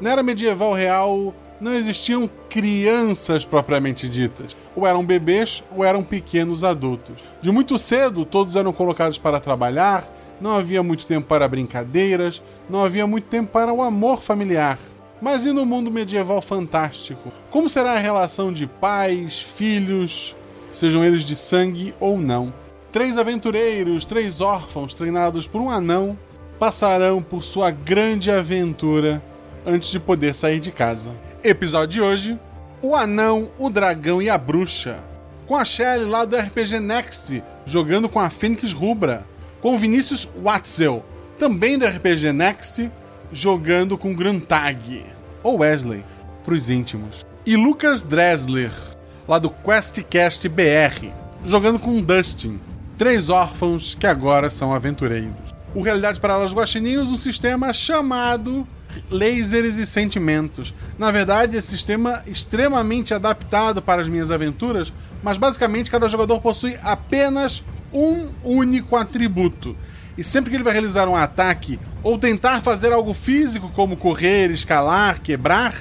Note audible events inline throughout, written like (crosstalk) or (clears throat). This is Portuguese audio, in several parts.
Na era medieval real, não existiam crianças propriamente ditas. Ou eram bebês ou eram pequenos adultos. De muito cedo, todos eram colocados para trabalhar, não havia muito tempo para brincadeiras, não havia muito tempo para o amor familiar. Mas e no mundo medieval fantástico? Como será a relação de pais, filhos, sejam eles de sangue ou não? Três aventureiros, três órfãos treinados por um anão, passarão por sua grande aventura antes de poder sair de casa. Episódio de hoje: O Anão, o Dragão e a Bruxa. Com a Shelly lá do RPG Next, jogando com a Fênix Rubra. Com o Vinícius Watzel, também do RPG Next, jogando com Gruntag, ou Wesley, pros íntimos. E Lucas Dresler, lá do QuestCast BR, jogando com Dustin, três órfãos que agora são aventureiros. O Realidade para Elas Guaxininhos, um sistema chamado Lasers e Sentimentos. Na verdade, esse sistema é extremamente adaptado para as minhas aventuras, mas basicamente cada jogador possui apenas um único atributo e sempre que ele vai realizar um ataque ou tentar fazer algo físico, como correr, escalar, quebrar,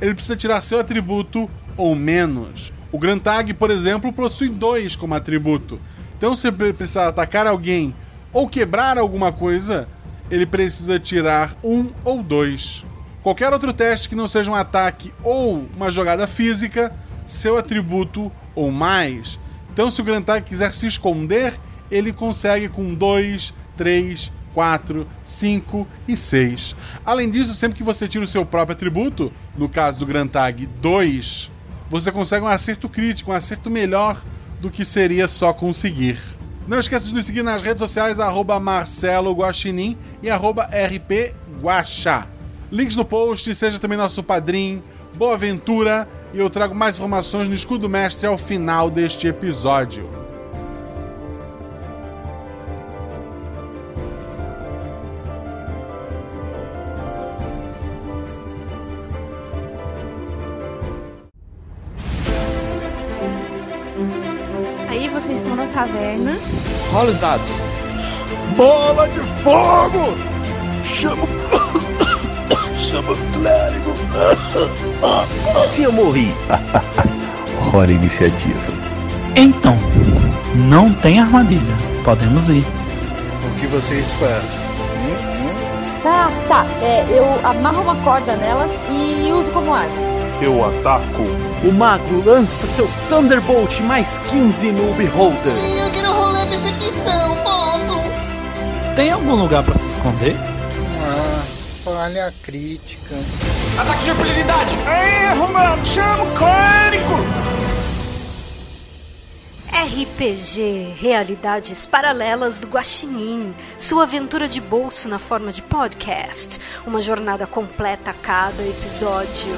ele precisa tirar seu atributo ou menos. O Grantag, por exemplo, possui dois como atributo. Então, se ele precisar atacar alguém ou quebrar alguma coisa, ele precisa tirar um ou dois. Qualquer outro teste que não seja um ataque ou uma jogada física, seu atributo ou mais. Então, se o Grantag quiser se esconder, ele consegue com dois, 3, 4, 5 e 6. Além disso, sempre que você tira o seu próprio atributo, no caso do Grand Tag 2, você consegue um acerto crítico, um acerto melhor do que seria só conseguir. Não esqueça de nos seguir nas redes sociais, arroba Marcelo Guaxinim e arroba RP Guaxá. Links no post, seja também nosso padrinho, boa aventura e eu trago mais informações no Escudo Mestre ao final deste episódio. Aí vocês estão na taverna. Rola os dados. Bola de fogo! Chama o. Chama o clérigo! Como assim (laughs) eu morri? Rola a iniciativa. Então, não tem armadilha. Podemos ir. O que vocês fazem? Hum, hum. Tá, tá. É, eu amarro uma corda nelas e uso como arma. Eu ataco. O mago lança seu Thunderbolt mais 15 no Beholder. Eu quero rolar esse pistão, posso? Tem algum lugar para se esconder? Ah, falha crítica. Ataque de impunidade! Erro, mano! Chama o clérigo! RPG Realidades Paralelas do Guaxinim, sua aventura de bolso na forma de podcast, uma jornada completa a cada episódio.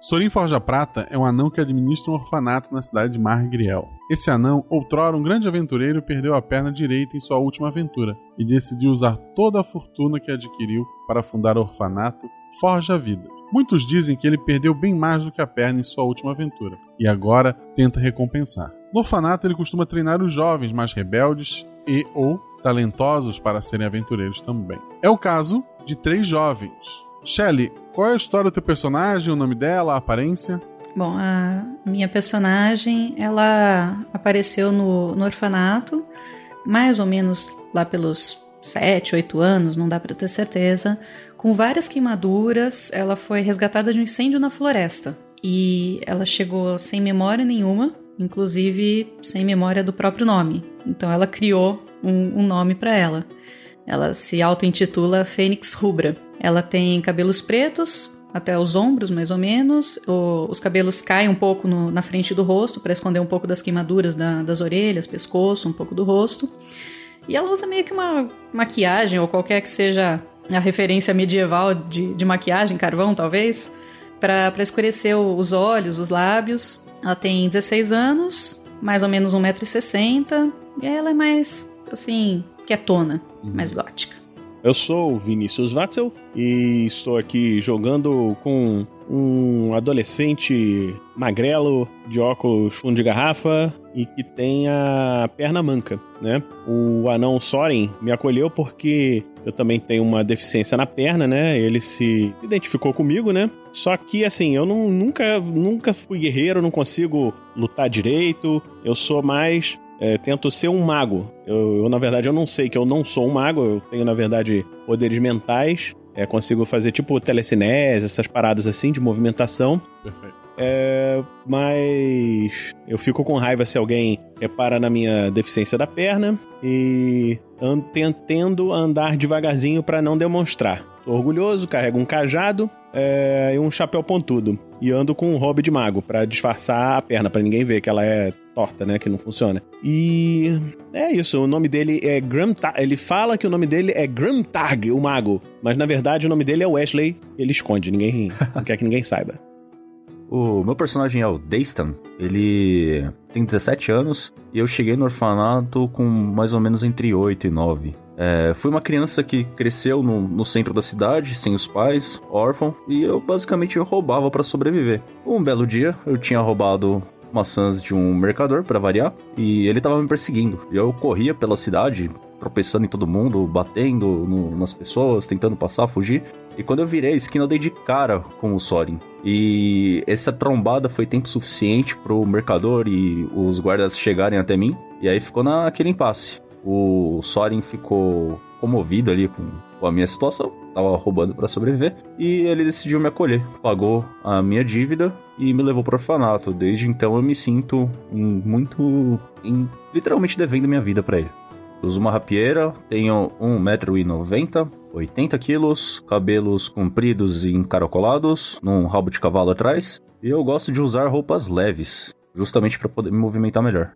Sorin Forja Prata é um anão que administra um orfanato na cidade de Margriel. Esse anão, outrora um grande aventureiro, perdeu a perna direita em sua última aventura e decidiu usar toda a fortuna que adquiriu para fundar o orfanato Forja Vida. Muitos dizem que ele perdeu bem mais do que a perna em sua última aventura e agora tenta recompensar. No orfanato, ele costuma treinar os jovens mais rebeldes e ou talentosos para serem aventureiros também. É o caso de três jovens. Shelley, qual é a história do teu personagem, o nome dela, a aparência? Bom, a minha personagem, ela apareceu no, no orfanato, mais ou menos lá pelos 7, 8 anos, não dá para ter certeza. Com várias queimaduras, ela foi resgatada de um incêndio na floresta. E ela chegou sem memória nenhuma, inclusive sem memória do próprio nome. Então ela criou um, um nome para ela. Ela se auto-intitula Fênix Rubra. Ela tem cabelos pretos, até os ombros mais ou menos. O, os cabelos caem um pouco no, na frente do rosto para esconder um pouco das queimaduras da, das orelhas, pescoço, um pouco do rosto. E ela usa meio que uma maquiagem, ou qualquer que seja a referência medieval de, de maquiagem, carvão talvez, para escurecer os olhos, os lábios. Ela tem 16 anos, mais ou menos 1,60m, e ela é mais, assim, quietona, uhum. mais gótica. Eu sou o Vinícius Watzel e estou aqui jogando com um adolescente magrelo, de óculos fundo de garrafa e que tem a perna manca, né? O anão Soren me acolheu porque eu também tenho uma deficiência na perna, né? Ele se identificou comigo, né? Só que assim, eu não, nunca, nunca fui guerreiro, não consigo lutar direito. Eu sou mais é, tento ser um mago. Eu, eu, na verdade, eu não sei que eu não sou um mago, eu tenho, na verdade, poderes mentais. É, consigo fazer tipo telecinese, essas paradas assim de movimentação. Perfeito. É, mas eu fico com raiva se alguém repara na minha deficiência da perna e an tentando andar devagarzinho para não demonstrar. Tô orgulhoso, carrego um cajado é, e um chapéu pontudo e ando com um hobby de mago para disfarçar a perna para ninguém ver que ela é torta, né, que não funciona. E é isso, o nome dele é Gramtag, ele fala que o nome dele é Gramtag, o mago, mas na verdade o nome dele é Wesley, ele esconde, ninguém não quer que ninguém saiba. O meu personagem é o Daystan. Ele tem 17 anos e eu cheguei no orfanato com mais ou menos entre 8 e 9. É, fui uma criança que cresceu no, no, centro da cidade, sem os pais, órfão, e eu basicamente roubava para sobreviver. Um belo dia, eu tinha roubado maçãs de um mercador, para variar, e ele tava me perseguindo. Eu corria pela cidade, tropeçando em todo mundo, batendo no, nas pessoas, tentando passar, fugir. E quando eu virei a esquina, eu dei de cara com o Sorin. E essa trombada foi tempo suficiente pro mercador e os guardas chegarem até mim. E aí ficou naquele impasse. O Sorin ficou comovido ali com, com a minha situação, tava roubando para sobreviver, e ele decidiu me acolher, pagou a minha dívida e me levou pro orfanato. Desde então eu me sinto muito, em, literalmente devendo minha vida para ele. Uso uma rapieira, tenho 1,90m, 80 quilos, cabelos compridos e encaracolados, num rabo de cavalo atrás, e eu gosto de usar roupas leves, justamente para poder me movimentar melhor.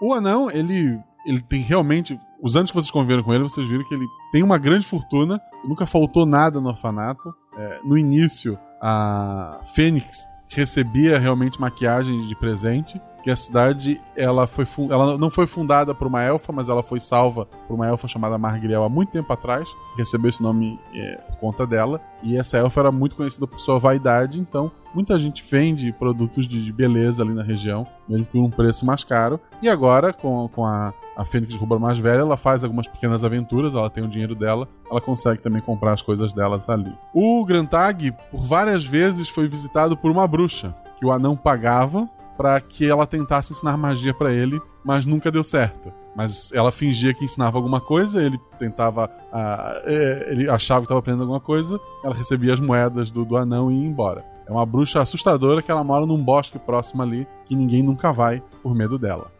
O anão, ele, ele tem realmente. Os anos que vocês conviveram com ele, vocês viram que ele tem uma grande fortuna, nunca faltou nada no orfanato. É, no início, a Fênix recebia realmente maquiagem de presente. Que a cidade ela foi ela não foi fundada por uma elfa, mas ela foi salva por uma elfa chamada Margriel há muito tempo atrás. Recebeu esse nome é, por conta dela. E essa elfa era muito conhecida por sua vaidade, então muita gente vende produtos de beleza ali na região, mesmo por um preço mais caro. E agora, com, com a, a Fênix de Rubor mais velha, ela faz algumas pequenas aventuras, ela tem o dinheiro dela, ela consegue também comprar as coisas delas ali. O Grantag, por várias vezes, foi visitado por uma bruxa, que o anão pagava para que ela tentasse ensinar magia para ele, mas nunca deu certo. Mas ela fingia que ensinava alguma coisa, ele tentava. Ah, ele achava que estava aprendendo alguma coisa, ela recebia as moedas do, do anão e ia embora. É uma bruxa assustadora que ela mora num bosque próximo ali, que ninguém nunca vai por medo dela.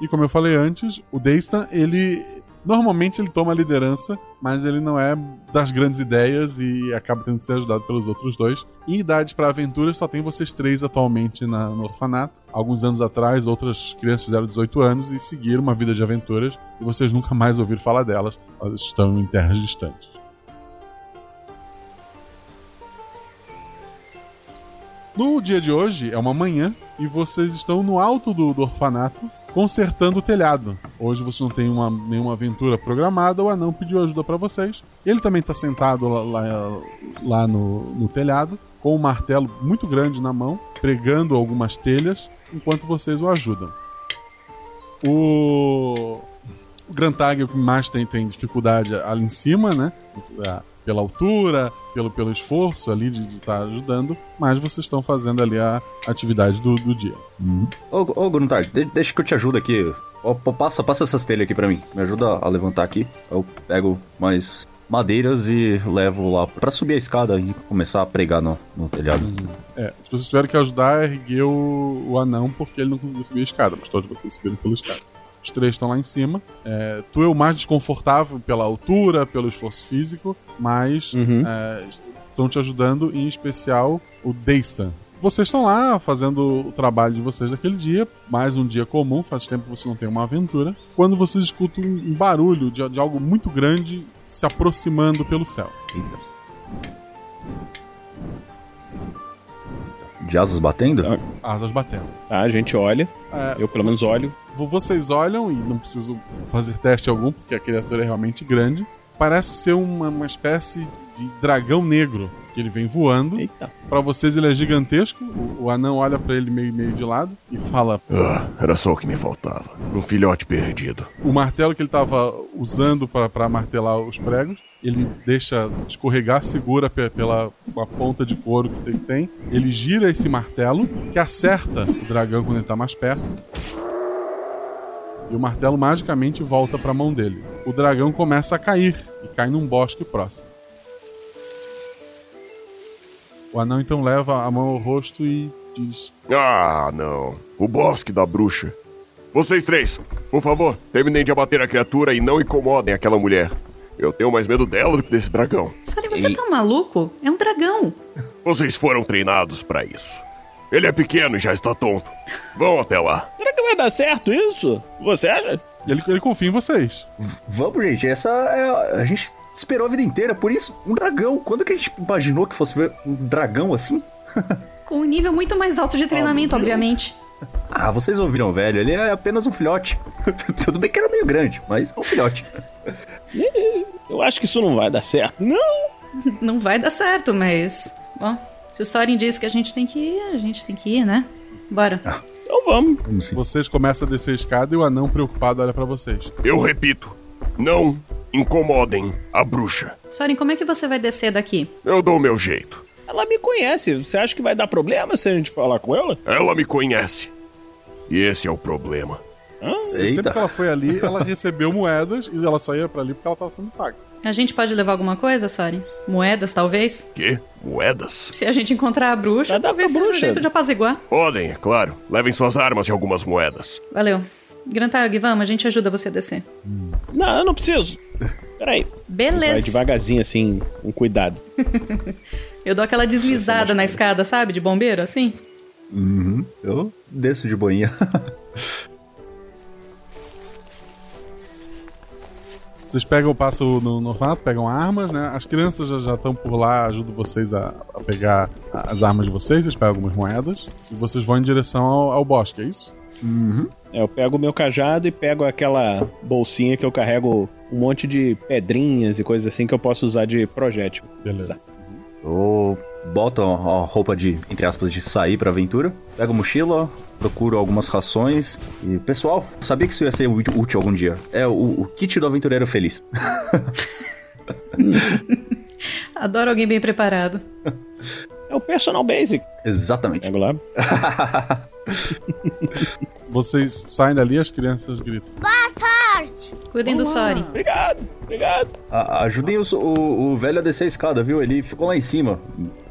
E como eu falei antes, o Daystan, ele normalmente ele toma a liderança, mas ele não é das grandes ideias e acaba tendo que ser ajudado pelos outros dois. E idades para aventuras só tem vocês três atualmente na, no orfanato. Alguns anos atrás, outras crianças fizeram 18 anos e seguiram uma vida de aventuras e vocês nunca mais ouviram falar delas, elas estão em terras distantes. No dia de hoje, é uma manhã, e vocês estão no alto do, do orfanato, consertando o telhado. Hoje você não tem uma, nenhuma aventura programada, o anão pediu ajuda para vocês. Ele também está sentado lá, lá, lá no, no, telhado, com um martelo muito grande na mão, pregando algumas telhas, enquanto vocês o ajudam. O, o Grantag é o que mais tem, tem dificuldade ali em cima, né? Pela altura, pelo, pelo esforço ali de estar tá ajudando, mas vocês estão fazendo ali a atividade do, do dia. Uhum. Ô, ô Gruntar, de, deixa que eu te ajudo aqui. Ó, passa, passa essas telhas aqui para mim. Me ajuda a levantar aqui. Eu pego mais madeiras e levo lá para subir a escada e começar a pregar no, no telhado. Uhum. É, se vocês tiverem que ajudar a erguer o, o anão, porque ele não conseguiu subir a escada, mas todos vocês subiram pela escada. Os três estão lá em cima. É, tu é o mais desconfortável pela altura, pelo esforço físico, mas uhum. é, estão te ajudando, em especial o Daystan. Vocês estão lá fazendo o trabalho de vocês daquele dia, mais um dia comum, faz tempo que você não tem uma aventura. Quando vocês escutam um barulho de, de algo muito grande se aproximando pelo céu. De asas batendo? Asas batendo. Tá, a gente olha. É, eu pelo menos olho. Vocês olham, e não preciso fazer teste algum, porque a criatura é realmente grande. Parece ser uma, uma espécie de dragão negro. Que ele vem voando. Eita. Pra vocês ele é gigantesco. O, o anão olha para ele meio, meio de lado e fala: Ah, era só o que me faltava. Um filhote perdido. O martelo que ele tava usando para martelar os pregos, ele deixa escorregar, segura pe- pela a ponta de couro que ele tem. Ele gira esse martelo, que acerta o dragão quando ele tá mais perto. E o martelo magicamente volta para a mão dele. O dragão começa a cair e cai num bosque próximo. O anão então leva a mão ao rosto e diz: Ah, não. O bosque da bruxa. Vocês três, por favor, terminem de abater a criatura e não incomodem aquela mulher. Eu tenho mais medo dela do que desse dragão. Sorry, você tá maluco? É um dragão. Vocês foram treinados pra isso. Ele é pequeno e já está tonto. Vão até lá. Será que vai dar certo isso? Você acha? Ele, ele confia em vocês. Vamos, gente. Essa é. A gente esperou a vida inteira por isso. Um dragão. Quando que a gente imaginou que fosse ver um dragão assim? Com um nível muito mais alto Oh, de treinamento, obviamente. Ah, vocês ouviram, velho. Ele é apenas um filhote. (laughs) Tudo bem que era meio grande, mas é um filhote. Eu acho que isso não vai dar certo. Não! (laughs) Não vai dar certo, mas. Bom, se o Sorin diz que a gente tem que ir, a gente tem que ir, né? Bora. Então vamos. Vocês começam a descer a escada e o anão preocupado olha pra vocês. Eu repito, não incomodem a bruxa. Sorin, como é que você vai descer daqui? Eu dou o meu jeito. Ela me conhece. Você acha que vai dar problema se a gente falar com ela? Ela me conhece. E esse é o problema. Ah, Hã? Sempre que ela foi ali, ela recebeu moedas e ela só ia pra ali porque ela tava sendo paga. A gente pode levar alguma coisa, Sorin? Moedas, talvez? Quê? Moedas? Se a gente encontrar a bruxa, talvez seja um jeito de apaziguar. Podem, é claro. Levem suas armas e algumas moedas. Valeu. Grantag, vamos, a gente ajuda você a descer. Hum. Não, eu não preciso. Peraí. Vai Beleza. devagarzinho, assim, com cuidado. Eu dou aquela deslizada na escada, sabe? De bombeiro, assim. Uhum. Eu desço de boinha. (laughs) Vocês pegam, passam no, no orfanato, pegam armas, né? As crianças já- já estão por lá, ajudam vocês a, a pegar a- as armas de vocês, vocês pegam algumas moedas e vocês vão em direção ao, ao bosque, é isso? Uhum. É, eu pego o meu cajado e pego aquela bolsinha que eu carrego um monte de pedrinhas e coisas assim que eu posso usar de projétil. Beleza. Eu boto a roupa de, entre aspas, de sair pra aventura. Pego a mochila, procuro algumas rações. E, pessoal, sabia que isso ia ser útil útil algum dia. É o, o kit do aventureiro feliz. (laughs) Adoro alguém bem preparado. É o personal basic. Exatamente. Pego lá. (laughs) Vocês saem dali, as crianças gritam. Boa sorte! Cuidem do Sorin. Obrigado, obrigado. A- ajudem os- o, o velho a descer a escada, viu? Ele ficou lá em cima.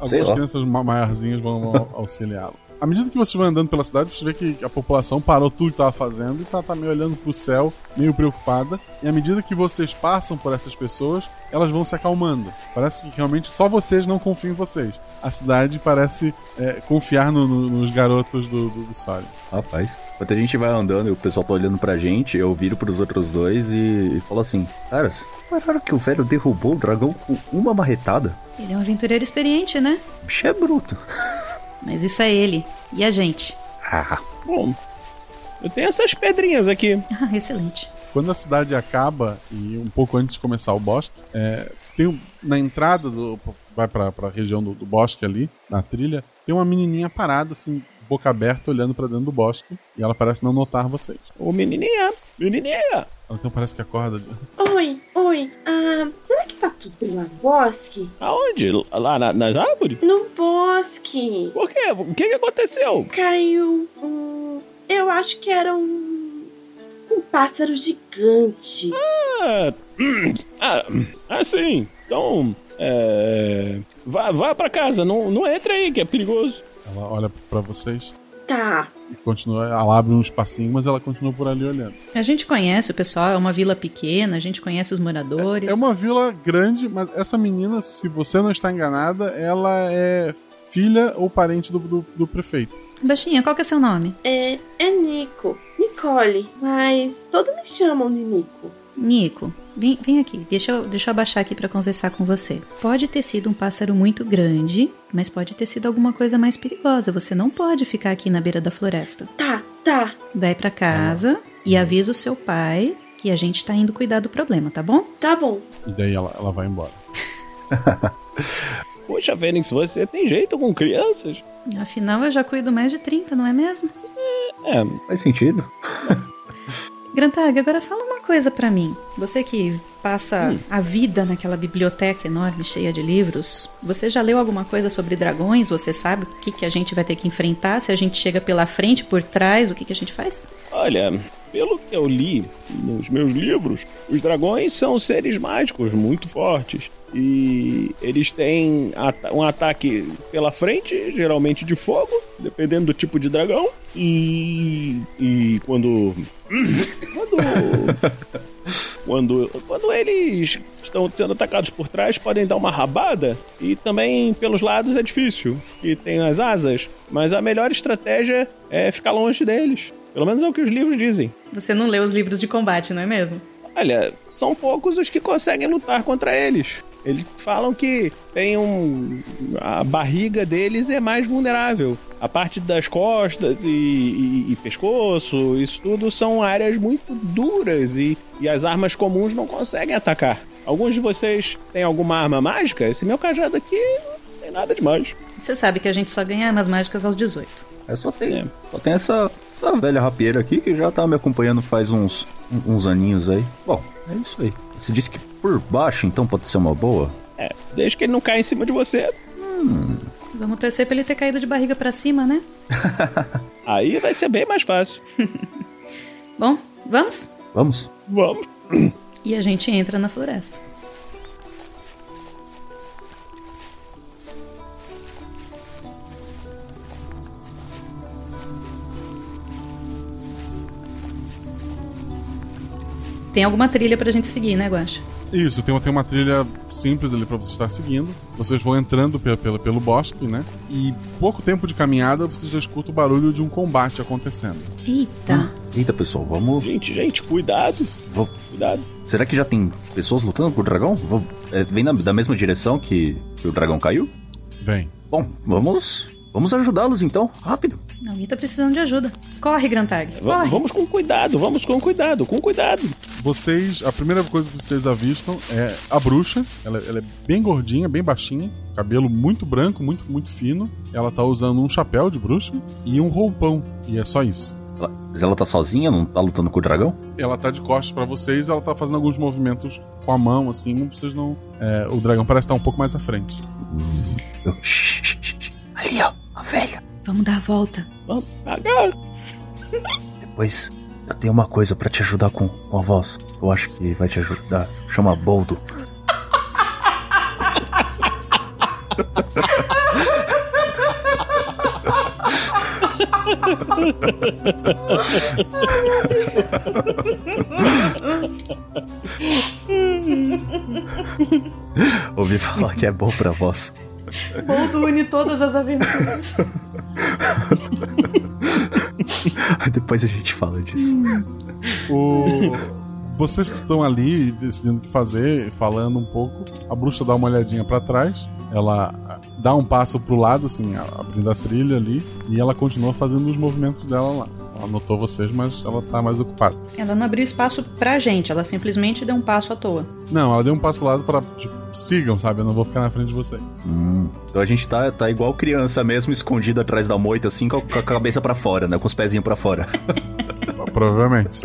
Sei Algumas lá. crianças ma- maiorzinhas vão vão (laughs) auxiliá-lo. À medida que vocês vão andando pela cidade, vocês vê que a população parou tudo que estava fazendo e tá, tá meio olhando pro céu, meio preocupada. E à medida que vocês passam por essas pessoas, elas vão se acalmando. Parece que realmente só vocês não confiam em vocês. A cidade parece é, confiar no- no- nos garotos do, do, do Sólio. Rapaz, enquanto a gente vai andando e o pessoal tá olhando pra gente, eu viro pros outros dois e, e falo assim: Caras, não é raro que o velho derrubou o dragão com uma marretada? Ele é um aventureiro experiente, né? O bicho é bruto. Mas isso é ele. E a gente? Ah, Bom, eu tenho essas pedrinhas aqui. Ah, excelente. Quando a cidade acaba, e um pouco antes de começar o bosque, é, tem um- na entrada do. Vai pra, pra região do, do bosque ali, na trilha, tem uma menininha parada, assim, boca aberta, olhando pra dentro do bosque, e ela parece não notar vocês. Ô, menininha, menininha. Ela então parece que acorda. Oi, oi. Ah, será que tá tudo bem lá no bosque? Aonde? Lá na- nas árvores? No bosque. Por quê? O que, que aconteceu? Caiu um. Eu acho que era um. Um pássaro gigante. Ah, hum, ah, ah, sim. Então, é, vá, vá pra casa, não, não entra aí que é perigoso. Ela olha pra vocês Tá. e continua. Ela abre um espacinho, mas ela continua por ali olhando. A gente conhece o pessoal, é uma vila pequena, a gente conhece os moradores. É uma vila grande, mas essa menina, se você não está enganada, ela é filha ou parente do, do, do prefeito. Baixinha, qual que é seu nome? É, é Nico. Nicole. Mas todos me chamam de Nico. Nico. Vem, vem aqui, deixa eu, deixa eu abaixar aqui para conversar com você. Pode ter sido um pássaro muito grande, mas pode ter sido alguma coisa mais perigosa. Você não pode ficar aqui na beira da floresta. Tá, tá. Vai para casa e avisa o seu pai que a gente tá indo cuidar do problema, tá bom? Tá bom. E daí ela, ela vai embora. (laughs) Poxa, Fênix, você tem jeito com crianças? Afinal, eu já cuido mais de 30, não é mesmo? É, faz sentido. Grantag, agora fala uma coisa para mim. Você que passa hum. a vida naquela biblioteca enorme cheia de livros, você já leu alguma coisa sobre dragões? Você sabe o que, que a gente vai ter que enfrentar? Se a gente chega pela frente, por trás, o que, que a gente faz? Olha, pelo que eu li nos meus livros, os dragões são seres mágicos muito fortes. E eles têm um ataque pela frente, geralmente de fogo, dependendo do tipo de dragão. E, e quando. (laughs) quando. Quando, quando eles estão sendo atacados por trás, podem dar uma rabada. E também pelos lados é difícil. E tem as asas. Mas a melhor estratégia é ficar longe deles. Pelo menos é o que os livros dizem. Você não lê os livros de combate, não é mesmo? Olha, são poucos os que conseguem lutar contra eles. Eles falam que tem um. A barriga deles é mais vulnerável. A parte das costas e, e, e pescoço, isso tudo são áreas muito duras e, e, as armas comuns não conseguem atacar. Alguns de vocês têm alguma arma mágica? Esse meu cajado aqui não tem nada demais. Você sabe que a gente só ganha armas mágicas aos 18. É, só tem, é. Só tem essa, essa velha rapieira aqui que já tá me acompanhando faz uns, uns aninhos aí. Bom, é isso aí. Você disse que por baixo, então, pode ser uma boa? É, desde que ele não caia em cima de você. Hum. Vamos torcer pra ele ter caído de barriga para cima, né? aí vai ser bem mais fácil. Bom, vamos? Vamos. Vamos. E a gente entra na floresta. Tem alguma trilha pra gente seguir, né, Guacha? Isso, tem uma, tem uma trilha simples ali pra você estar seguindo. Vocês vão entrando pelo, pelo, pelo bosque, né? E pouco tempo de caminhada, você já escuta o barulho de um combate acontecendo. Eita! Hum. Eita, pessoal, vamos. Gente, gente, cuidado! Vou... Cuidado. Será que já tem pessoas lutando por dragão? Vou... É, vem na, da mesma direção que, que o dragão caiu? Vem. Bom, vamos Vamos ajudá-los então, rápido. Alguém tá precisando de ajuda. Corre, Grantag. Corre. Ah, Vamos com cuidado, vamos com cuidado, com cuidado. Vocês, a primeira coisa que vocês avistam é a bruxa. Ela, ela é bem gordinha, bem baixinha, cabelo muito branco, muito, muito fino. Ela tá usando um chapéu de bruxa e um roupão. E é só isso. Ela, mas ela tá sozinha, não tá lutando com o dragão? Ela tá de costas para vocês, ela tá fazendo alguns movimentos com a mão, assim, vocês não. É, o dragão parece estar tá um pouco mais à frente. Ali, ó. Ó, velha. Vamos dar a volta. Vamos pagar. Depois, eu tenho uma coisa para te ajudar com, com a voz. Eu acho que vai te ajudar. Chama (laughs) Boldo. (laughs) Ouvi falar que é bom pra voz. (laughs) Boldo une todas as aventuras. Depois a gente fala disso. O... Vocês estão ali decidindo o que fazer, falando um pouco. A bruxa dá uma olhadinha para trás. Ela dá um passo pro lado, assim, abrindo a trilha ali. E ela continua fazendo os movimentos dela lá. Ela notou vocês, mas ela tá mais ocupada. Ela não abriu espaço pra gente, ela simplesmente deu um passo à toa. Não, ela deu um passo pro lado pra, tipo, sigam, sabe? Eu não vou ficar na frente de vocês. Hum. Então a gente tá, tá igual criança mesmo, escondida atrás da moita, assim, com a cabeça para fora, né? Com os pezinhos para fora. Então, Provavelmente.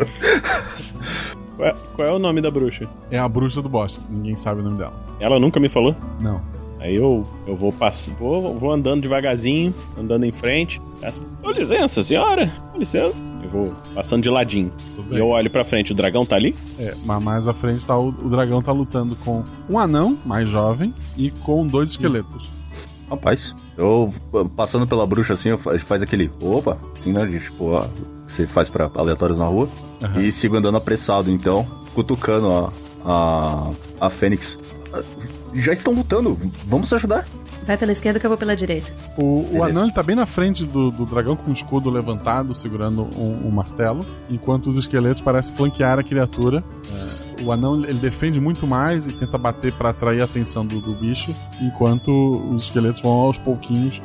qual, é, qual é o nome da bruxa? É a bruxa do bosque, ninguém sabe o nome dela. Ela nunca me falou? Não. Aí eu, eu vou passar, vou, vou andando devagarzinho, andando em frente. Peço, com licença, senhora, com licença. Eu vou passando de ladinho. E eu olho pra frente, o dragão tá ali? É, mas mais à frente tá o, o dragão tá lutando com um anão, (laughs) mais jovem, e com dois esqueletos. Rapaz, eu passando pela bruxa assim, eu faz aquele opa, assim, né? De, tipo, ó, você faz pra aleatórios na rua. Uhum. E sigo andando apressado, então, cutucando a, a, a Fênix Ah, já estão lutando. Vamos ajudar. Vai pela esquerda que eu vou pela direita. O, o anão está bem na frente do, do, dragão com o escudo levantado, segurando um, um, martelo, enquanto os esqueletos parecem flanquear a criatura. É O anão ele defende muito mais e tenta bater para atrair a atenção do, do bicho, enquanto os esqueletos vão aos pouquinhos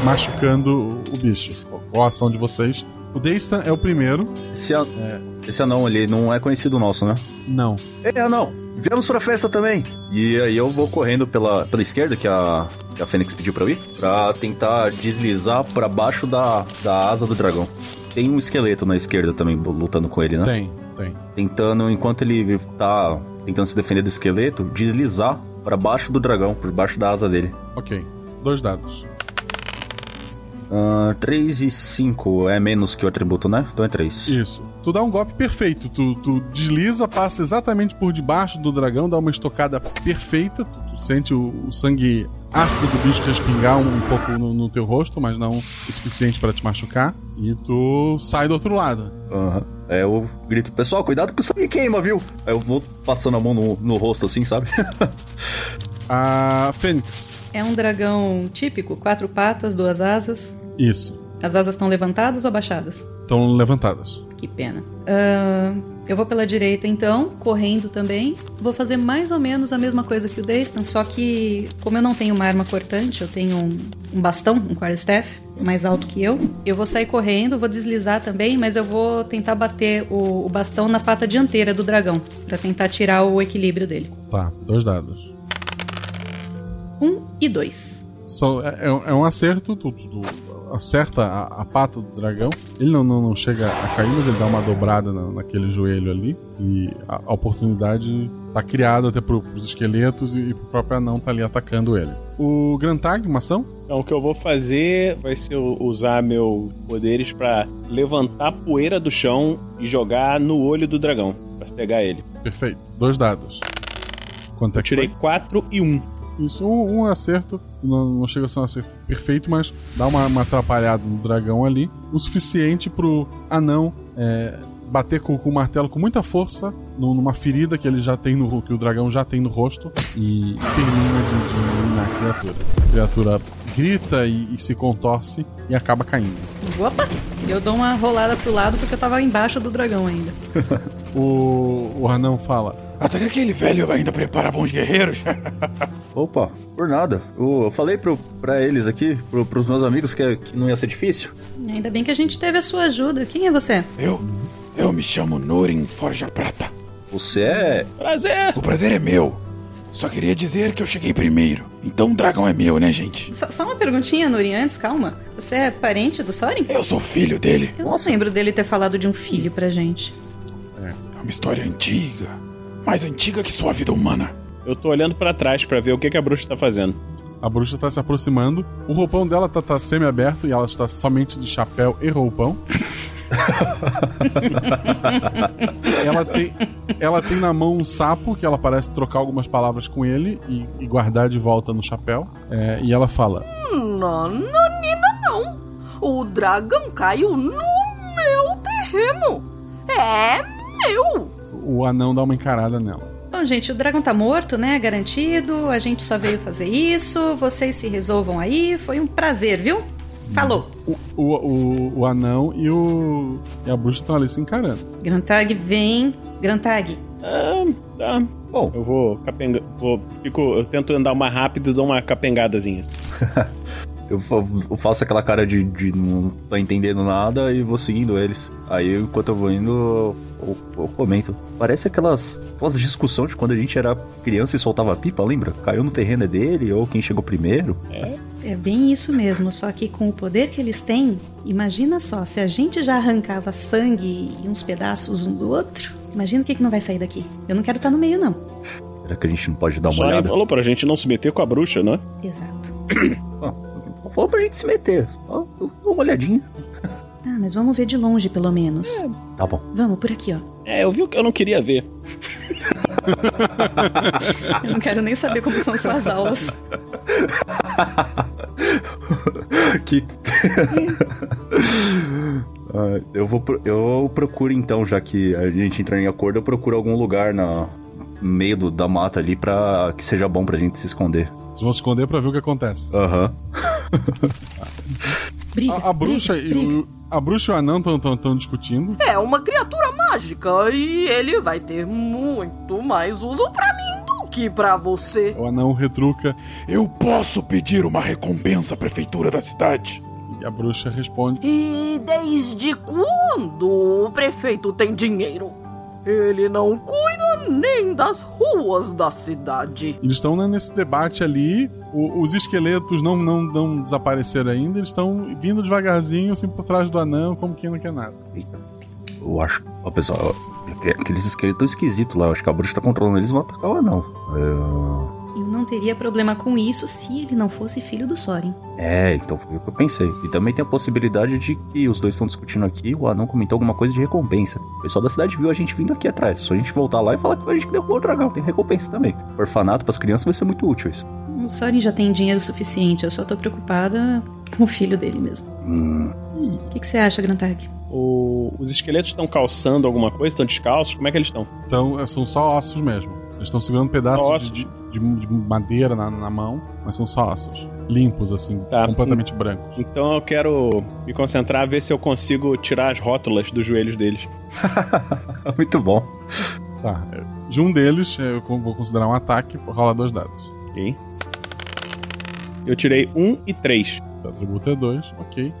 é, machucando o bicho. Qual a ação de vocês? O Daystan é o primeiro. Esse, an... é. Esse anão ali não é conhecido nosso, né? Não. É anão! Viemos pra festa também! E aí eu vou correndo pela, pela esquerda, que a, que a Fênix pediu pra eu ir, pra tentar deslizar pra baixo da, da asa do dragão. Tem um esqueleto na esquerda também lutando com ele, né? Tem, tem. Tentando, enquanto ele tá tentando se defender do esqueleto, deslizar pra baixo do dragão, por baixo da asa dele. Ok. Dois dados. Uh, 3 e 5 é menos que o atributo, né? Então é 3. Isso. Tu dá um golpe perfeito. Tu, tu desliza, passa exatamente por debaixo do dragão, dá uma estocada perfeita. Tu, tu sente o, o, sangue ácido do bicho respingar um, um pouco no, no, teu rosto, mas não o suficiente para te machucar. E tu sai do outro lado. Aham. Uhum. É, eu grito, pessoal, cuidado que o sangue queima, viu? Aí eu vou passando a mão no, no rosto assim, sabe? (laughs) a Fênix. É um dragão típico, quatro patas, duas asas. Isso. As asas estão levantadas ou abaixadas? Estão levantadas. Que pena. Uh, eu vou pela direita então, correndo também. Vou fazer mais ou menos a mesma coisa que o Daystan, só que como eu não tenho uma arma cortante, eu tenho um, um bastão, um quarterstaff, mais alto que eu. Eu vou sair correndo, vou deslizar também, mas eu vou tentar bater o, o bastão na pata dianteira do dragão, para tentar tirar o equilíbrio dele. Tá, dois dados. 1 um e 2. So, é, é, um acerto, tu, tu, tu acerta a, a, pata do dragão. Ele não, não, não, chega a cair, mas ele dá uma dobrada na, naquele joelho ali. E a, a oportunidade tá criada até pro, pros esqueletos e, e pro próprio anão tá ali atacando ele. O Grantag, uma ação? Então o que eu vou fazer vai ser usar meus poderes para levantar a poeira do chão e jogar no olho do dragão, pra cegar ele. Perfeito. Dois dados. Quanto é eu tirei 4 e 1. Um. Isso, um, um acerto, não, não, chega a ser um acerto perfeito, mas dá uma, uma atrapalhada no dragão ali, o suficiente pro anão é, bater com, com, o martelo com muita força no, numa ferida que ele já tem no que o dragão já tem no rosto e termina de, de eliminar a criatura. A criatura grita e, e, se contorce e acaba caindo. (laughs) Opa! Eu dou uma rolada pro lado porque eu tava embaixo do dragão ainda. o, o anão fala: até que aquele velho ainda prepara bons guerreiros. Opa, por nada. Eu falei pro, pra eles aqui, pro, pros meus amigos, que, é, que, não ia ser difícil. Ainda bem que a gente teve a sua ajuda. Quem é você? Eu? Eu me chamo Nurin Forja Prata. Você é. Prazer! O prazer é meu. Só queria dizer que eu cheguei primeiro. Então o dragão é meu, né, gente? Só, só uma perguntinha, Nuri, antes, calma. Você é parente do Soren? Eu sou filho dele. Eu Nossa. não lembro dele ter falado de um filho pra gente. É, é uma história antiga mais antiga que sua vida humana. Eu tô olhando para trás para ver o que, que a bruxa tá fazendo. A bruxa tá se aproximando. O roupão dela tá, tá semi-aberto e ela está somente de chapéu e roupão. ela, tem, ela tem na mão um sapo que ela parece trocar algumas palavras com ele e, e guardar de volta no chapéu. É, e ela fala: Não, não, Nina, não. O dragão caiu no meu terreno. É meu o anão dá uma encarada nela. Bom, gente, o dragão tá morto, né? Garantido. A gente só veio fazer isso. Vocês se resolvam aí. Foi um prazer, viu? Falou. O, o, o, o anão e o. E a bruxa estão ali se encarando. Grantag, vem. Grantag. Ah, tá. Bom, eu vou capenga. Vou, fico, eu tento andar mais rápido e dou uma capengadazinha. eu faço aquela cara de, de, não tá entendendo nada e vou seguindo eles. Aí, enquanto eu vou indo, eu, eu comento. Parece aquelas, aquelas discussões de quando a gente era criança e soltava pipa, lembra? Caiu no terreno é dele ou quem chegou primeiro. É. é bem isso mesmo, só que com o poder que eles têm, imagina só, se a gente já arrancava sangue e uns pedaços um do outro, imagina o que, que não vai sair daqui. Eu não quero estar no meio, não. Será que a gente não pode dar uma Só olhada? falou pra gente não se meter com a bruxa, não é? (coughs) Exato. ah falou pra gente se meter. Só uma olhadinha. Tá, mas vamos ver de longe, pelo menos. É, tá bom. Vamos, por aqui, ó. É, eu vi o que eu não queria ver. (laughs) eu não quero nem saber como são suas aulas. (laughs) que. (laughs) Ah, eu, vou, eu procuro então, já que a gente entrar em acordo, eu procuro algum lugar na, no meio do, da mata ali pra que seja bom pra gente se esconder. Vocês vão se esconder pra ver o que acontece. Aham. Uhum. Briga, a, a bruxa briga, e o, a bruxa e o anão estão discutindo. É uma criatura mágica e ele vai ter muito mais uso pra mim do que pra você. O anão retruca. Eu posso pedir uma recompensa à prefeitura da cidade. E a bruxa responde. E desde quando o prefeito tem dinheiro? Ele não cuida nem das ruas da cidade. Eles estão né, nesse debate ali. o- os esqueletos não, não, não desapareceram ainda. Eles estão vindo devagarzinho, assim, por trás do anão, como quem não quer nada. Eu acho. Ó, pessoal, ó, aqueles esqueletos tão esquisitos lá. Eu acho que a bruxa tá controlando eles, vão atacar ou não. É, Eu não teria problema com isso se ele não fosse filho do Sorin. É, então foi o que eu pensei. E também tem a possibilidade de que os dois estão discutindo aqui, o anão comentou alguma coisa de recompensa. O pessoal da cidade viu a gente vindo aqui atrás. É Só a gente voltar lá e falar que foi a gente que derrubou o dragão, tem recompensa também. Orfanato pras crianças vai ser muito útil isso. O Sorin já tem dinheiro suficiente, eu só tô preocupada com o filho dele mesmo. Hum. O que, que você acha, Grantag? Hum. O- os esqueletos estão calçando alguma coisa? Estão descalços? Como é que eles estão? Então, é, são só ossos mesmo. Eles estão segurando pedaços de, de- de madeira na, na mão, mas são só ossos. Limpos, assim, completamente brancos. Então eu quero me concentrar, ver se eu consigo tirar as rótulas dos joelhos deles. (laughs) Muito bom. Tá. De um deles, eu co- vou considerar um ataque, vou rolar dois dados. Ok. Eu tirei um e três. O atributo é dois, ok.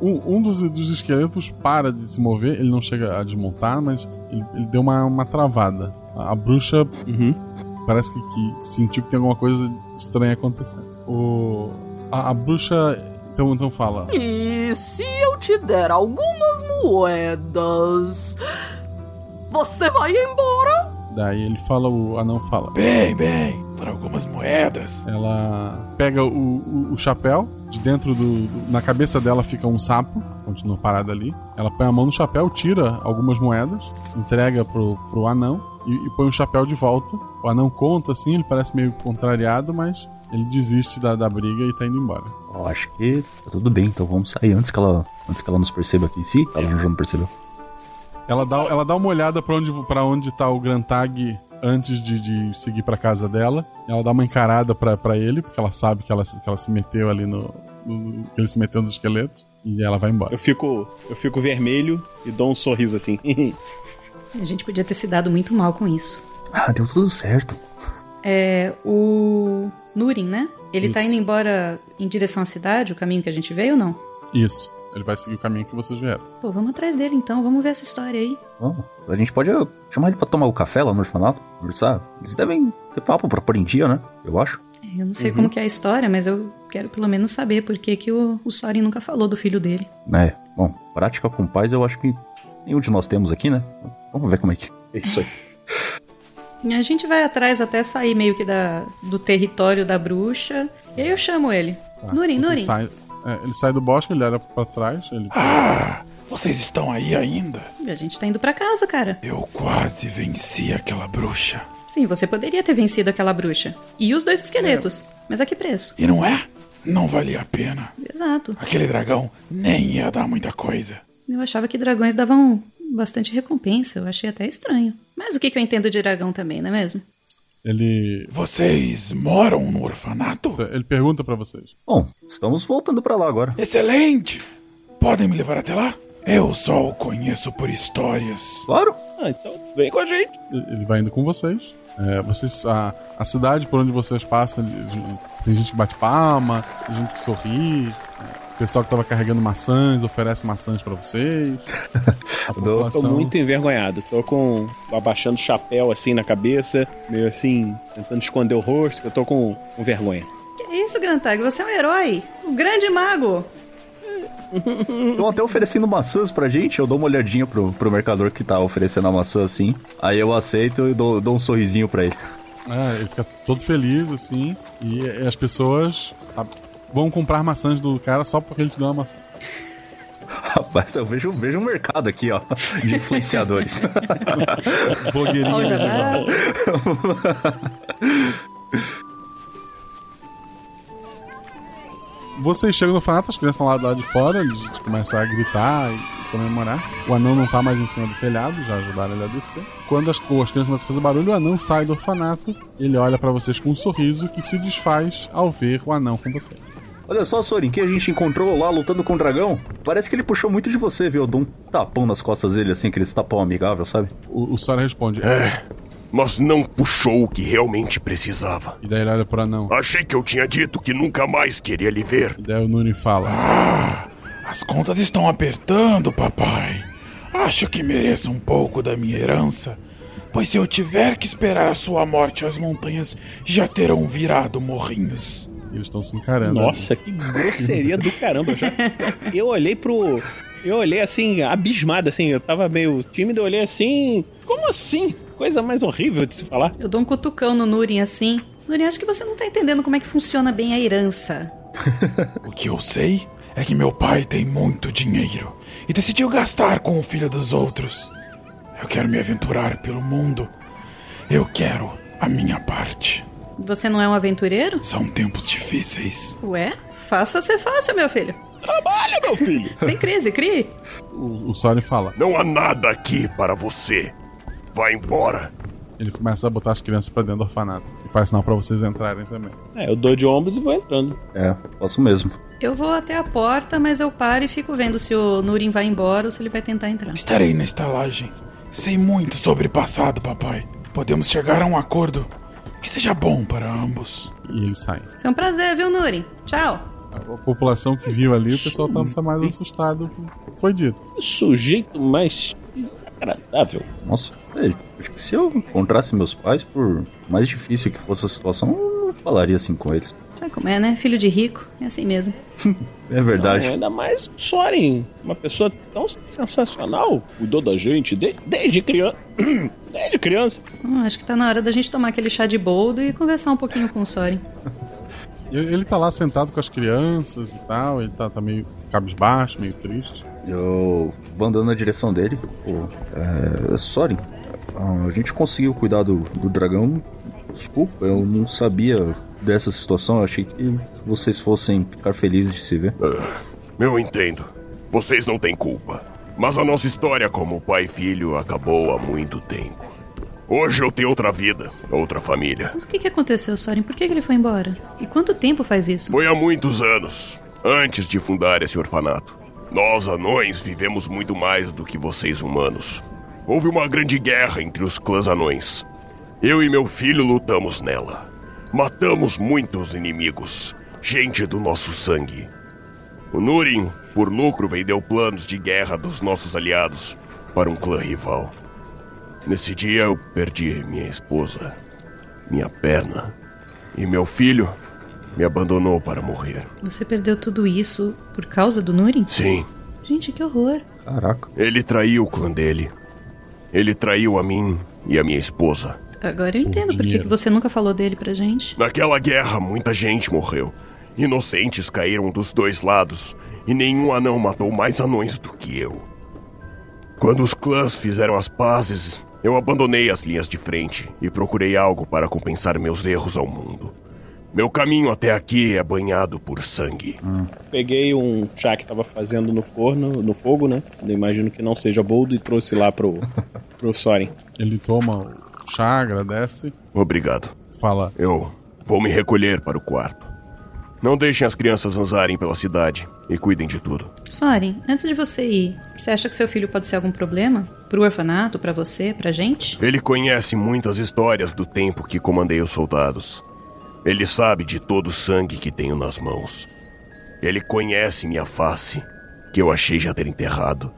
Um, um dos, dos esqueletos para de se mover, ele não chega a desmontar, mas ele, ele deu uma, uma travada. A, a bruxa Uhum. parece que, que sentiu que tem alguma coisa estranha acontecendo. O, a, a bruxa então, então fala: E se eu te der algumas moedas, você vai embora? Daí ele fala, o anão fala. Bem, bem, por algumas moedas. Ela pega o, o, o chapéu, de dentro do, do- Na cabeça dela fica um sapo, continua parado ali. Ela põe a mão no chapéu, tira algumas moedas, entrega pro, pro anão e, e põe o chapéu de volta. O anão conta assim, ele parece meio contrariado, mas ele desiste da, da briga e tá indo embora. Eu acho que tá tudo bem, então vamos sair antes que ela, antes que ela nos perceba aqui. Se ela já não percebeu. Ela dá, ela dá uma olhada pra onde, pra onde tá o Grantag antes de, de seguir pra casa dela. Ela dá uma encarada pra, pra ele, porque ela sabe que ela, se- que ela se meteu ali no, no- que ele se meteu nos esqueletos. E ela vai embora. Eu fico, eu fico vermelho e dou um sorriso assim. (laughs) A gente podia ter se dado muito mal com isso. Ah, deu tudo certo. É, o Nurin, né? Ele tá Isso. indo embora em direção à cidade, o caminho que a gente veio ou não? Isso. Ele vai seguir o caminho que vocês vieram. Pô, vamos atrás dele então, vamos ver essa história aí. Vamos. A gente pode eh, chamar ele pra tomar o café lá no orfanato, conversar. Eles devem ter papo pra pôr em dia, né? Eu acho. É, Eu não sei Uhum. como que é a história, mas eu quero pelo menos saber por que, que o, o Sorin nunca falou do filho dele. É, bom, prática com paz eu acho que nenhum de nós temos aqui, né? Vamos ver como é que é isso aí. E a gente vai atrás até sair meio que da, do território da bruxa. E aí eu chamo ele. Tá. Nurin, Você Nurin. sai- é, ele sai do bosque, ele olha pra trás. Ele... Ah, vocês estão aí ainda? A gente tá indo pra casa, cara. Eu quase venci aquela bruxa. Sim, você poderia ter vencido aquela bruxa. E os dois esqueletos. Mas a que preço? E não é? Não valia a pena. Exato. Aquele dragão nem ia dar muita coisa. Eu achava que dragões davam bastante recompensa. Eu achei até estranho. Mas o que, que eu entendo de dragão também, não é mesmo? Ele. Vocês moram no orfanato? Ele pergunta pra vocês. Bom, estamos voltando pra lá agora. Excelente! Podem me levar até lá? Eu só o conheço por histórias. Claro! Ah, então vem com a gente. Ele vai indo com vocês. É, vocês a, a cidade por onde vocês passam, ele- ele- tem gente que bate palma, tem gente que sorri. é, O pessoal que tava carregando maçãs oferece maçãs pra (laughs) vocês. A Eu tô população. muito envergonhado. Tô com. abaixando o chapéu assim na cabeça, meio assim, tentando esconder o rosto, que eu tô com, com vergonha. Que isso, Grantag? Você é um herói. Um grande mago. Estão até oferecendo maçãs pra gente. Eu dou uma olhadinha pro, pro mercador que tá oferecendo a maçã assim. Aí eu aceito e dou, dou um sorrisinho pra ele. (laughs) É, ele fica todo feliz, assim. E, e as pessoas sabe, vão comprar maçãs do cara só porque ele te deu uma maçã. Rapaz, eu vejo, vejo um mercado aqui, ó, de influenciadores. Blogueirinha Olha lá. (laughs) Vocês chegam no orfanato, as crianças estão lá do lado de fora, eles começam a gritar e comemorar. O anão não tá mais em cima do telhado, já ajudaram ele a descer. Quando as, co- as crianças começam a fazer barulho, o anão sai do orfanato, ele olha pra vocês com um sorriso que se desfaz ao ver o anão com vocês. Olha só, Sorin, que a gente encontrou lá lutando com o dragão. Parece que ele puxou muito de você, viu? Eu dou um tapão nas costas dele, assim, aquele tapão amigável, sabe? O, o Sorin responde: É, mas não puxou o que realmente precisava. E daí ele olha pra não. Achei que eu tinha dito que nunca mais queria lhe ver. E daí o Nuni fala: Ah, as contas estão apertando, papai. Acho que mereço um pouco da minha herança. Pois se eu tiver que esperar a sua morte, as montanhas já terão virado morrinhos. Eles estão se encarando. Nossa, que grosseria do caramba. Já. Eu olhei pro. Eu olhei assim, abismado, assim. Eu tava meio tímido, eu olhei assim. Como assim? Coisa mais horrível de se falar. Eu dou um cutucão no Nurin assim. Nurin, acho que você não tá entendendo como é que funciona bem a herança. O que eu sei é que meu pai tem muito dinheiro e decidiu gastar com o filho dos outros. Eu quero me aventurar pelo mundo. Eu quero a minha parte. Você não é um aventureiro? São tempos difíceis. Ué, faça ser fácil, meu filho. Trabalha, meu filho! Sem crise, crie. (laughs) O, o Sorin fala: Não há nada aqui para você. Vá embora. Ele começa a botar as crianças pra dentro do orfanato. E faz sinal pra vocês entrarem também. É, eu dou de ombros e vou entrando. É, faço mesmo. Eu vou até a porta, mas eu paro e fico vendo se o Nurin vai embora ou se ele vai tentar entrar. Estarei na estalagem. Sei muito sobre passado, papai. Podemos chegar a um acordo que seja bom para ambos. E eles saem. Foi um prazer, viu, Nurin? Tchau. A população que viu ali, o pessoal tá, tá mais assustado. Foi dito. O sujeito mais desagradável. Nossa, velho, acho que se eu encontrasse meus pais, por mais difícil que fosse a situação, eu não falaria assim com eles. Sabe como é, né? Filho de rico, é assim mesmo. É verdade. Não, ainda mais o Soren, uma pessoa tão sensacional, cuidou da gente de- desde criança. (clears throat) Desde criança. Hum, acho que tá na hora da gente tomar aquele chá de boldo e conversar um pouquinho com o Sorin. E Ele tá lá sentado com as crianças e tal. Ele tá, tá meio cabisbaixo, meio triste. Eu vou andando na direção dele. Pô, é, Sorin, a gente conseguiu cuidar do, do dragão. Desculpa, eu não sabia dessa situação. Eu achei que vocês fossem ficar felizes de se ver. é." Eu entendo. Vocês não têm culpa. Mas a nossa história como pai e filho acabou há muito tempo. Hoje eu tenho outra vida, outra família. Mas o que, que aconteceu, Sorin? Por que, que ele foi embora? E quanto tempo faz isso? Foi há muitos anos, antes de fundar esse orfanato. Nós, anões, vivemos muito mais do que vocês, humanos. Houve uma grande guerra entre os clãs anões. Eu e meu filho lutamos nela. Matamos muitos inimigos, gente do nosso sangue. O Núrin, por lucro, vendeu planos de guerra dos nossos aliados para um clã rival. Nesse dia eu perdi minha esposa, minha perna, e meu filho me abandonou para morrer. Você perdeu tudo isso por causa do Nurin? Sim, Gente, que horror. Caraca. ele traiu o clã dele. Ele traiu a mim e a minha esposa. Agora eu entendo por que, dinheiro. que você nunca falou dele pra gente. Naquela guerra, muita gente morreu. Inocentes caíram dos dois lados, e nenhum anão matou mais anões do que eu. Quando os clãs fizeram as pazes, eu abandonei as linhas de frente e procurei algo para compensar meus erros ao mundo. Meu caminho até aqui é banhado por sangue. Peguei um chá que tava fazendo no forno, no fogo, né? Eu imagino que não seja boldo e trouxe lá pro, pro Soren. Ele toma o chá, agradece. Obrigado. Fala. Eu vou me recolher para o quarto. Não deixem as crianças andarem pela cidade e cuidem de tudo. Sorin, antes de você ir, você acha que seu filho pode ser algum problema? Pro orfanato, pra você, pra gente? Ele conhece muitas histórias do tempo que comandei os soldados. Ele sabe de todo o sangue que tenho nas mãos. Ele conhece minha face, que eu achei já ter enterrado.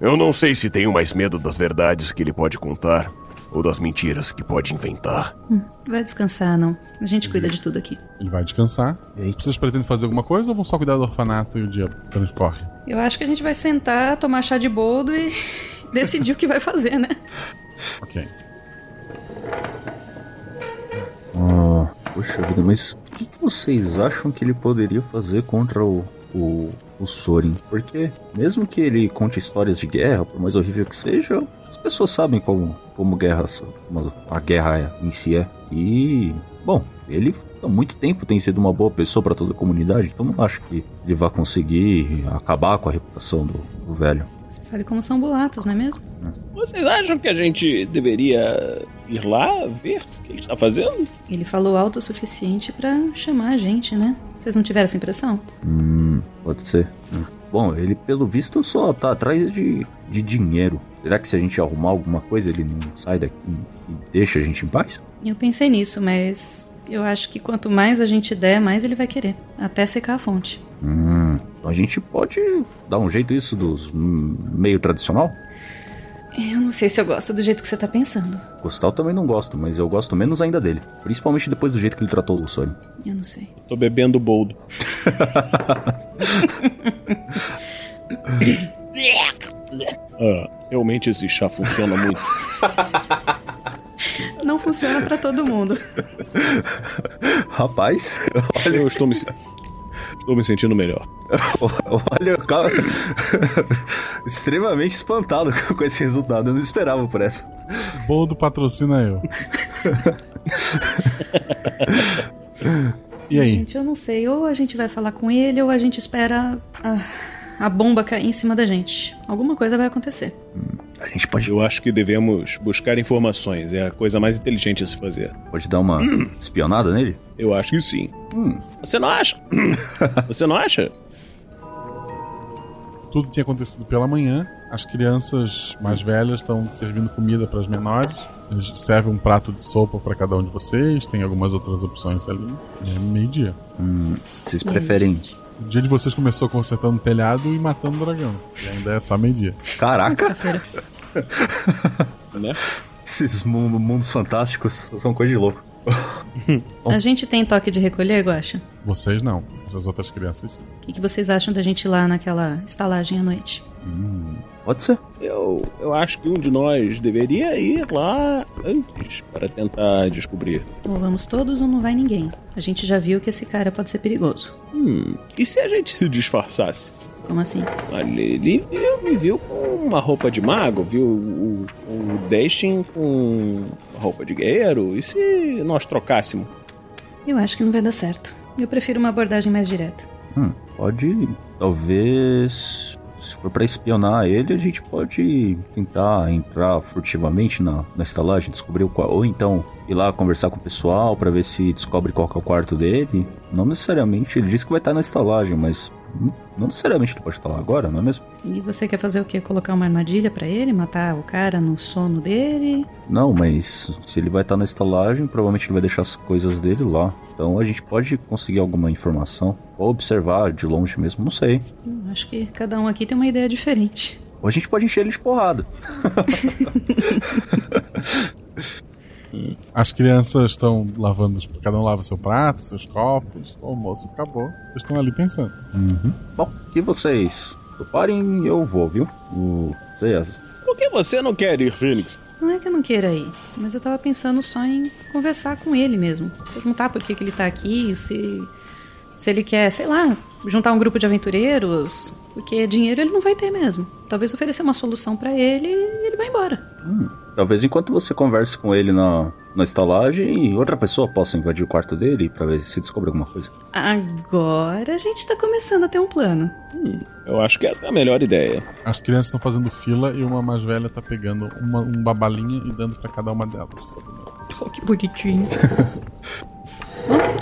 Eu não sei se tenho mais medo das verdades que ele pode contar ou das mentiras que pode inventar. Hum, vai descansar, não. A gente cuida de tudo aqui. Ele vai descansar. Vocês pretendem fazer alguma coisa ou vão só cuidar do orfanato e o dia transcorre? Eu acho que a gente vai sentar, tomar chá de boldo e (laughs) decidir o que vai fazer, né? Ok. Ah, poxa vida, mas o que que vocês acham que ele poderia fazer contra o, o, o Sorin? Porque, mesmo que ele conte histórias de guerra, por mais horrível que seja, as pessoas sabem como, como, guerra, como a guerra é- em si é. E, bom, ele há muito tempo tem sido uma boa pessoa para toda a comunidade, então não acho que ele vá conseguir acabar com a reputação do, do velho. Você sabe como são boatos, não é mesmo? Vocês acham que a gente deveria ir lá ver o que ele está (laughs) fazendo? Ele falou alto o suficiente pra chamar a gente, né? Vocês não tiveram essa impressão? Hum, pode ser. Hum. Bom, ele pelo visto só tá atrás de, de dinheiro. Será que se a gente arrumar alguma coisa ele não sai daqui e deixa a gente em paz? Eu pensei nisso, mas eu acho que quanto mais a gente der, mais ele vai querer. Até secar a fonte. Hum, então a gente pode dar um jeito isso dos hum, meio tradicional? Eu não sei se eu gosto do jeito que você tá pensando. Gostar eu também não gosto, mas eu gosto menos ainda dele. Principalmente depois do jeito que ele tratou o Sony. Eu não sei. Tô bebendo boldo. ah, realmente esse chá funciona muito. Não funciona para todo mundo. (laughs) Rapaz, olha, eu estou me, estou me sentindo melhor. (laughs) olha, eu tava extremamente espantado (laughs) com esse resultado. Eu não esperava por essa. Boldo patrocina (laughs) eu. e aí? Gente, eu não sei. Ou a gente vai falar com ele, ou a gente espera a, a bomba cair em cima da gente. Alguma coisa vai acontecer. Hum. A gente pode. Eu acho que devemos buscar informações. É a coisa mais inteligente a se fazer. Pode dar uma hum. espionada nele? Eu acho que sim. Hum. Você não (laughs) acha? Você não acha? Tudo tinha acontecido pela manhã. As crianças mais velhas estão servindo comida para as menores. Eles servem um prato de sopa para cada um de vocês. Tem algumas outras opções ali. É meio-dia. Hum. vocês preferem o dia de vocês começou consertando o telhado e matando o dragão. E ainda é só meio-dia. Caraca! (laughs) né? Esses mundos fantásticos são coisa de louco. a gente tem toque de recolher, Guacha? Vocês não. As outras crianças sim. O que, que, vocês acham da gente ir lá naquela estalagem à noite? Hum, pode ser. Eu, eu acho que um de nós deveria ir lá antes para tentar descobrir. Ou vamos todos ou não vai ninguém. A gente já viu que esse cara pode ser perigoso. Hum, e se a gente se disfarçasse? Como assim? Ele, viu, me viu com uma roupa de mago, viu o, o Destin com roupa de guerreiro. E se nós trocássemos? Eu acho que não vai dar certo. Eu prefiro uma abordagem mais direta. Hum, pode. Talvez. Se for pra espionar ele, a gente pode tentar entrar furtivamente na, na estalagem, descobrir o qual. Ou então ir lá conversar com o pessoal para ver se descobre qual é o quarto dele. Não necessariamente. Ele disse que vai estar na estalagem, mas hum, não necessariamente ele pode estar lá agora, não é mesmo? E você quer fazer o quê? Colocar uma armadilha para ele? Matar o cara no sono dele? Não, mas se ele vai estar na estalagem, provavelmente ele vai deixar as coisas dele lá. Então a gente pode conseguir alguma informação. Ou observar de longe mesmo, não sei. Acho que cada um aqui tem uma ideia diferente. Ou a gente pode encher ele de porrada. As crianças estão lavando, cada um lava seu prato, seus copos, o almoço acabou. Vocês estão ali pensando. Uhum. Bom, que vocês parem, eu vou, viu? O... Vocês... Por que você não quer ir, Phoenix? Não é que eu não queira ir, mas eu tava pensando só em conversar com ele mesmo. Perguntar por que, que ele tá aqui, se. Se ele quer, sei lá, juntar um grupo de aventureiros, porque dinheiro ele não vai ter mesmo. Talvez oferecer uma solução para ele e ele vai embora. Hum, talvez enquanto você converse com ele na, na estalagem, outra pessoa possa invadir o quarto dele para ver se descobre alguma coisa. Agora a gente tá começando a ter um plano. Hum, eu acho que essa é a melhor ideia. As crianças estão fazendo fila e uma mais velha tá pegando uma, um babalinha e dando para cada uma delas. Oh, (laughs) que bonitinho.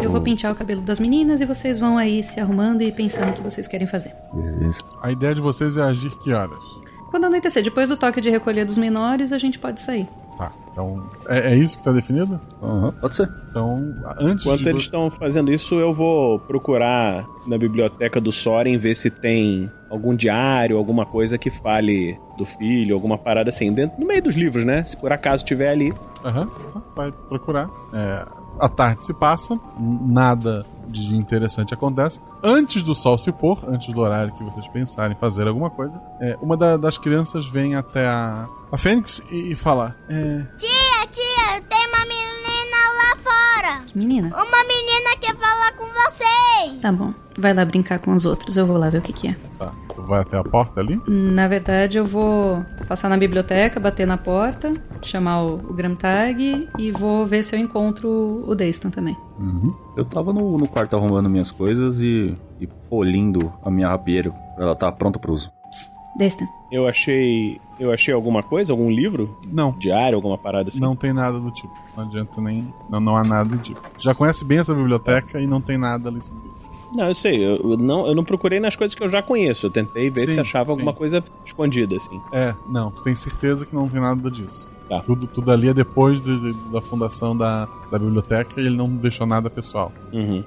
Eu vou pentear o cabelo das meninas e vocês vão aí se arrumando e pensando o que vocês querem fazer. Beleza. A ideia de vocês é agir que horas? Quando anoitecer, depois do toque de recolher dos menores, a gente pode sair. Tá, então. É, é isso que tá definido? Uhum, pode ser. Então, antes Enquanto de... eles estão fazendo isso, eu vou procurar na biblioteca do Soren ver se tem algum diário, alguma coisa que fale do filho, alguma parada assim, dentro, no meio dos livros, né? Se por acaso tiver ali. Aham, uhum, vai procurar. É, a tarde se passa, nada de interessante acontece. Antes do sol se pôr, antes do horário que vocês pensarem fazer alguma coisa, é, uma da, das crianças vem até a, a Fênix e, e fala: é... Tia, tia, tem uma menina lá fora. Que menina? Uma menina quer falar com vocês. Tá bom, vai lá brincar com os outros, eu vou lá ver o que, que é. Tá, tu vai até a porta ali? Na verdade, eu vou passar na biblioteca, bater na porta, chamar o, o Gramtag e vou ver se eu encontro o Daystan também. Uhum. Eu tava no, no, quarto arrumando minhas coisas e, e polindo a minha rapieira. Ela tá pronta pro uso. Psst, Destan. Eu achei. Eu achei alguma coisa? Algum livro? Não. Diário, alguma parada assim? Não tem nada do tipo. Não adianta nem. Não, não há nada do tipo. Já conhece bem essa biblioteca e não tem nada ali sobre isso. Não, eu sei. Eu eu não, eu não procurei nas coisas que eu já conheço. Eu tentei ver Sim, se achava sim. alguma coisa escondida, assim. É, não, tu tem certeza que não tem nada disso. Tá. Tudo, tudo ali é depois do- do- da fundação da, da biblioteca e ele não deixou nada pessoal. Uhum.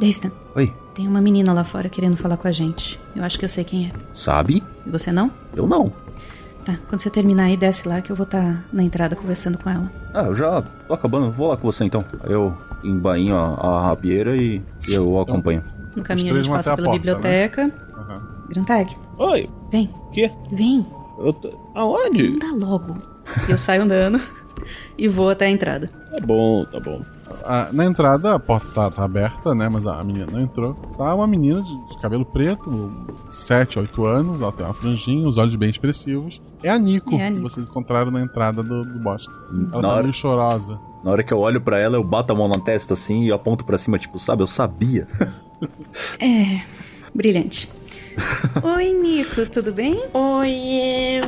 Destan. Oi. Tem uma menina lá fora querendo falar com a gente. Eu acho que eu sei quem é. Sabe? E você não? Eu não. Tá, quando você terminar aí, desce lá que eu vou estar na entrada conversando com ela. Ah, eu já tô acabando, vou lá com você então. Aí Eu embainho a, a rapieira e eu acompanho. No Os caminho a três gente vão até passa a pela porta, né? biblioteca. Grantag. Oi. Vem. O quê? Vem. Eu tô... Aonde? Anda logo. E eu saio andando (laughs) e vou até a entrada. Tá bom, tá bom. Ah, na entrada, a porta tá, tá aberta, né? Mas a menina não entrou. Tá uma menina de, de cabelo preto, 7, 8 anos, ela tem uma franjinha, os olhos bem expressivos. É a Nico, É a Nico. que vocês encontraram na entrada do, do bosque. Ela Na tá hora- meio chorosa. Na hora que eu olho pra ela, eu bato a mão na testa assim e aponto pra cima, tipo, sabe, eu sabia. É. Brilhante. Oi, Nico, tudo bem? Oi, é...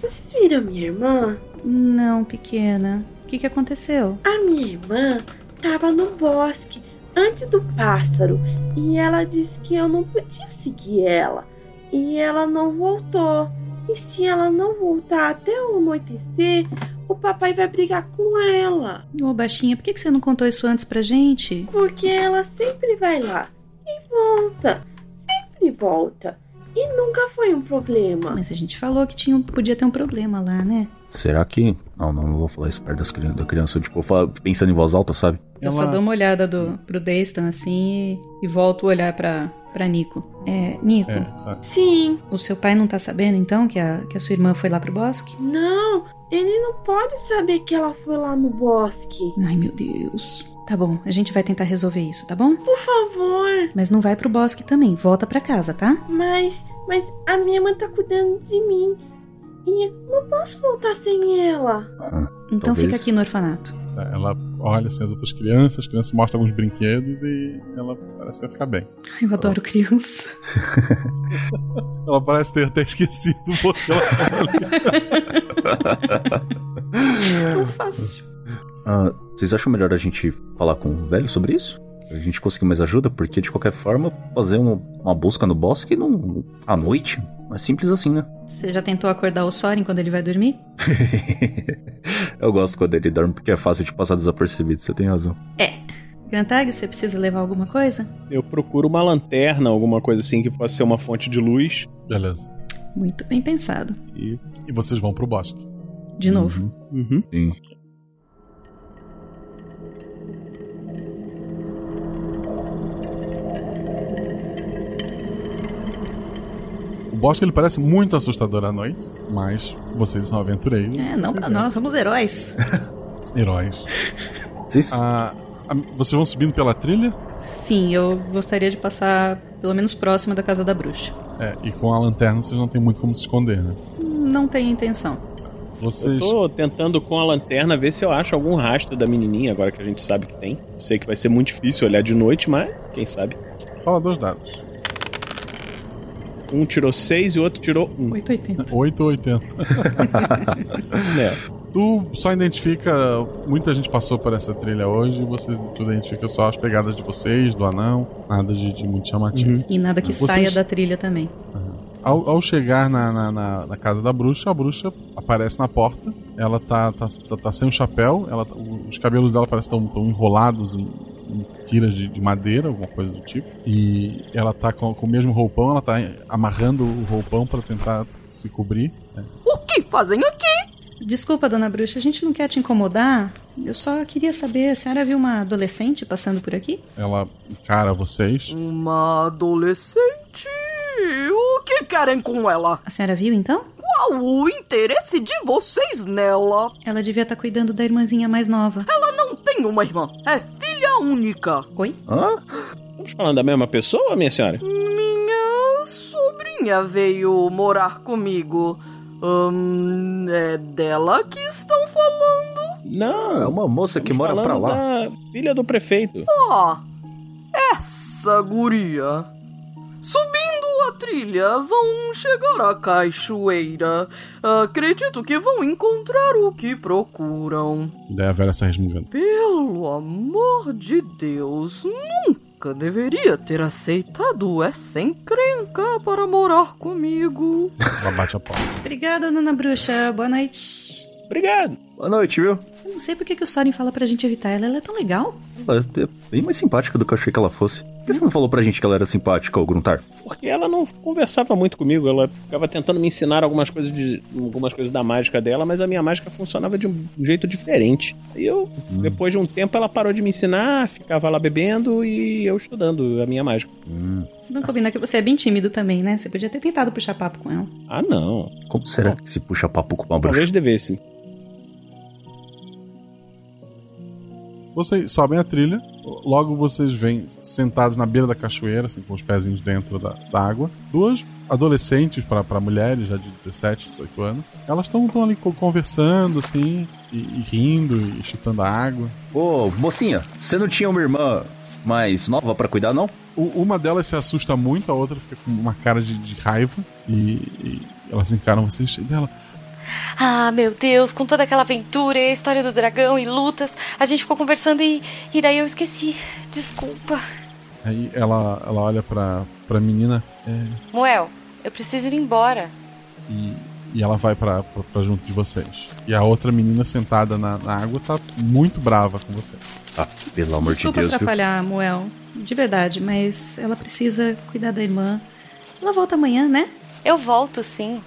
vocês viram minha irmã? Não, pequena. O que, que aconteceu? A minha irmã tava no bosque antes do pássaro e ela disse que eu não podia seguir ela. E ela não voltou. E se ela não voltar até o anoitecer, o papai vai brigar com ela. Ô, baixinha, por que, que você não contou isso antes pra gente? Porque ela sempre vai lá e volta. Sempre volta. E nunca foi um problema. Mas a gente falou que tinha, um- podia ter um problema lá, né? (laughs) Será que. Não, não, não vou falar isso perto das crianças, da criança. Eu, tipo, eu falo, pensando em voz alta, sabe? Eu só dou uma olhada do, pro Daystan assim e, e volto a olhar pra, pra Nico. É, Nico. É, Sim. O seu pai não tá sabendo então que a, que a sua irmã foi lá pro bosque? Não, ele não pode saber que ela foi lá no bosque. Ai meu Deus. Tá bom, a gente vai tentar resolver isso, tá bom? Por favor. Mas não vai pro bosque também, volta pra casa, tá? Mas, mas a minha mãe tá cuidando de mim. E eu não posso voltar sem ela. Então Ah, Talvez. né, fica aqui no orfanato. Ela olha assim as outras crianças, as crianças mostram alguns brinquedos e ela parece que vai ficar bem. Ai, eu adoro criança. Ela parece ter até esquecido você. (laughs) Ah. Tão fácil. Ah, vocês acham melhor a gente falar com o velho sobre isso? A gente conseguir mais ajuda? Porque, de qualquer forma, fazer um- uma busca no bosque não... à noite? É simples assim, né? Você já tentou acordar o Soren quando ele vai dormir? Eu gosto quando ele dorme, porque é fácil de passar desapercebido, você tem razão. É. Grantag, você precisa levar alguma coisa? Eu procuro uma lanterna, alguma coisa assim que possa ser uma fonte de luz. Beleza. Muito bem pensado. E, vocês vão pro bosque. De Hum. novo. Uhum. Sim. O bosque ele parece muito assustador à noite, mas vocês são aventureiros. É, não pra nós, somos heróis. Heróis. Ah, ah, vocês vão subindo pela trilha? Sim, eu gostaria de passar pelo menos próxima da casa da bruxa. É, e com a lanterna vocês não tem muito como se esconder, né? Não tenho intenção. Vocês. Eu tô tentando com a lanterna ver se eu acho algum rastro da menininha, agora que a gente sabe que tem. Sei que vai ser muito difícil olhar de noite, mas quem sabe. Fala dois dados. Um tirou seis e o outro tirou um. 880. 880. é. Tu só identifica. Muita gente passou por essa trilha hoje e vocês tu identifica só as pegadas de vocês, do anão, nada de, de muito chamativo. Uhum. E nada que Vocês- saia da trilha também. Ao, ao chegar na, na, na- na casa da bruxa, a bruxa aparece na porta. Ela tá, tá, tá, tá sem o chapéu, ela, tá- os cabelos dela parecem tão, tão enrolados em, em tiras de, de madeira, alguma coisa do tipo. E ela tá com, com o mesmo roupão, ela tá amarrando o roupão para tentar se cobrir. né? O que fazem aqui? Desculpa, dona bruxa, a gente não quer te incomodar. Eu só queria saber, a senhora viu uma adolescente passando por aqui? Ela encara vocês. Uma adolescente. O que querem com ela? A senhora viu então? Qual o interesse de vocês nela? Ela devia estar cuidando da irmãzinha mais nova. Ela não tem uma irmã, é filha única. Oi? Hã? Estamos falando da mesma pessoa, minha senhora? Minha sobrinha veio morar comigo. Hum, é dela que estão falando? Não. É uma moça que mora pra falando lá. da filha do prefeito. Ó, essa guria. Subindo a trilha vão chegar à cachoeira. Acredito que vão encontrar o que procuram. Daí a velha sai resmungando. Pelo amor de Deus, nunca deveria ter aceitado essa encrenca para morar comigo. Ela bate a porta. Obrigada, Nana Bruxa. Boa noite. Obrigado. Boa noite, viu? Eu não sei porque que o Soren fala pra gente evitar ela. Ela é tão legal. Ela é bem mais simpática do que eu achei que ela fosse. Por que você não falou pra gente que ela era simpática, ô Gruntar? Porque ela não conversava muito comigo, ela ficava tentando me ensinar algumas coisas, de, algumas coisas da mágica dela, mas a minha mágica funcionava de um jeito diferente. E eu, depois de um tempo, ela parou de me ensinar, ficava lá bebendo e eu estudando a minha mágica. Não combina que você é bem tímido também, né? Você podia ter tentado puxar papo com ela. Ah, não. Como será que se puxa papo com uma bruxa? Talvez devesse. Vocês sobem a trilha, logo vocês vêm sentados na beira da cachoeira, assim, com os pezinhos dentro da, da água. Duas adolescentes para mulheres, já de 17, 18 anos. Elas estão ali co- conversando, assim, e, e rindo, e chutando a água. Ô, mocinha, você não tinha uma irmã mais nova pra cuidar, não? U- uma delas se assusta muito, a outra fica com uma cara de, de raiva. E, e elas encaram vocês e dela. Ah, meu Deus, com toda aquela aventura e a história do dragão e lutas, a gente ficou conversando e, e daí eu esqueci. Desculpa. Aí ela, ela olha pra, pra menina é, Moel, eu preciso ir embora. e, e ela vai pra, pra, pra junto de vocês. E a outra menina sentada na, na água tá muito brava com vocês. Ah, pelo amor Desculpa atrapalhar, Moel. De verdade, mas ela precisa cuidar da irmã. Ela volta amanhã, né? Eu volto, sim.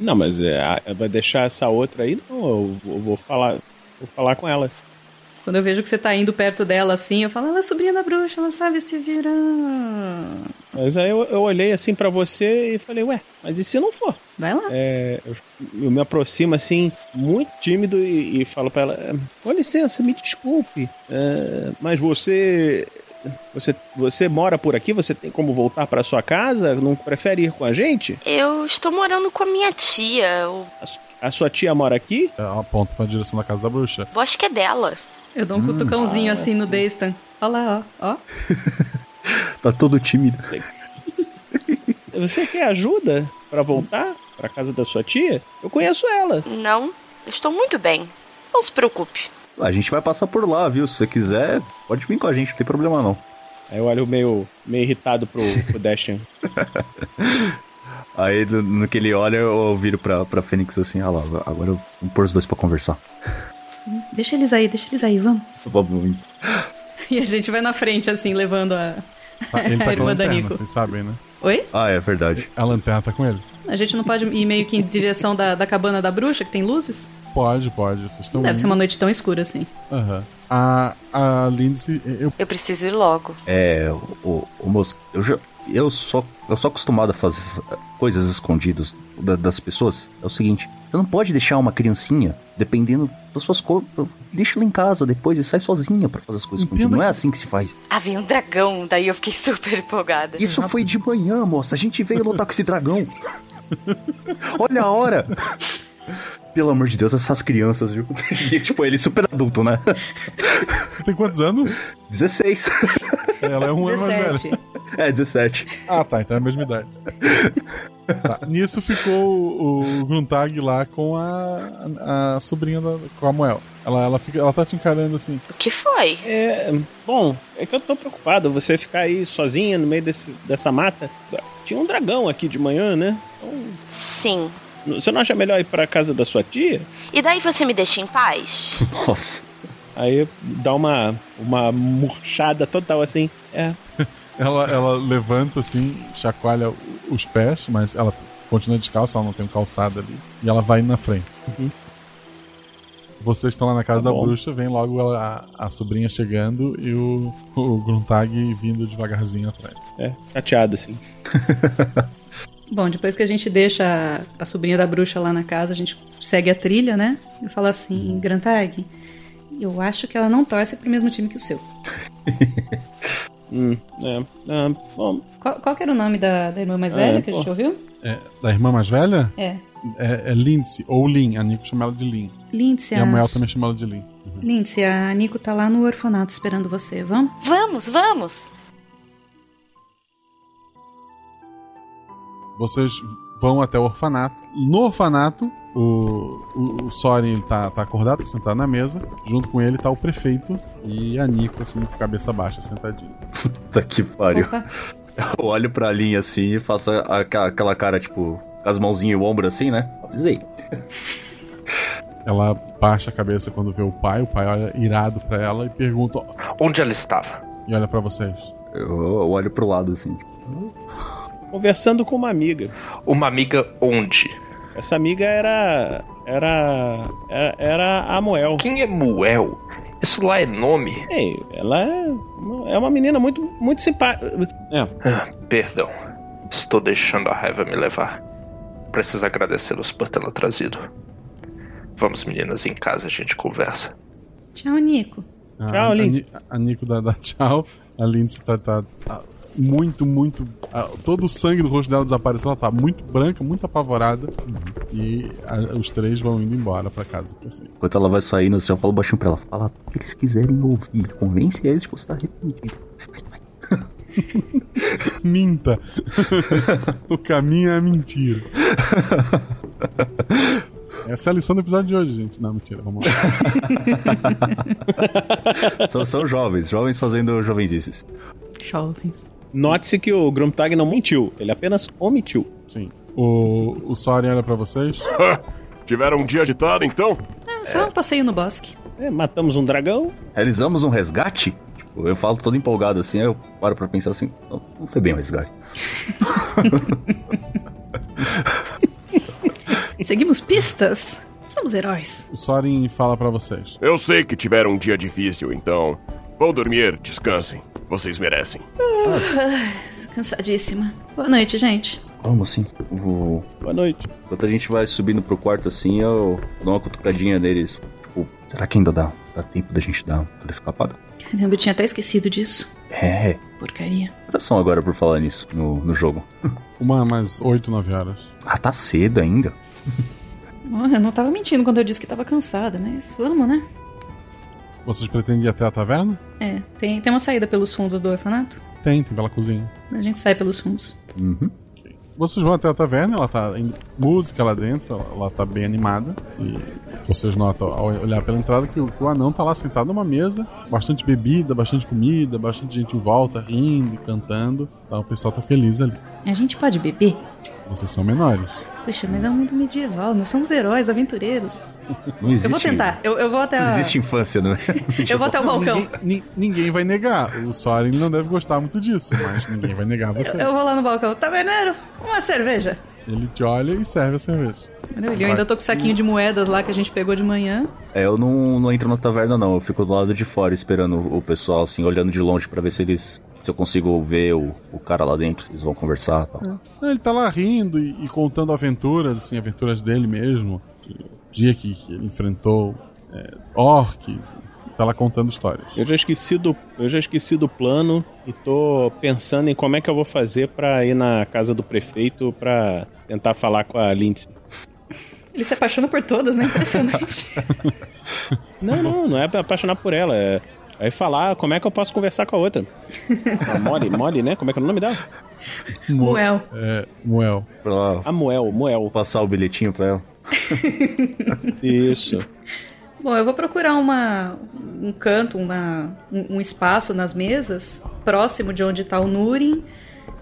Não, mas é, a- vai deixar essa outra aí? Não, eu vou, vou falar, vou falar com ela. Quando eu vejo que você tá indo perto dela assim, eu falo, ela é sobrinha da bruxa, ela sabe se virar. Mas aí eu, eu olhei assim pra você e falei, ué, mas e se não for? Vai lá. É, eu, eu me aproximo assim, muito tímido e, e falo pra ela, "É, com licença, me desculpe, é, mas você, você, você mora por aqui? Você tem como voltar pra sua casa? Não prefere ir com a gente? Eu estou morando com a minha tia. Eu A sua tia mora aqui? Ela É, aponta pra direção da casa da bruxa. eu acho que é dela. Eu dou um cutucãozinho assim no Daystan. Olha lá, ó, ó. Tá todo tímido. (laughs) Você quer ajuda pra voltar pra casa da sua tia? Eu conheço ela. Não, eu estou muito bem. Não se preocupe. A gente vai passar por lá, viu? Se você quiser, pode vir com a gente, não tem problema não. Aí eu olho meio, meio irritado pro, (laughs) pro Dashian. (laughs) Aí, no, no que ele olha, eu viro pra, pra Fênix assim, ah lá, agora eu vou pôr os dois pra conversar. Deixa eles aí, deixa eles aí, vamos. Vamos. (laughs) E a gente vai na frente assim, levando a, Tá- Ele (laughs) a tá com a irmã da lanterna, Nico. vocês sabem, né? Oi? Ah, é verdade. A lanterna tá com ele? A gente não pode ir meio que em direção da, da cabana da bruxa, que tem luzes? Pode, pode. Vocês estão. Deve ser uma noite tão escura assim. Aham. A, a Lindsay. Eu... Eu preciso ir logo. É, o, o, o moço, eu já. Eu só, eu sou acostumado a fazer essas coisas escondidas da- das pessoas. É o seguinte: você não pode deixar uma criancinha dependendo das suas coisas. Deixa ela em casa depois e sai sozinha pra fazer as coisas escondidas. Não é assim que se faz. Havia um dragão, daí eu fiquei (laughs) super empolgada. Isso foi de manhã, moça. A gente veio lutar com esse dragão. Olha a hora. Pelo amor de Deus, essas crianças, viu? (laughs) tipo, ele é super adulto, (laughs) né? Tem quantos anos? 16. Ela é um ano mais 17. velha. É, 17. Ah, tá, então é a mesma idade. Tá, Nisso ficou o, o Gruntag lá com a, a sobrinha da. com a Moel. Ela, ela, fica, ela tá te encarando assim. O que foi? É, bom, é que eu tô preocupado. Você ficar aí sozinha no meio desse, dessa mata. Tinha um dragão aqui de manhã, né? Sim. Você não acha melhor ir pra casa da sua tia? E daí você me deixa em paz? (laughs) Nossa. Aí dá uma, uma murchada total assim. É. (laughs) Ela, ela levanta assim, chacoalha os pés, mas ela continua descalça, ela não tem um calçado ali. E ela vai na frente. Vocês estão lá na casa Tá da bom. bruxa, vem logo ela- a, a sobrinha chegando e o, o Gruntag vindo devagarzinho atrás. É, chateado assim. Bom, depois que a gente deixa a sobrinha da bruxa lá na casa, a gente segue a trilha, né? Eu falo assim, Hum. Grantag, eu acho que ela não torce pro mesmo time que o seu. Hum, é. Ah, bom. Qual, qual que era o nome da, da irmã mais Ah, velha é, que a gente pô. ouviu? É, da irmã mais velha? É. É, é Lindsay, ou Lin. A Nico chama ela de Lin. Lindsay, E a Moel a... também chama ela de Lin. Lindsay, a Nico tá lá no orfanato esperando você, vamos? Vamos, vamos! Vocês vão até o orfanato. No orfanato, o, o, o Soren ele tá, tá acordado, tá sentado na mesa. Junto com ele tá o prefeito e a Nico, assim, com a cabeça baixa, sentadinha. Puta que pariu. Opa. Eu olho pra linha assim e faço a- a- aquela cara, tipo, com as mãozinhas e o ombro assim, né? Avisei. Ela baixa a cabeça quando vê o pai. O pai olha irado pra ela e pergunta: Onde ela estava? E olha pra vocês. Eu, eu olho pro lado assim. Conversando com uma amiga. Uma amiga onde? Essa amiga era. Era. Era, era a Moel. Quem é Moel? Isso lá é nome? É, ela é. É uma menina muito, muito simpática. Ah, perdão. Estou deixando a raiva me levar. Preciso agradecê-los por tê-la trazido. Vamos, meninas, em casa a gente conversa. Tchau, Nico. A- a, Ni- A, Nico dá, dá tchau. A Lindsay tá, tá, tá muito, muito. a- todo o sangue do rosto dela desapareceu. Ela tá muito branca, muito apavorada. E a- os três vão indo embora pra casa do prefeito. (laughs) Enquanto ela vai saindo assim, eu falo baixinho pra ela. Fala o que eles quiserem ouvir. Convence eles de que você (laughs) tá arrependido. Minta! (laughs) o caminho é a mentira. Essa é a lição do episódio de hoje, gente. Não, mentira, vamos lá. são, são jovens, jovens fazendo jovenzices. Jovens. (laughs) Note-se que o Grumtag não mentiu, ele apenas omitiu. Sim. O, o Soren olha pra vocês. (laughs) Tiveram um dia agitado, então? Ah, só um passeio no bosque. É, matamos um dragão. Realizamos um resgate? Tipo, eu falo todo empolgado assim, aí eu paro pra pensar assim, não, não foi bem o resgate. Seguimos pistas. Somos heróis. O Soren fala pra vocês. Eu sei que tiveram um dia difícil, então. Vão dormir, descansem. Vocês merecem. Ah, cansadíssima. Boa noite, gente. Como assim? Boa noite. Enquanto a gente vai subindo pro quarto assim, eu dou uma cutucadinha neles. Tipo, será que ainda dá? Dá tempo da gente dar toda escapada? Caramba, eu tinha até esquecido disso. É. Porcaria. Coração agora por falar nisso no, no jogo. Uma mais 8, 9 horas. Ah, tá cedo ainda. Olha, eu não tava mentindo quando eu disse que tava cansada, mas vamos, né? Vocês pretendem ir até a taverna? É, tem, tem uma saída pelos fundos do orfanato? Tem, tem pela cozinha. A gente sai pelos fundos. Uhum. Vocês vão até a taverna, ela tá em música lá dentro, ela, ela tá bem animada. E vocês notam ao olhar pela entrada que o, que o anão tá lá sentado numa mesa, bastante bebida, bastante comida, bastante gente em volta, rindo e cantando. Então o pessoal tá feliz ali. A gente pode beber? Vocês são menores. Puxa, mas é um mundo medieval, nós somos heróis, aventureiros. Não existe. Eu vou tentar, eu, eu vou até. Não a- existe infância, não é? Eu vou até o balcão. Ninguém, ni- ninguém vai negar. O Soren não deve gostar muito disso, mas ninguém vai negar você. Eu vou lá no balcão. Taverneiro, uma cerveja. Ele te olha e serve a cerveja. Maravilha, eu ainda tô com o saquinho de moedas lá que a gente pegou de manhã. (laughs) É, eu não, não entro na taverna, não. Eu fico do lado de fora esperando o o pessoal, assim, olhando de longe pra ver se eles. Se eu consigo ver o, o cara lá dentro, se eles vão conversar e tal. Ele tá lá rindo e, e contando aventuras, assim, aventuras dele mesmo. O dia que, que ele enfrentou é, orques. Tá lá contando histórias. Eu já esqueci do, eu já esqueci do plano e tô pensando em como é que eu vou fazer pra ir na casa do prefeito pra tentar falar com a Lindsay. Ele se apaixona por todas, né? Impressionante. Não, não, não é pra apaixonar por ela, é Aí falar como é que eu posso conversar com a outra. A Molly, Molly, né? Como é que é o nome dela? Moel. É, Moel. Pra lá. A Moel, Moel. Passar o bilhetinho pra ela. (laughs) Isso. Bom, eu vou procurar uma, um canto, uma, um, um espaço nas mesas, próximo de onde tá o Nurin,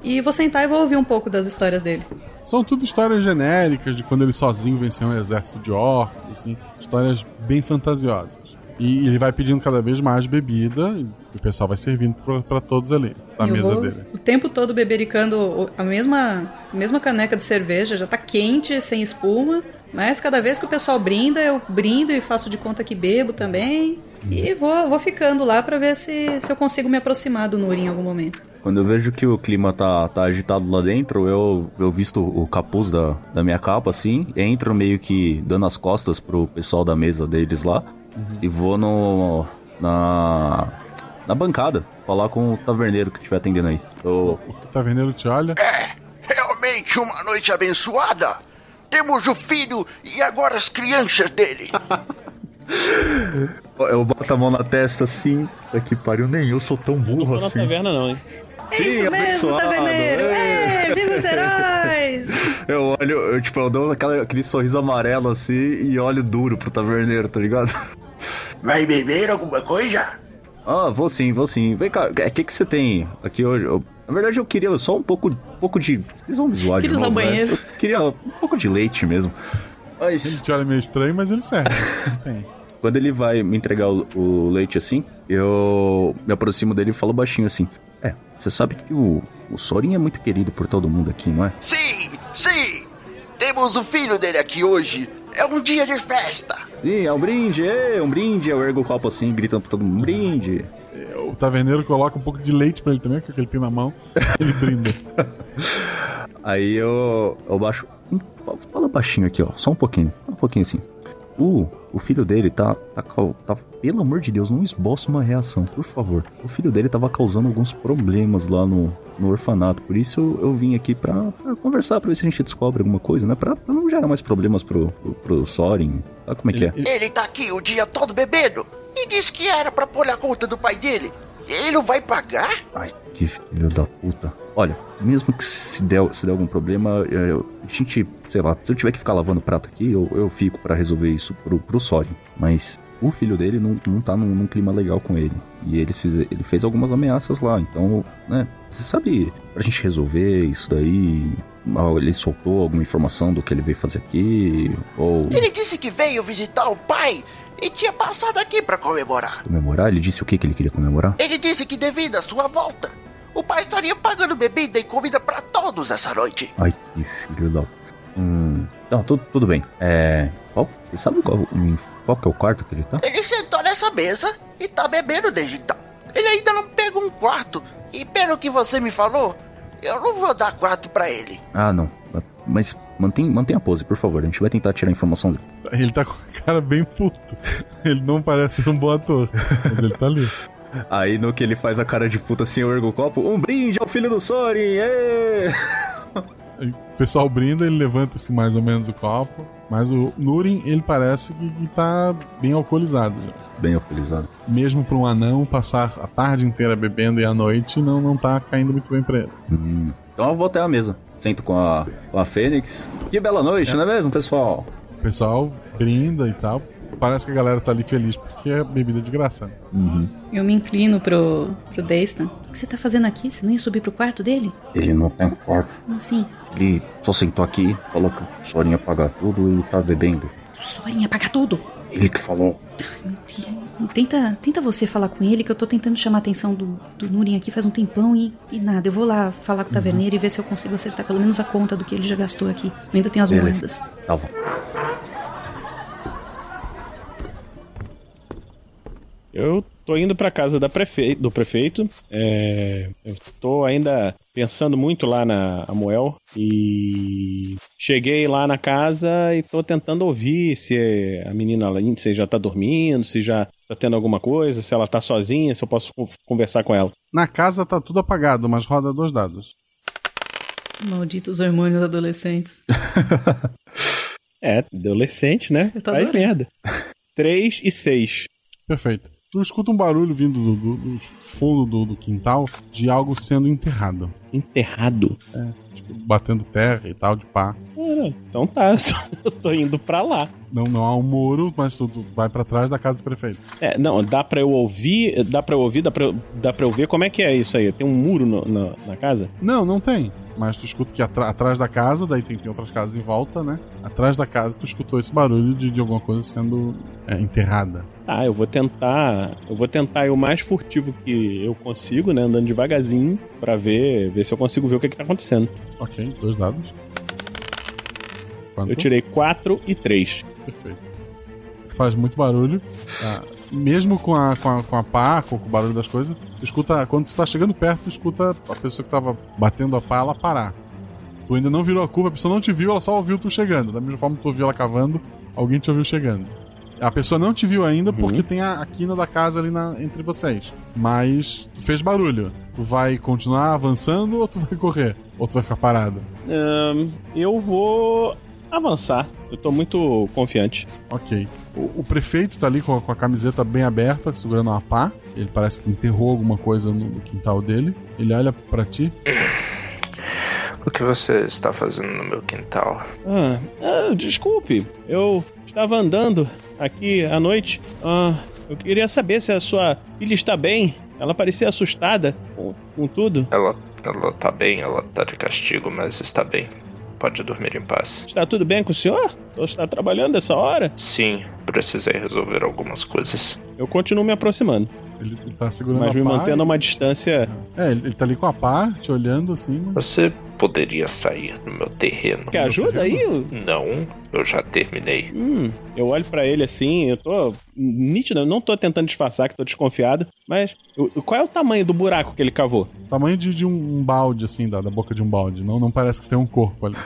e vou sentar e vou ouvir um pouco das histórias dele. São tudo histórias genéricas de quando ele sozinho venceu um exército de orcs, assim. Histórias bem fantasiosas. E ele vai pedindo cada vez mais bebida e o pessoal vai servindo pra, pra todos ali, na Eu mesa vou dele. O tempo todo bebericando o- a mesma, a mesma caneca de cerveja, já tá quente, sem espuma, mas cada vez que o pessoal brinda, eu brindo e faço de conta que bebo também. E Uhum. vou, vou ficando lá pra ver se, se eu consigo me aproximar do Nurin em algum momento. Quando eu vejo que o clima tá, tá agitado lá dentro, eu, eu visto o capuz da, da minha capa, assim, entro meio que dando as costas pro pessoal da mesa deles lá Uhum. e vou no. na. na bancada, falar com o taverneiro que estiver atendendo aí. Eu, O taverneiro te olha. É. Realmente uma noite abençoada. Temos o filho e agora as crianças dele. eu boto a mão na testa assim. Tá que pariu, nem eu sou tão burro Tô na taverna não, hein? É isso mesmo, abençoado. taverneiro! É. É, viva os heróis! Eu olho, eu, tipo, eu dou aquela- aquele sorriso amarelo assim e olho duro pro taverneiro, tá ligado? Vai beber alguma coisa? Ah, vou sim, vou sim. Vem cá, o que, que você tem aqui hoje? Eu- na verdade, eu queria só um pouco, um pouco de. Vocês vão me zoar de Queria usar novo, o banheiro. Né? Eu queria um pouco de leite mesmo. Ele te olha meio estranho, mas ele serve. Bem, (laughs) Quando ele vai me entregar o, o leite assim, eu me aproximo dele e falo baixinho assim: É, você sabe que o, o Sorin é muito querido por todo mundo aqui, não é? Sim, sim! Temos o filho dele aqui hoje. É um dia de festa. Sim, é um brinde, é um brinde. Eu ergo o copo assim, gritando pra todo mundo: brinde. É, o taverneiro coloca um pouco de leite pra ele também, que é o que ele tem na mão. Ele brinda. Aí eu, eu baixo. Fala baixinho aqui, ó. Só um pouquinho. Um pouquinho assim. O, o filho dele tá, tá, cau- tá- Pelo amor de Deus, não esboça uma reação, por favor. O filho dele tava causando alguns problemas lá no, no orfanato. Por isso eu, eu vim aqui pra, pra conversar, pra ver se a gente descobre alguma coisa, né? Pra, pra não gerar mais problemas pro, pro, pro Sorin. Olha como é que é. Ele tá aqui o dia todo bebendo. E disse que era pra pôr na conta do pai dele. Ele não vai pagar? Ai, que filho da puta. Olha, mesmo que se der, se der algum problema, eh, eu- a gente, sei lá, se eu tiver que ficar lavando prato aqui, eu, eu fico pra resolver isso pro, pro Sorin. Mas o filho dele não, não tá num, num clima legal com ele. E eles fize- ele fez algumas ameaças lá, então, né? Você sabe, pra gente resolver isso daí. ah, Ele soltou alguma informação do que ele veio fazer aqui, ou Ele disse que veio visitar o pai e tinha passado aqui pra comemorar. comemorar? Ele disse o que, que ele queria comemorar? Ele disse que devido à sua volta, o pai estaria pagando bebida e comida pra todos essa noite. Ai, que filho da... Hum... Não, tudo, tudo bem. É... Qual, você sabe qual, hum, qual que é o quarto que ele tá? Ele sentou nessa mesa e tá bebendo desde então. Ele ainda não pegou um quarto. E pelo que você me falou, eu não vou dar quarto pra ele. Ah, não. Mas mantém, mantém a pose, por favor. A gente vai tentar tirar a informação dele. Ele tá com a cara bem puto. Ele não parece ser um bom ator, mas ele tá ali. Aí no que ele faz a cara de puta assim, eu ergo o copo. Um brinde ao filho do Sorin! ê!" Aí O pessoal brinda, ele levanta assim, mais ou menos o copo. Mas o Nurin, ele parece que que tá bem alcoolizado já. Bem alcoolizado. Mesmo pra um anão passar a tarde inteira bebendo e a noite, não, não tá caindo muito bem pra ele. Hum. Então eu vou até a mesa. Sento com a, com a Fênix. Que bela noite, não é mesmo, pessoal? O pessoal brinda e tal. Parece que a galera tá ali feliz porque é bebida de graça. né? Uhum. Eu me inclino pro, pro Daystan. O que você tá fazendo aqui? Você não ia subir pro quarto dele? Ele não tem quarto. Como assim? Ele só sentou aqui, falou que o Sorin ia pagar tudo e tá bebendo. O Sorin ia pagar tudo! Ele que falou. Tenta, tenta você falar com ele, que eu tô tentando chamar a atenção do, do Nurin aqui faz um tempão e, e nada. Eu vou lá falar com o taverneiro e ver se eu consigo acertar pelo menos a conta do que ele já gastou aqui. Eu ainda tenho as Beleza. moedas. Tá bom. Eu tô indo pra casa da prefe... do prefeito. É... Eu tô ainda pensando muito lá na Amuel. E cheguei lá na casa e tô tentando ouvir se a menina lá se já tá dormindo, se já tá tendo alguma coisa, se ela tá sozinha, se eu posso con- conversar com ela. Na casa tá tudo apagado, mas roda dois dados. Malditos hormônios adolescentes. É, adolescente, né? Eu tô Faz adorando. merda. 3 e 6. Perfeito. Tu escuta um barulho vindo do, do- do fundo do, do quintal de algo sendo enterrado. Enterrado? Tipo, batendo terra e tal, de pá. Então tá, (laughs) eu, só- eu tô indo pra lá. Não, não há um muro, mas tu, tu vai pra trás da casa do prefeito. É, não, dá pra eu ouvir, dá pra eu ouvir, dá pra, eu- dá pra eu ver como é que é isso aí. Tem um muro no- na- na casa? Não, não tem. Mas tu escuta que atra- atrás da casa, daí tem, tem outras casas em volta, né? Atrás da casa tu escutou esse barulho de, de alguma coisa sendo é, enterrada. Tá, eu vou tentar. Eu vou tentar ir o mais furtivo que eu consigo, né? Andando devagarzinho pra ver, ver se eu consigo ver o que, que tá acontecendo. Ok, dois dados. Quanto? Eu tirei 4 e 3. Perfeito. Faz muito barulho. Tá. Mesmo com a, com, a, com a pá, com o barulho das coisas, tu escuta. Quando tu tá chegando perto, tu escuta a pessoa que tava batendo a pá, ela parar. Tu ainda não virou a curva, a pessoa não te viu, ela só ouviu tu chegando. Da mesma forma que tu ouviu ela cavando, alguém te ouviu chegando. A pessoa não te viu ainda porque tem a, a quina da casa ali na- entre vocês. Mas tu fez barulho. Tu vai continuar avançando ou tu vai correr? Ou tu vai ficar parado? Ahn, eu vou avançar. Eu tô muito confiante. Ok. O, o prefeito tá ali com a, com a camiseta bem aberta, segurando uma pá. Ele parece que enterrou alguma coisa no, no quintal dele. Ele olha pra ti. O que você está fazendo no meu quintal? Ah, ah, desculpe, eu estava andando aqui à noite. Ah, eu queria saber se a sua filha está bem. Ela parecia assustada com, com tudo. Ela, ela tá bem, ela tá de castigo, mas está bem. Pode dormir em paz. Está tudo bem com o senhor? Ou Então, está trabalhando essa hora? Sim, precisei resolver algumas coisas. Eu continuo me aproximando, Ele, ele tá segurando mas a me pá. mantendo a uma distância. É, ele, ele tá ali com a pá, te olhando assim. Você poderia sair do meu terreno? Quer ajuda aí? Não, eu já terminei. Hum, eu olho pra ele assim, eu tô nítido, eu não tô tentando disfarçar que tô desconfiado, mas eu- qual é o tamanho do buraco que ele cavou? Tamanho de, de um, um balde, assim, da, da boca de um balde. Não, não parece que tem um corpo ali.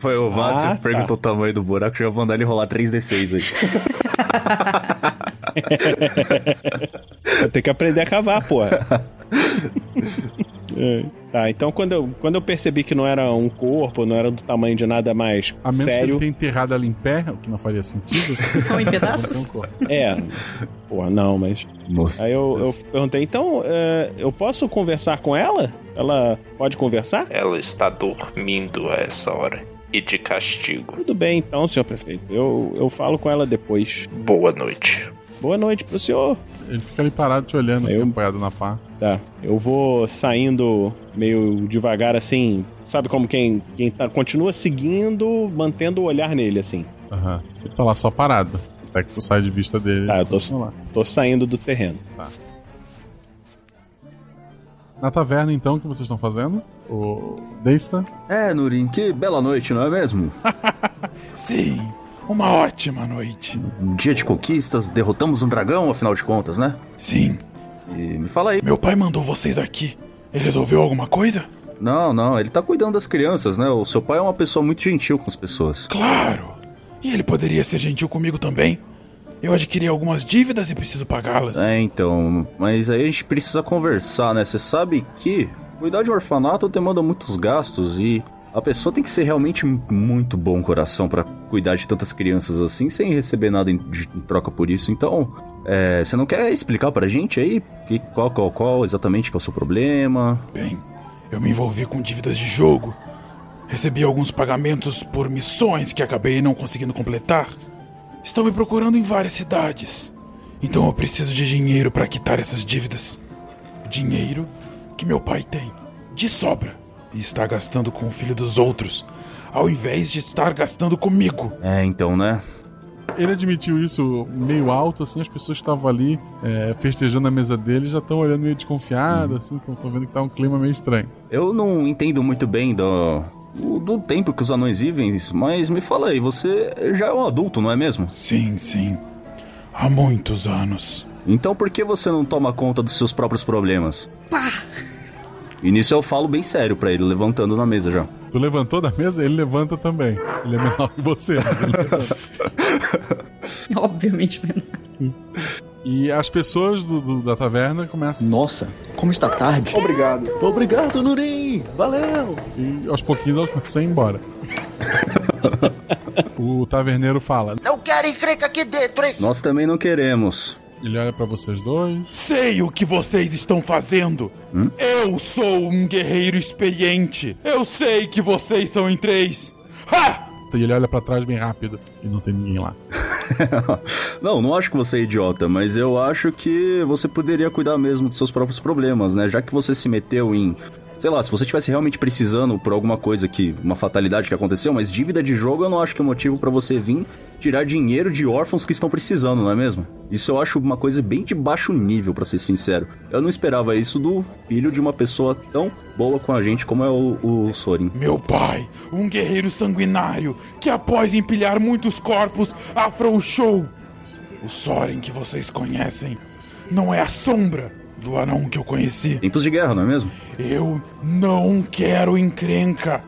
Foi o Matos, Ah, tá. você perguntou o tamanho do buraco, já vou mandar ele rolar 3D6 aí. (laughs) Eu tenho que aprender a cavar, (laughs) porra. É. Tá, então quando eu, quando eu percebi que não era um corpo, não era do tamanho de nada mais A menos que sério. ele tenha enterrado ela em pé, o que não faria sentido. (laughs) um Ou em pedaços? É. Porra, não, mas. Nossa. Aí eu, eu perguntei, então, é, eu posso conversar com ela? Ela pode conversar? Ela está dormindo a essa hora e de castigo. Tudo bem, então, senhor prefeito. Eu, eu falo com ela depois. Boa noite. Boa noite pro senhor. Ele fica ali parado te olhando, assim, apoiado na pá. Tá, eu vou saindo meio devagar, assim. Sabe como quem, quem tá, continua seguindo, mantendo o olhar nele, assim. Aham. Ele tá lá só parado. Até que tu sai de vista dele. Tá, eu tô, Vamos lá. Tá. tô saindo do terreno. Na taverna, então, o que vocês estão fazendo? O Deista? É, Nurin, que bela noite, não é mesmo? (laughs) Sim, uma ótima noite. Um dia de conquistas, derrotamos um dragão, afinal de contas, né? Sim. E me fala aí. Meu pai mandou vocês aqui. Ele resolveu alguma coisa? Não, não, ele tá cuidando das crianças, né? O seu pai é uma pessoa muito gentil com as pessoas. Claro! E ele poderia ser gentil comigo também. Eu adquiri algumas dívidas e preciso pagá-las. É, então, mas aí a gente precisa conversar, né? Você sabe que cuidar de um orfanato demanda muitos gastos e a pessoa tem que ser realmente m- muito bom coração pra cuidar de tantas crianças assim sem receber nada em, de- em troca por isso. Então, é, você não quer explicar pra gente aí que, qual, qual, qual exatamente que é o seu problema? Bem, eu me envolvi com dívidas de jogo. Recebi alguns pagamentos por missões que acabei não conseguindo completar. Estão me procurando em várias cidades. Então eu preciso de dinheiro para quitar essas dívidas. O dinheiro que meu pai tem, de sobra, e está gastando com o filho dos outros, ao invés de estar gastando comigo. É, então, né? Ele admitiu isso meio alto, assim, as pessoas que estavam ali é, festejando a mesa dele já estão olhando meio desconfiadas, assim, estão vendo que tá um clima meio estranho. Eu não entendo muito bem do, do, do tempo que os anões vivem, mas me fala aí, você já é um adulto, não é mesmo? Sim, sim. Há muitos anos. Então por que você não toma conta dos seus próprios problemas? E nisso eu falo bem sério pra ele, levantando na mesa já. Tu levantou da mesa? Ele levanta também. Ele é menor que você. mas ele levanta. Obviamente né? menor. e as pessoas do- do- da taverna começam. Nossa, como está tarde. Obrigado. Obrigado, Nurim. Valeu. E aos pouquinhos ela começa a ir embora. o taverneiro fala. Não quero encrenca aqui dentro, hein? Nós também não queremos. Ele olha pra vocês dois. Sei o que vocês estão fazendo. Hum? Eu sou um guerreiro experiente. Eu sei que vocês são em três. Ha! E ele olha pra trás bem rápido. E não tem ninguém lá. (laughs) não, não acho que você é idiota, mas eu acho que você poderia cuidar mesmo dos seus próprios problemas, né? Já que você se meteu em. Sei lá, se você estivesse realmente precisando por alguma coisa que. Uma fatalidade que aconteceu, mas dívida de jogo eu não acho que é motivo pra você vir tirar dinheiro de órfãos que estão precisando, não é mesmo? Isso eu acho uma coisa bem de baixo nível, pra ser sincero. Eu não esperava isso do filho de uma pessoa tão boa com a gente como é o, o Sorin. Meu pai, um guerreiro sanguinário que, após empilhar muitos corpos, afrouxou. O Soren que vocês conhecem não é a sombra do anão que eu conheci. Tempos de guerra, não é mesmo? Eu não quero encrenca.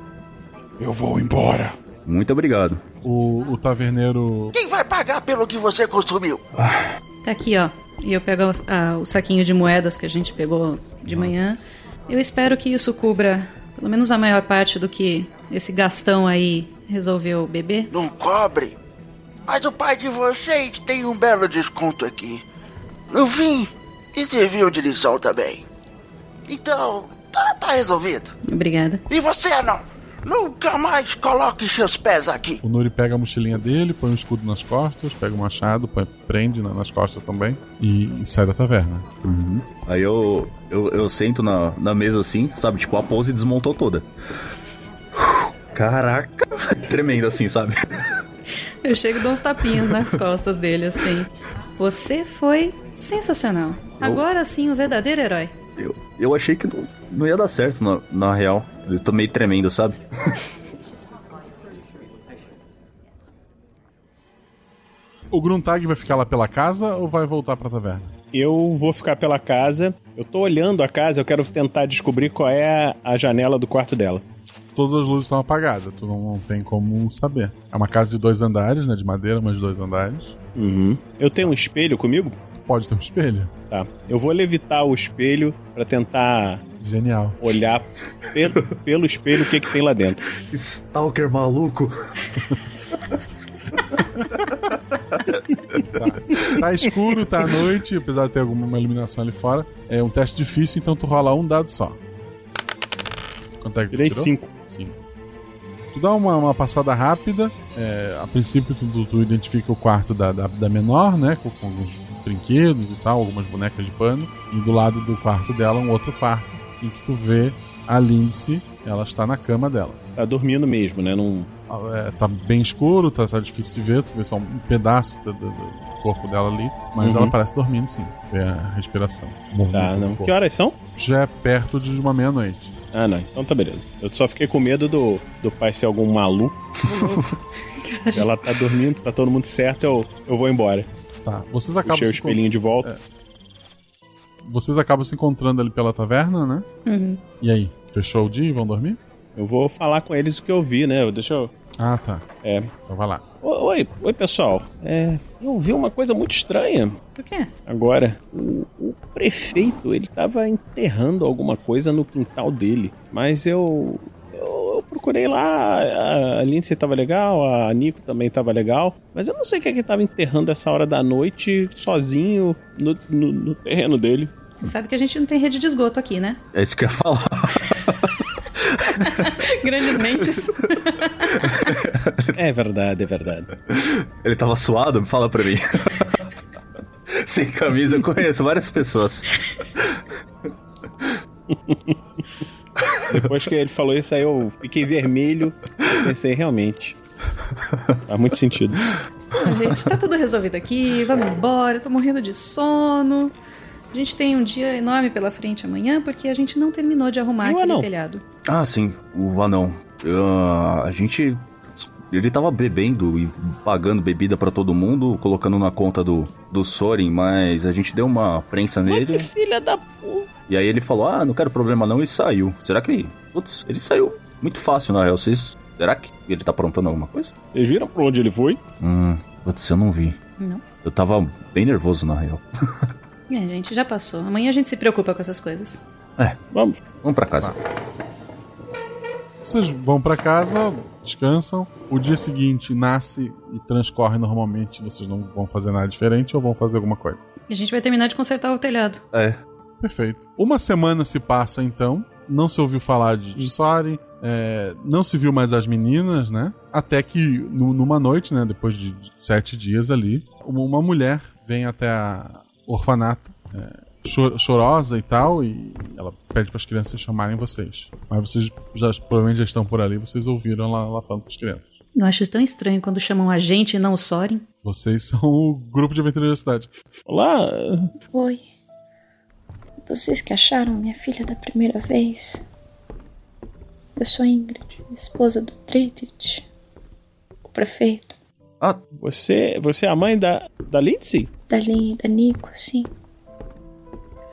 Eu vou embora. Muito obrigado. O, o taverneiro. Quem vai é pagar pelo que você consumiu? Tá aqui, ó. E eu pego ah, o saquinho de moedas que a gente pegou de manhã. Eu espero que isso cubra pelo menos a maior parte do que esse Gastão aí resolveu beber? Não cobre. Mas o pai de vocês tem um belo desconto aqui. No fim, e serviu de lição também. Então, tá, tá resolvido. Obrigada. E você, não? Nunca mais coloque seus pés aqui. O Nuri pega a mochilinha dele, põe um escudo nas costas, pega o machado, põe- prende na- nas costas também e, e sai da taverna. Uhum. Aí eu, eu, eu sento na, na mesa assim, sabe? Tipo, a pose desmontou toda. Caraca! (laughs) Tremendo assim, sabe? Eu chego e dou uns tapinhas (laughs) nas costas dele, assim. Você foi sensacional. Agora sim, o verdadeiro herói. Eu, eu achei que não, não ia dar certo, na, na real. Eu tô meio tremendo, sabe? O Gruntag vai ficar lá pela casa ou vai voltar pra taverna? Eu vou ficar pela casa. Eu tô olhando a casa, eu quero tentar descobrir qual é a janela do quarto dela. Todas as luzes estão apagadas, tu não, não tem como saber. É uma casa de dois andares, né? De madeira, mas de dois andares. Uhum. Eu tenho um espelho comigo? Pode ter um espelho. Tá. Eu vou levitar o espelho pra tentar. Genial. Olhar pelo, (laughs) pelo espelho o que, que tem lá dentro. Stalker maluco. Tá escuro, tá à noite, apesar de ter alguma iluminação ali fora. É um teste difícil, então tu rola um dado só. Quanto é que tu Tirei tirou? cinco. Cinco. Tu dá uma, uma passada rápida. é, a princípio, tu, tu- tu identifica o quarto da, da, da menor, né? Com, com alguns brinquedos e tal, algumas bonecas de pano. E do lado do quarto dela, um outro quarto. Em que tu vê a Lindsay, ela está na cama dela. Tá dormindo mesmo, né? Não... tá bem escuro, tá, tá difícil de ver. Tu vê só um pedaço do, do- do corpo dela ali. Mas Uhum. ela parece dormindo, sim. Vê a É, respiração. o movimento Tá, do não. corpo. Que horas são? Já é perto de uma meia-noite. Ah, não. Então tá beleza. Eu só fiquei com medo do, do pai ser algum maluco. Ela tá dormindo, tá todo mundo certo, eu, eu vou embora. Tá. Vocês acabam Puxei o se encont- É, espelhinho de volta. Vocês acabam se encontrando ali pela taverna, né? Uhum. E aí, fechou o dia e vão dormir? Eu vou falar com eles o que eu vi, né? Deixa eu. Ah, tá. É. Então vai lá. O- Oi, oi pessoal. É, eu vi uma coisa muito estranha. Do quê? Agora, o, o prefeito, ele tava enterrando alguma coisa no quintal dele. Mas eu. Eu, eu procurei lá, a- a Lindsay tava legal, a Nico também tava legal. Mas eu não sei o que é que tava enterrando essa hora da noite, sozinho, no, no- no terreno dele. Você sabe que a gente não tem rede de esgoto aqui, (laughs) né? É isso que eu ia falar. Grandes mentes. É verdade, é verdade. Ele tava suado? Fala pra mim. (laughs) Sem camisa, eu conheço várias pessoas. Depois que ele falou isso, aí eu fiquei vermelho. Pensei, realmente. Faz muito sentido. Ah, gente, tá tudo resolvido aqui, vamos embora, eu tô morrendo de sono. A gente tem um dia enorme pela frente amanhã, porque a gente não terminou de arrumar aquele anão? telhado. Ah, sim, o anão. Ah, a gente. Ele tava bebendo e pagando bebida pra todo mundo, colocando na conta do, do Soren, mas a gente deu uma prensa nele. Filha da puta. E aí ele falou: Ah, não quero problema não, e saiu. Será que. Putz, ele saiu muito fácil, na real. Vocês. Será que ele tá aprontando alguma coisa? Vocês viram pra onde ele foi? Hum, putz, eu não vi. Não. Eu tava bem nervoso, na real. (laughs) É, gente, já passou. Amanhã a gente se preocupa com essas coisas. É, vamos. Vamos pra casa. Vocês vão pra casa, descansam. O dia seguinte nasce e transcorre normalmente. Vocês não vão fazer nada diferente ou vão fazer alguma coisa? E a gente vai terminar de consertar o telhado. É. Perfeito. Uma semana se passa então. Não se ouviu falar de de Sari. é, não se viu mais as meninas, né? Até que nu- numa noite, né? Depois de sete dias ali, uma, uma mulher vem até a- o orfanato. é, chor- chorosa e tal, e ela pede para as crianças chamarem vocês. Mas vocês já, provavelmente já estão por ali, vocês ouviram ela, ela falando com as crianças. Eu acho tão estranho quando chamam a gente e não o Soren. Vocês (laughs) são o grupo de aventureiros da cidade. Olá! Oi. Vocês que acharam minha filha da primeira vez? Eu sou Ingrid, esposa do Trident, o prefeito Ah. Você, você é a mãe da, da Lindsay? da Lin da Nico, sim.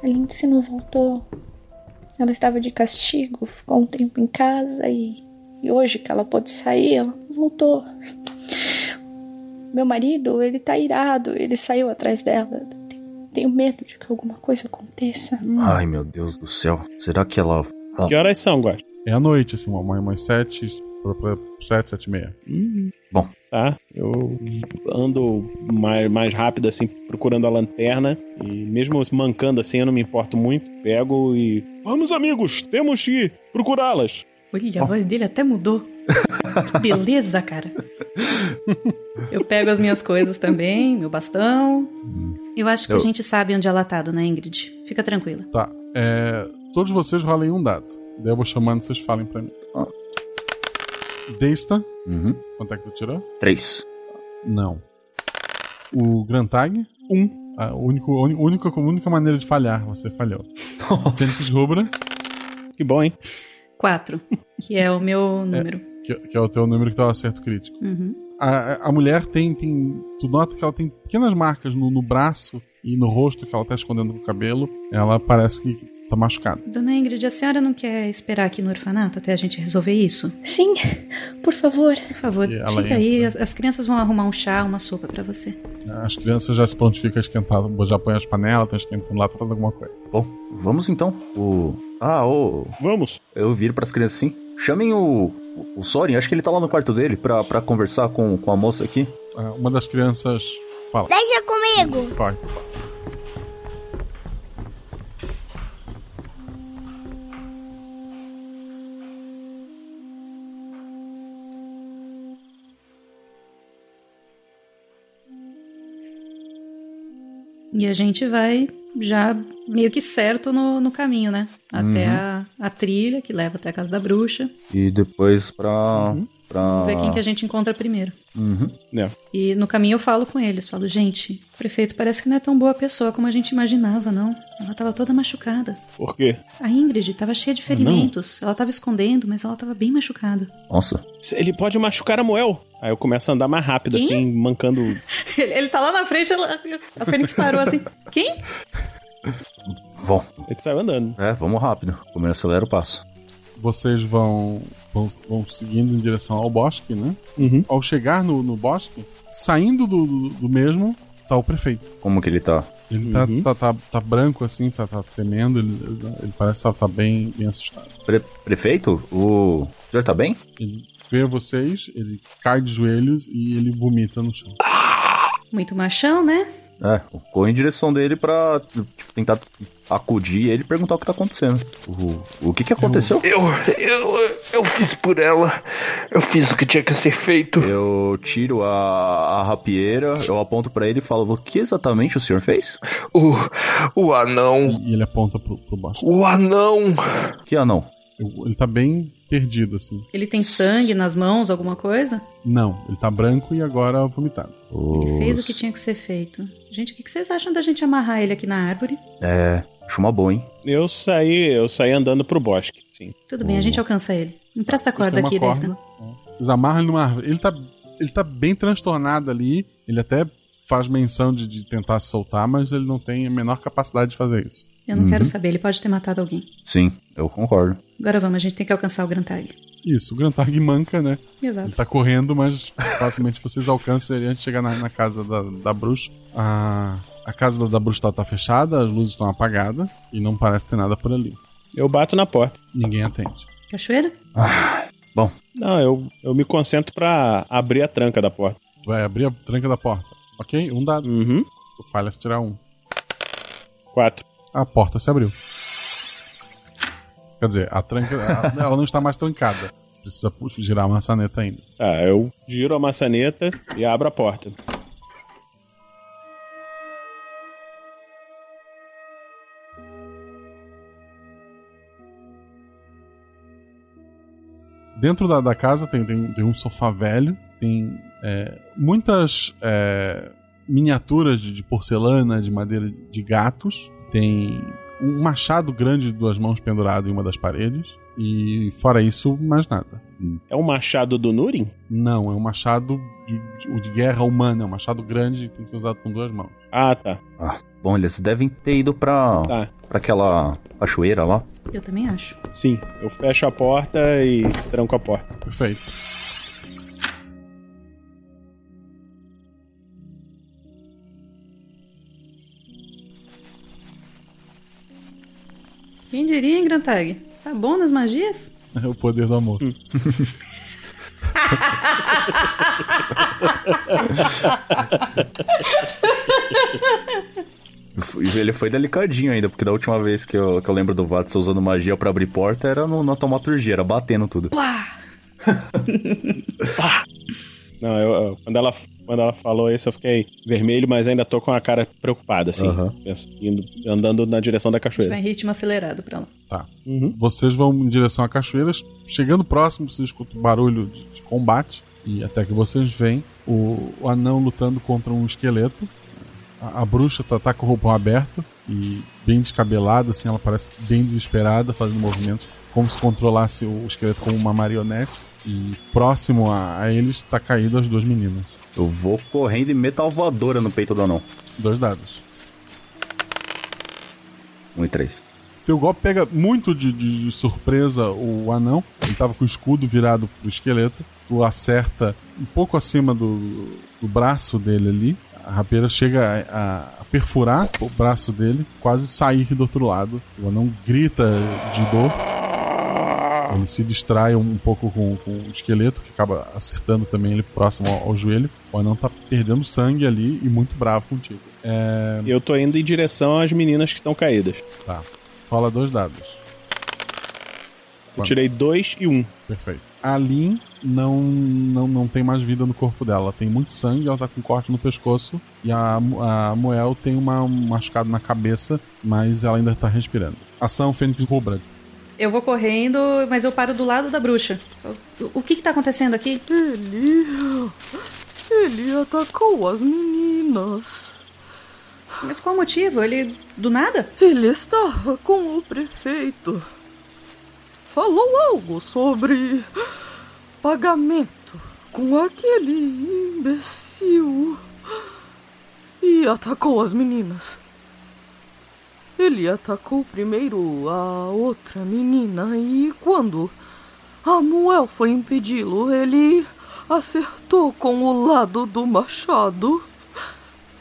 A Lindsay não voltou. Ela estava de castigo, ficou um tempo em casa e, e hoje que ela pôde sair, ela voltou. Meu marido, ele tá irado, ele saiu atrás dela. Tenho medo de que alguma coisa aconteça. Ai, (laughs) meu Deus do céu. Será que ela. ela- Que horas são, Guax? É à noite, assim, uma mãe, umas sete, Pra- pra 776. Bom. Tá, eu ando mais, mais rápido, assim, procurando a lanterna. E mesmo se mancando assim, eu não me importo muito. Pego e. Vamos, amigos, temos que procurá-las. Olha, a voz dele é até mudou. Que beleza, cara. Eu pego as minhas coisas também, meu bastão. Eu acho que Eu- a gente sabe onde ela tá, dona Ingrid. Fica tranquila. Tá. É, todos vocês rolem um dado. Daí eu vou chamando e vocês falem pra mim. Deista. Quanto é que tu tirou? Uhum. Três. Não. O Grand Tag? Um. A único, uni- única, única maneira de falhar, você falhou. Fênix Rubra. Que bom, hein? Quatro, que é o meu número. Que, que é o teu número que tá o acerto crítico. Uhum. A, a mulher tem, tem. Tu nota que ela tem pequenas marcas no, no braço e no rosto que ela tá escondendo com o cabelo. Ela parece que tá machucada. Dona Ingrid, a senhora não quer esperar aqui no orfanato até a gente resolver isso? Sim, por favor. Por favor, E ela fica entra. né? aí. As, as crianças vão arrumar um chá, uma sopa pra você. As crianças já se prontificam a esquentar, já põem as panelas, estão esquentando lá pra fazer alguma coisa. Bom, vamos então. O. Ah, o. Vamos. Eu viro pras crianças assim. Chamem o. O Soren, acho que ele tá lá no quarto dele pra, pra conversar com, com a moça aqui. Ah, Uma das crianças fala. Deixa comigo. Vai. E a gente vai já meio que certo no, no caminho, né? Até Uhum. a, a trilha que leva até a casa da bruxa. E depois pra. Uhum. pra... Vamos ver quem que a gente encontra primeiro. Uhum. É. E no caminho eu falo com eles, falo, gente, o prefeito parece que não é tão boa pessoa como a gente imaginava, não. Ela tava toda machucada. Por quê? A Ingrid tava cheia de ferimentos. Ela tava escondendo, mas ela tava bem machucada. Nossa. Ele pode machucar a Moel. Aí eu começo a andar mais rápido, Quem? assim, mancando. (laughs) Ele, ele tá lá na frente, ela- a Fênix parou assim. Quem? Bom. Ele saiu andando. É, vamos rápido. Primeiro acelera o passo. Vocês vão, vão, vão seguindo em direção ao bosque, né? Ao chegar no, no bosque, saindo do, do, do mesmo, tá o prefeito. Como que ele tá? Ele tá, tá, tá, tá branco assim, tá, tá tremendo, ele, ele- ele parece que tá bem, bem assustado. Pre- prefeito? O. O senhor tá bem? Ele vê vocês, ele cai de joelhos e ele vomita no chão. Muito machão, né? É, corre em direção dele pra tipo, tentar acudir ele e perguntar o que tá acontecendo. O, o que que aconteceu? Eu, eu, eu fiz por ela. Eu fiz o que tinha que ser feito. Eu tiro a, a rapieira, eu aponto pra ele e falo: O que exatamente o senhor fez? O, o anão. E ele aponta pro, pro bosque. O anão! Que anão? Ele tá bem perdido assim. Ele tem sangue nas mãos, alguma coisa? Não, ele tá branco e agora vomitado. Fez o que tinha que ser feito. Gente, o que que vocês acham da gente amarrar ele aqui na árvore? É, acho uma boa, hein? Eu saí, eu saí andando pro bosque, sim. Tudo bem, a gente alcança ele. Empresta a Vocês corda têm uma aqui, corda. Destan. Vocês amarram ele numa árvore. Ele tá, ele tá bem transtornado ali. Ele até faz menção de, de tentar se soltar, mas ele não tem a menor capacidade de fazer isso. Eu não quero Uhum. saber, ele pode ter matado alguém. Sim, eu concordo. Agora vamos, a gente tem que alcançar o Grand Tag. Isso, o Grantag manca, né? Exato. Ele tá correndo, mas facilmente vocês alcançam ele antes de chegar na, na casa da, da bruxa. A, a casa da, da bruxa tá, tá fechada, as luzes estão apagadas e não parece ter nada por ali. Eu bato na porta. Ninguém atende. Cachoeira? Bom. Não, eu, eu me concentro pra abrir a tranca da porta. Vai abrir a tranca da porta. Ok? Um dado. Uhum. Tu falha se tirar um. Quatro. A porta se abriu. Quer dizer, a tranca. a- (laughs) É, ela não está mais trancada. Precisa pu- girar a maçaneta ainda. Tá, eu giro a maçaneta e abro a porta. Dentro da, da casa tem, tem, tem um sofá velho, tem é, muitas é, miniaturas de, de porcelana, de madeira de gatos, tem um machado grande de duas mãos pendurado em uma das paredes, e fora isso, mais nada. É um machado do Nurin? Não, é um machado de, de, de guerra humana, é um machado grande que tem que ser usado com duas mãos. Ah, tá. Ah, bom, eles devem ter ido pra, Tá. pra aquela cachoeira lá. Eu também acho. Sim, eu fecho a porta e tranco a porta. Perfeito. Quem diria, hein, Grand Tag? Tá bom nas magias? (laughs) (laughs) É o poder do amor. Ele foi delicadinho ainda, porque da última vez que eu, que eu lembro do Vatsa usando magia pra abrir porta era no, na taumaturgia, era batendo tudo. Não, eu, eu- quando, ela, quando ela falou isso, eu fiquei vermelho, mas ainda tô com a cara preocupada, assim. pens- indo- andando na direção da Tiver cachoeira. em ritmo acelerado pra lá. Tá. Vocês vão em direção a cachoeiras. Chegando próximo, vocês escutam barulho de, de combate. E até que vocês veem o, o anão lutando contra um esqueleto. A, a bruxa tá, tá com o roupão aberto e bem descabelada, assim, ela parece bem desesperada, fazendo movimentos como se controlasse o esqueleto como uma marionete. E próximo a, a eles tá caído as duas meninas. Eu vou correndo e metal voadora no peito do anão. Dois dados. Um e três. Teu golpe pega muito de, de- de surpresa o anão. Ele tava com o escudo virado pro esqueleto. Tu acerta um pouco acima do, do braço dele ali. A rapeira chega a, a perfurar o braço dele, quase sair do outro lado. O anão grita de dor. Ele se distrai um pouco com, com o esqueleto, que acaba acertando também ele próximo ao, ao joelho. O anão tá perdendo sangue ali e muito bravo contigo. É... Eu tô indo em direção às meninas que estão caídas. Tá. Rola dois dados. Eu tirei dois e um. Perfeito. A Lin não, não, não tem mais vida no corpo dela. Ela tem muito sangue, ela tá com corte no pescoço. E a, Mu- a Moel tem uma, um machucado na cabeça, mas ela ainda tá respirando. Ação Fênix Rubra. Eu vou correndo, mas eu paro do lado da bruxa. O, o que que tá acontecendo aqui? Ele. Ele atacou as meninas. Mas qual o motivo? Ele. do nada? Ele estava com o prefeito. Falou algo sobre. pagamento com aquele imbecil. E atacou as meninas. Ele atacou primeiro a outra menina e quando a Muel foi impedi-lo, ele acertou com o lado do machado.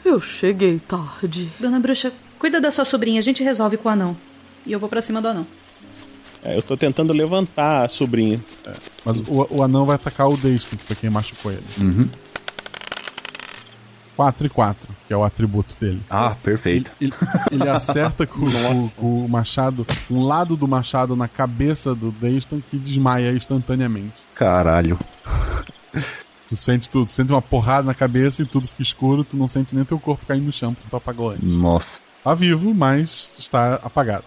Eu cheguei tarde. Dona bruxa, cuida da sua sobrinha, a gente resolve com o anão. E eu vou pra cima do anão. É, eu tô tentando levantar a sobrinha. É, Mas o, o anão vai atacar o Deiston, É que foi quem machucou ele. Uhum. 4 e 4, que é o atributo dele. Ah, perfeito. Ele, ele- ele acerta com, o- Nossa. com o machado, um lado do machado na cabeça do Deiston, que desmaia instantaneamente. Caralho. Tu sente tudo, tu sente uma porrada na cabeça e tudo fica escuro, tu não sente nem teu corpo caindo no chão, porque tu apagou antes. Nossa. Tá vivo, mas está apagado.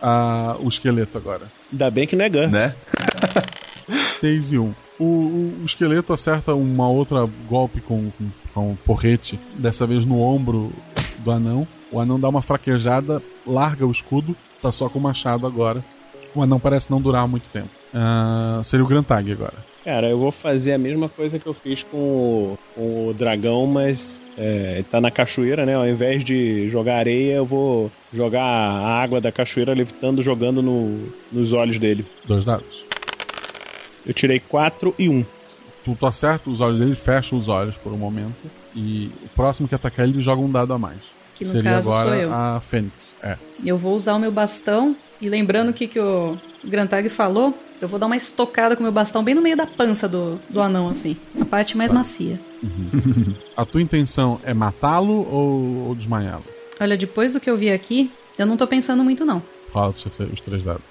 Ah, o esqueleto agora. Ainda bem que não é GURPS. Uhum. (laughs) Né? 6 e 1. O, o- o esqueleto acerta uma outra golpe com, com, com um porrete, dessa vez no ombro do anão. O anão dá uma fraquejada, larga o escudo, tá só com o machado agora. O anão parece não durar muito tempo. Ah, seria o Grantag agora. Cara, eu vou fazer a mesma coisa que eu fiz com o, com o dragão, mas é, tá na cachoeira, né? Ao invés de jogar areia, eu vou jogar a água da cachoeira levitando, jogando no, nos olhos dele. Dois dados. Eu tirei quatro e um. Tu, tu acerta os olhos dele, fecha os olhos por um momento. E o próximo que atacar ele joga um dado a mais. Que no Seria caso agora sou eu. a Fênix. É. (laughs) Eu vou usar o meu bastão e lembrando o que, que o Grantag falou, eu vou dar uma estocada com o meu bastão bem no meio da pança do, do anão, assim. A parte mais macia. a tua intenção é matá-lo ou, ou desmaiá-lo? Olha, depois do que eu vi aqui, eu não tô pensando muito, não. Fala pra você ter os três dados.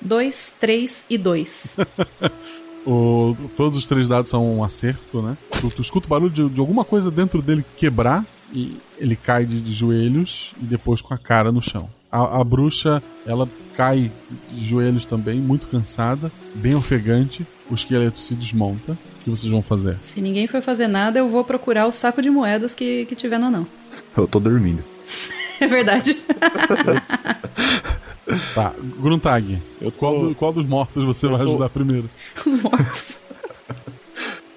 Dois, três e dois. O- todos os três dados são um acerto, né? Tu, tu escuta o barulho de, de alguma coisa dentro dele quebrar e ele cai de, de joelhos e depois com a cara no chão. A, a bruxa, ela cai de joelhos também, muito cansada, bem ofegante. O esqueleto se desmonta. O que vocês vão fazer? Se ninguém for fazer nada, eu vou procurar o saco de moedas que, que tiver no anão. (laughs) Eu tô dormindo. É verdade. Tá, Gruntag, qual, do- qual dos mortos você vai ajudar primeiro? Os mortos.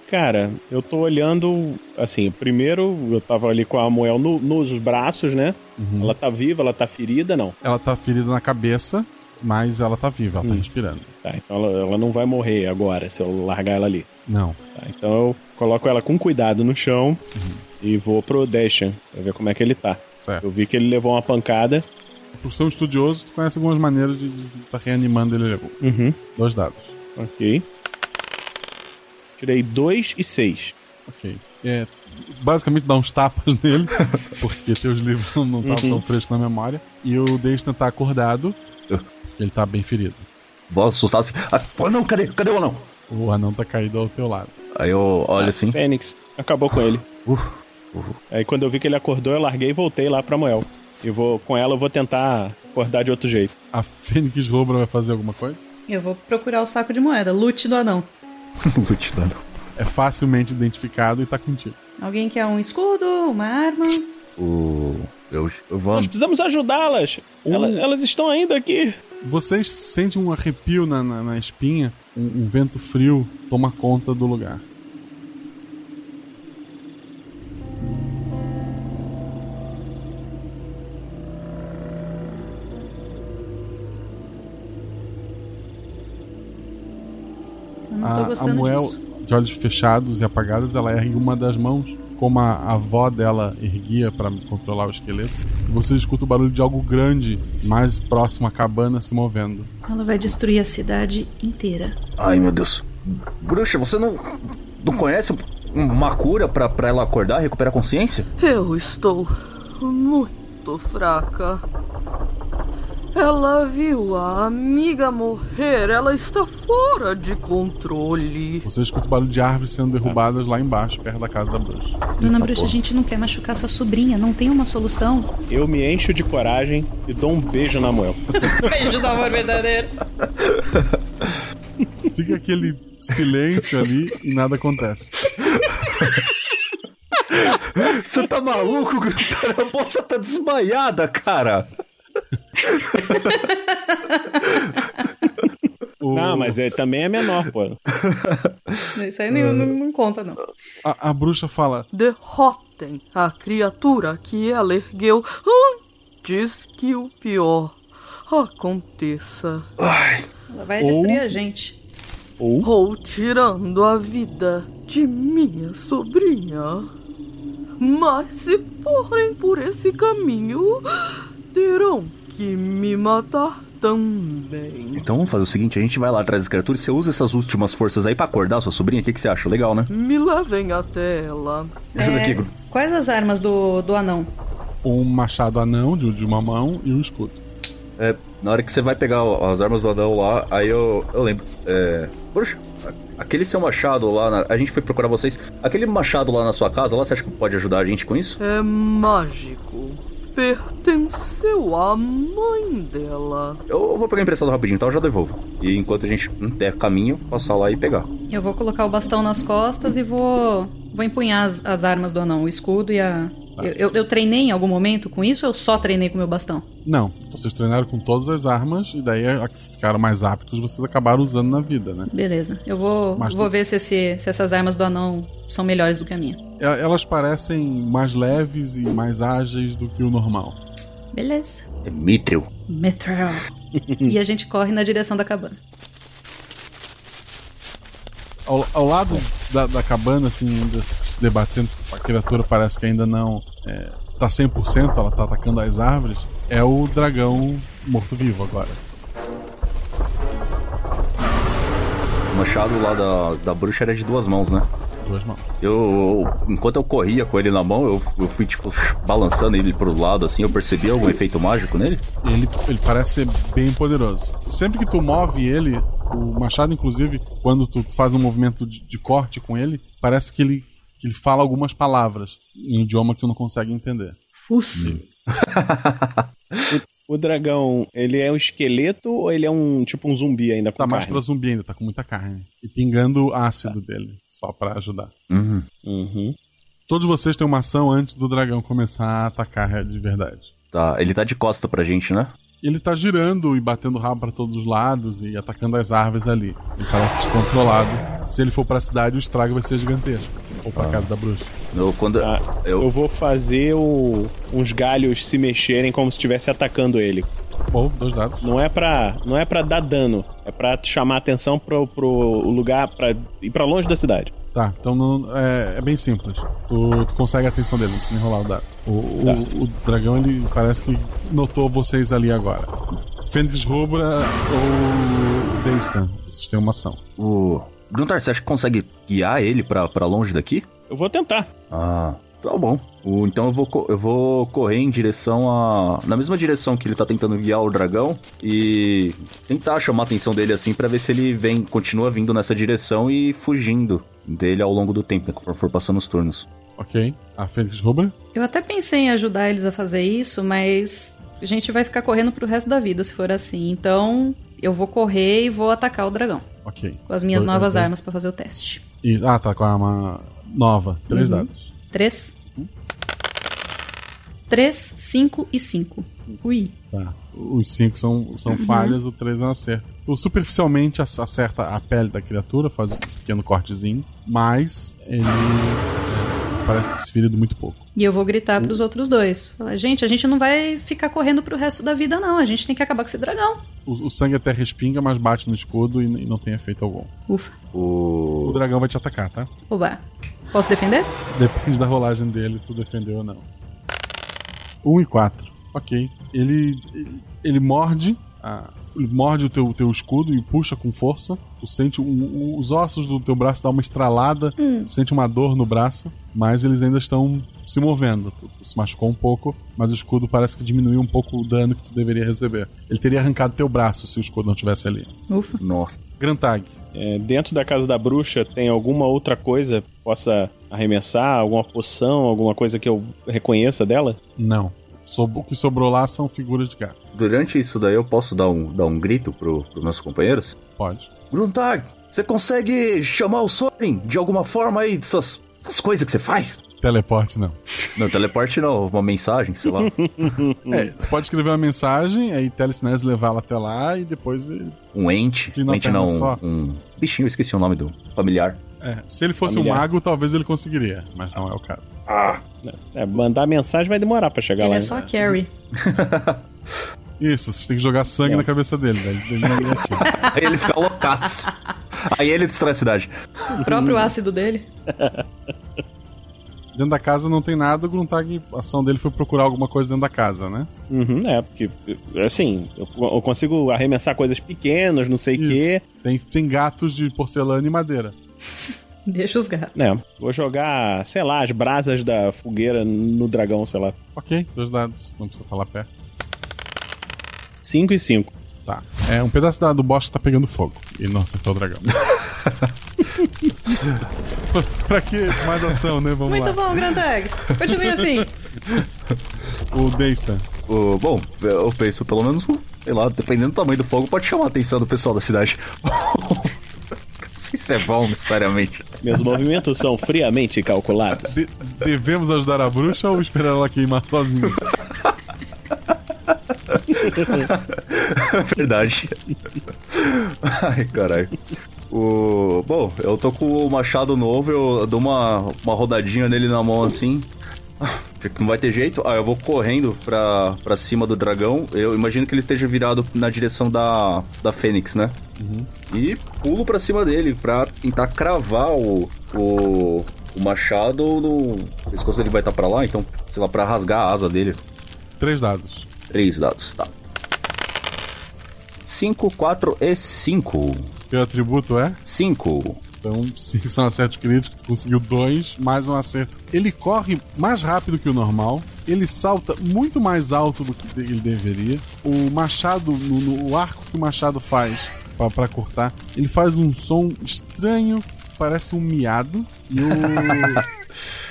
Cara, eu tô olhando, assim, primeiro eu tava ali com a Moel no- nos braços, né? Uhum. Ela tá viva, ela tá ferida, não. Ela tá ferida na cabeça, mas ela tá viva, ela tá respirando. Tá, então ela, ela não vai morrer agora se eu largar ela ali. Não. Tá, então eu coloco ela com cuidado no chão e vou pro Dashan pra ver como é que ele tá. Uhum. Certo. Eu vi que ele levou uma pancada. Por ser um estudioso, tá tu conhece algumas maneiras de estar reanimando ele. Levou. Uhum. Dois dados. Ok. Tirei 2 e 6. Ok. É, basicamente dá uns tapas (laughs) nele, porque teus livros não estavam Uhum. tão frescos na memória. E o Destan tá acordado, porque ele tá bem ferido. Vou assustar assim. Ah, pô, não, cadê? Cadê o anão? O anão tá caído ao teu lado. Aí eu olho assim. Ah, Fênix, acabou com ele. Uh, Aí quando eu vi que ele acordou, eu larguei e voltei lá pra Moel. E vou, com ela eu vou tentar acordar de outro jeito. A Fênix Rubra vai fazer alguma coisa? (laughs) Eu vou procurar o saco de moeda, loot do anão. É facilmente identificado e tá contigo. Alguém quer um escudo, uma arma? O. Eu, eu vou. Nós precisamos ajudá-las. Uh. Ela- Elas estão ainda aqui. Vocês sentem um arrepio na, na, na espinha, um, um vento frio toma conta do lugar. Eu não tô Ah, A, a gostando Moel, disso. de olhos fechados e apagados, ela ergue uma das mãos, como a, a avó dela erguia para controlar o esqueleto. E você escuta o barulho de algo grande, mais próximo à cabana, se movendo. Ela vai destruir a cidade inteira. Ai, meu Deus. Bruxa, você não. Não conhece uma cura pra, pra ela acordar e recuperar a consciência? Eu estou muito fraca. Ela viu a amiga morrer, ela está fora de controle. Você escuta o barulho de árvores sendo derrubadas lá embaixo, perto da casa da bruxa. Dona Bruxa, a gente não quer machucar sua sobrinha, não tem uma solução. Eu me encho de coragem e dou um beijo na (laughs) Moel. Beijo do amor verdadeiro. Fica aquele silêncio ali e nada acontece. Você tá maluco, (laughs) Grutara? A moça tá desmaiada, cara. (laughs) Não, mas ele também é menor, pô. Isso aí não, não, não conta, não. A, a bruxa fala: Derrotem a criatura que ela ergueu antes que o pior aconteça. Ela vai destruir Ou- a gente. Ou... tirando a vida de minha sobrinha. Mas se forem por esse caminho, terão que me matar também. Então vamos fazer o seguinte: a gente vai lá atrás das criaturas. Você usa essas últimas forças aí pra acordar sua sobrinha? O que, que você acha? Legal, né? Me levem até ela. Ajuda aqui, Gru. É, Quais as armas do, do anão? um machado anão de, de uma mão e um escudo. É, na hora que você vai pegar o- as armas do Adão lá, aí eu, eu lembro. É. Bruxa, a- aquele seu machado lá, na- a gente foi procurar vocês. Aquele machado lá na sua casa, lá, você acha que pode ajudar a gente com isso? É mágico. Pertenceu à mãe dela. Eu vou pegar emprestado rapidinho, tá? Eu já devolvo. E enquanto a gente não der caminho, passar lá e pegar. Eu vou colocar o bastão nas costas e vou, vou empunhar as, as armas do anão, o escudo e a. Eu, eu, eu treinei em algum momento com isso ou eu só treinei com o meu bastão? Não, vocês treinaram com todas as armas e daí a que ficaram mais aptos vocês acabaram usando na vida, né? Beleza. Eu vou, Mas vou tu- ver se, esse- se essas armas do anão são melhores do que a minha. E- Elas parecem mais leves e mais ágeis do que o normal. Beleza. É Mitril. Mithril. e a gente corre na direção da cabana. (laughs) Ao, ao lado da, da cabana, assim, ainda se debatendo, a criatura parece que ainda não é, tá 100%, ela tá atacando as árvores, é o dragão morto-vivo agora. O machado lá da, da bruxa era de duas mãos, né? Duas mãos. Eu, enquanto eu corria com ele na mão, eu, eu fui, tipo, balançando ele pro lado, assim. Eu percebi algum efeito mágico nele? Ele, ele parece ser bem poderoso. Sempre que tu move ele, o machado, inclusive, quando tu faz um movimento de, de corte com ele, parece que ele, que ele fala algumas palavras em um idioma que tu não consegue entender. Fus. O dragão, ele é um esqueleto ou ele é um tipo um zumbi ainda com Tá mais carne? pra zumbi ainda, tá com muita carne. E pingando ácido dele, só pra ajudar. Uhum. Todos vocês têm uma ação antes do dragão começar a atacar de verdade. Tá, ele tá de costa pra gente, né? Ele tá girando e batendo o rabo pra todos os lados e atacando as árvores ali. Ele parece descontrolado. Se ele for pra cidade, o estrago vai ser gigantesco. Ou pra Ah. casa da bruxa. Eu, quando... eu... vou fazer o- uns galhos se mexerem como se estivesse atacando ele. Bom, dois dados. Não é pra, não é pra dar dano, é pra chamar atenção pro, pro lugar, pra ir pra longe da cidade. Tá, então não- é, é bem simples. Tu, tu consegue a atenção dele, não precisa nem rolar o dado. Tá. O, o- o dragão, ele parece que notou vocês ali agora. Fênix Rubra ou Daystan, vocês têm uma ação. O... Gruntar, você acha que consegue guiar ele pra, pra longe daqui? Eu vou tentar. Ah, tá bom. O- Então eu vou, co- eu vou correr em direção a. Na mesma direção que ele tá tentando guiar o dragão e tentar chamar a atenção dele assim pra ver se ele vem, continua vindo nessa direção e fugindo dele ao longo do tempo, né, conforme for passando os turnos. Ok. A Fênix rouba? Eu até pensei em ajudar eles a fazer isso, mas a gente vai ficar correndo pro resto da vida se for assim. Então eu vou correr e vou atacar o dragão Ok. com as minhas Dois- novas dois- armas pra fazer o teste. E- ah, tá com a arma nova. Três Uhum. dados. Uhum. Três. Três, cinco e cinco. Ui. Tá. Os cinco são, são Uhum. falhas, o três é um acerto. Então, superficialmente ac- acerta a pele da criatura, faz um pequeno cortezinho, mas ele é, parece ter se ferido muito pouco. E eu vou Uhum. gritar pros outros dois. Falar, gente, a gente não vai ficar correndo pro resto da vida, não. A gente tem que acabar com esse dragão. O, o sangue até respinga, mas bate no escudo e, n- e não tem efeito algum. Ufa. O... dragão vai te atacar, tá? Oba. Posso defender? Depende da rolagem dele, tu defendeu ou não. Um e quatro. Ok. Ele, ele, ele morde. a- ele morde o teu, teu escudo e puxa com força. Tu sente o- o- os ossos do teu braço dar uma estralada. Hum. Tu sente uma dor no braço. Mas eles ainda estão se movendo. Tu, tu se machucou um pouco, mas o escudo parece que diminuiu um pouco o dano que tu deveria receber. Ele teria arrancado teu braço se o escudo não estivesse ali. Ufa. Nossa. Grantag. É, dentro da casa da bruxa tem alguma outra coisa que possa arremessar? Alguma poção, alguma coisa que eu reconheça dela? Não. Sob- o que sobrou lá são figuras de gato. Durante isso daí eu posso dar um, dar um grito pro, pros meus companheiros? Pode. Gruntag, você consegue chamar o Sorin de alguma forma aí dessas, dessas coisas que você faz? Teleporte não. Não, teleporte não, uma mensagem, (laughs) sei lá. É, tu pode escrever uma mensagem, aí telecinese levá-la até lá e depois ele. Um ente. Que na Um ente perna não, só. um bichinho, eu esqueci o nome do familiar. É, se ele fosse um Familiar. mago, talvez ele conseguiria, mas não é o caso. Ah. É, mandar mensagem vai demorar pra chegar lá. Ele é né? só a Carrie. Isso, você tem que jogar É. sangue na cabeça dele, velho. Ele não é (laughs) ativo. Aí ele fica loucaço. Aí ele destrói a cidade. O próprio ácido dele. é- dentro da casa não tem nada, o Gruntag, a ação dele foi procurar alguma coisa dentro da casa, né? Uhum, é, porque, assim, eu, eu consigo arremessar coisas pequenas, não sei o quê. Tem, tem gatos de porcelana e madeira. Deixa os gatos. É, vou jogar, sei lá, as brasas da fogueira no dragão, sei lá. Ok, dois dados, não precisa falar pé. 5 e 5. Tá. É, um pedaço da- do bosta tá pegando fogo. Ele não acertou o (laughs) dragão. (laughs) pra que mais ação, né? Vamos lá. Muito bom, Grantag. Continue assim. (laughs) O Daystan. O, bom, eu penso pelo menos, um, sei lá, dependendo do tamanho do fogo, pode chamar a atenção do pessoal da cidade. (laughs) Não sei se é bom necessariamente. Meus movimentos são friamente calculados. De- devemos ajudar a bruxa ou esperar ela queimar sozinha? (laughs) Verdade. Ai, caralho. O... Bom, eu tô com o machado novo, eu dou uma, uma rodadinha nele na mão assim. Acho que Não vai ter jeito. Ah, eu vou correndo pra, pra cima do dragão. Eu imagino que ele esteja virado na direção da, da Fênix, né? Uhum. E pulo pra cima dele pra tentar cravar o, o, o machado no pescoço dele vai estar pra lá, então, sei lá, pra rasgar a asa dele. Três dados. Três dados, tá. 5, 4 e 5. Teu atributo é? 5. Então, 5 são acertos críticos, tu conseguiu dois, mais um acerto. Ele corre mais rápido que o normal, ele salta muito mais alto do que de- ele deveria. O machado, no, no- o arco que o machado faz pra- pra cortar, ele faz um som estranho, parece um miado. E o,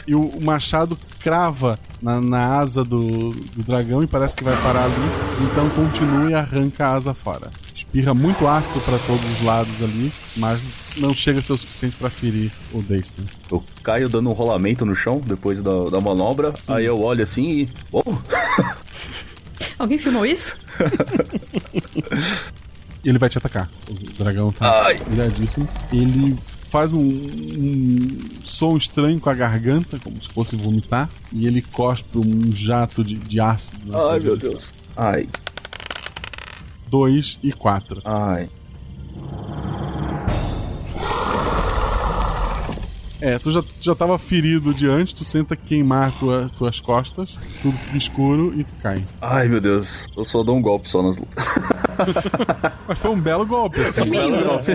e o- o machado crava na, na asa do, do dragão e parece que vai parar ali. Então continua e arranca a asa fora. Espirra muito ácido para todos os lados ali, mas não chega a ser o suficiente para ferir o Dayston. Eu caio dando um rolamento no chão depois da, da manobra. Aí eu olho assim e. Oh! Alguém filmou isso? Ele vai te atacar. O dragão tá iradíssimo. Ele faz um, um som estranho com a garganta, como se fosse vomitar, e ele cospe um jato de, de ácido. na tua Ai, meu direção. Deus. Ai. 2 e 4. Ai. É, tu já, já tava ferido de antes, tu senta queimar tua, tuas costas, tudo fica escuro e tu cai. Ai, meu Deus. Eu só dou um golpe só nas lutas. é (laughs) Mas foi um belo golpe, assim. Foi um belo golpe.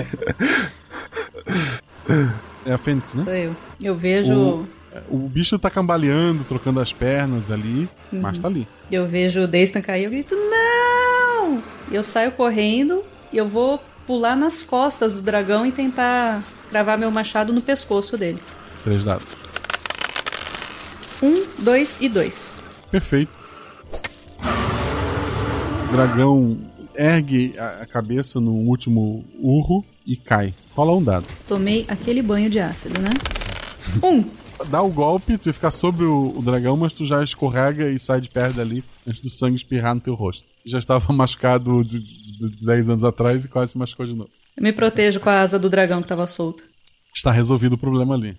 É a Fênix, né? (laughs) Sou eu. Eu vejo. O, o bicho tá cambaleando, trocando as pernas ali, mas tá ali. Eu vejo o Daystan cair, eu grito, não! E Eu saio correndo e eu vou pular nas costas do dragão e tentar cravar meu machado no pescoço dele. Três dados. Um, dois e dois. Perfeito. O dragão ergue a a cabeça no último urro e cai. Rola um dado. Tomei aquele banho de ácido, né? Um. Dá o golpe, tu ia ficar sobre o, o dragão, mas tu já escorrega e sai de perto dali antes do sangue espirrar no teu rosto. Já estava (laughs) machucado de, de, de 10 anos atrás e quase se machucou de novo. Eu me protejo com a asa do dragão que tava solta. Está resolvido o problema ali.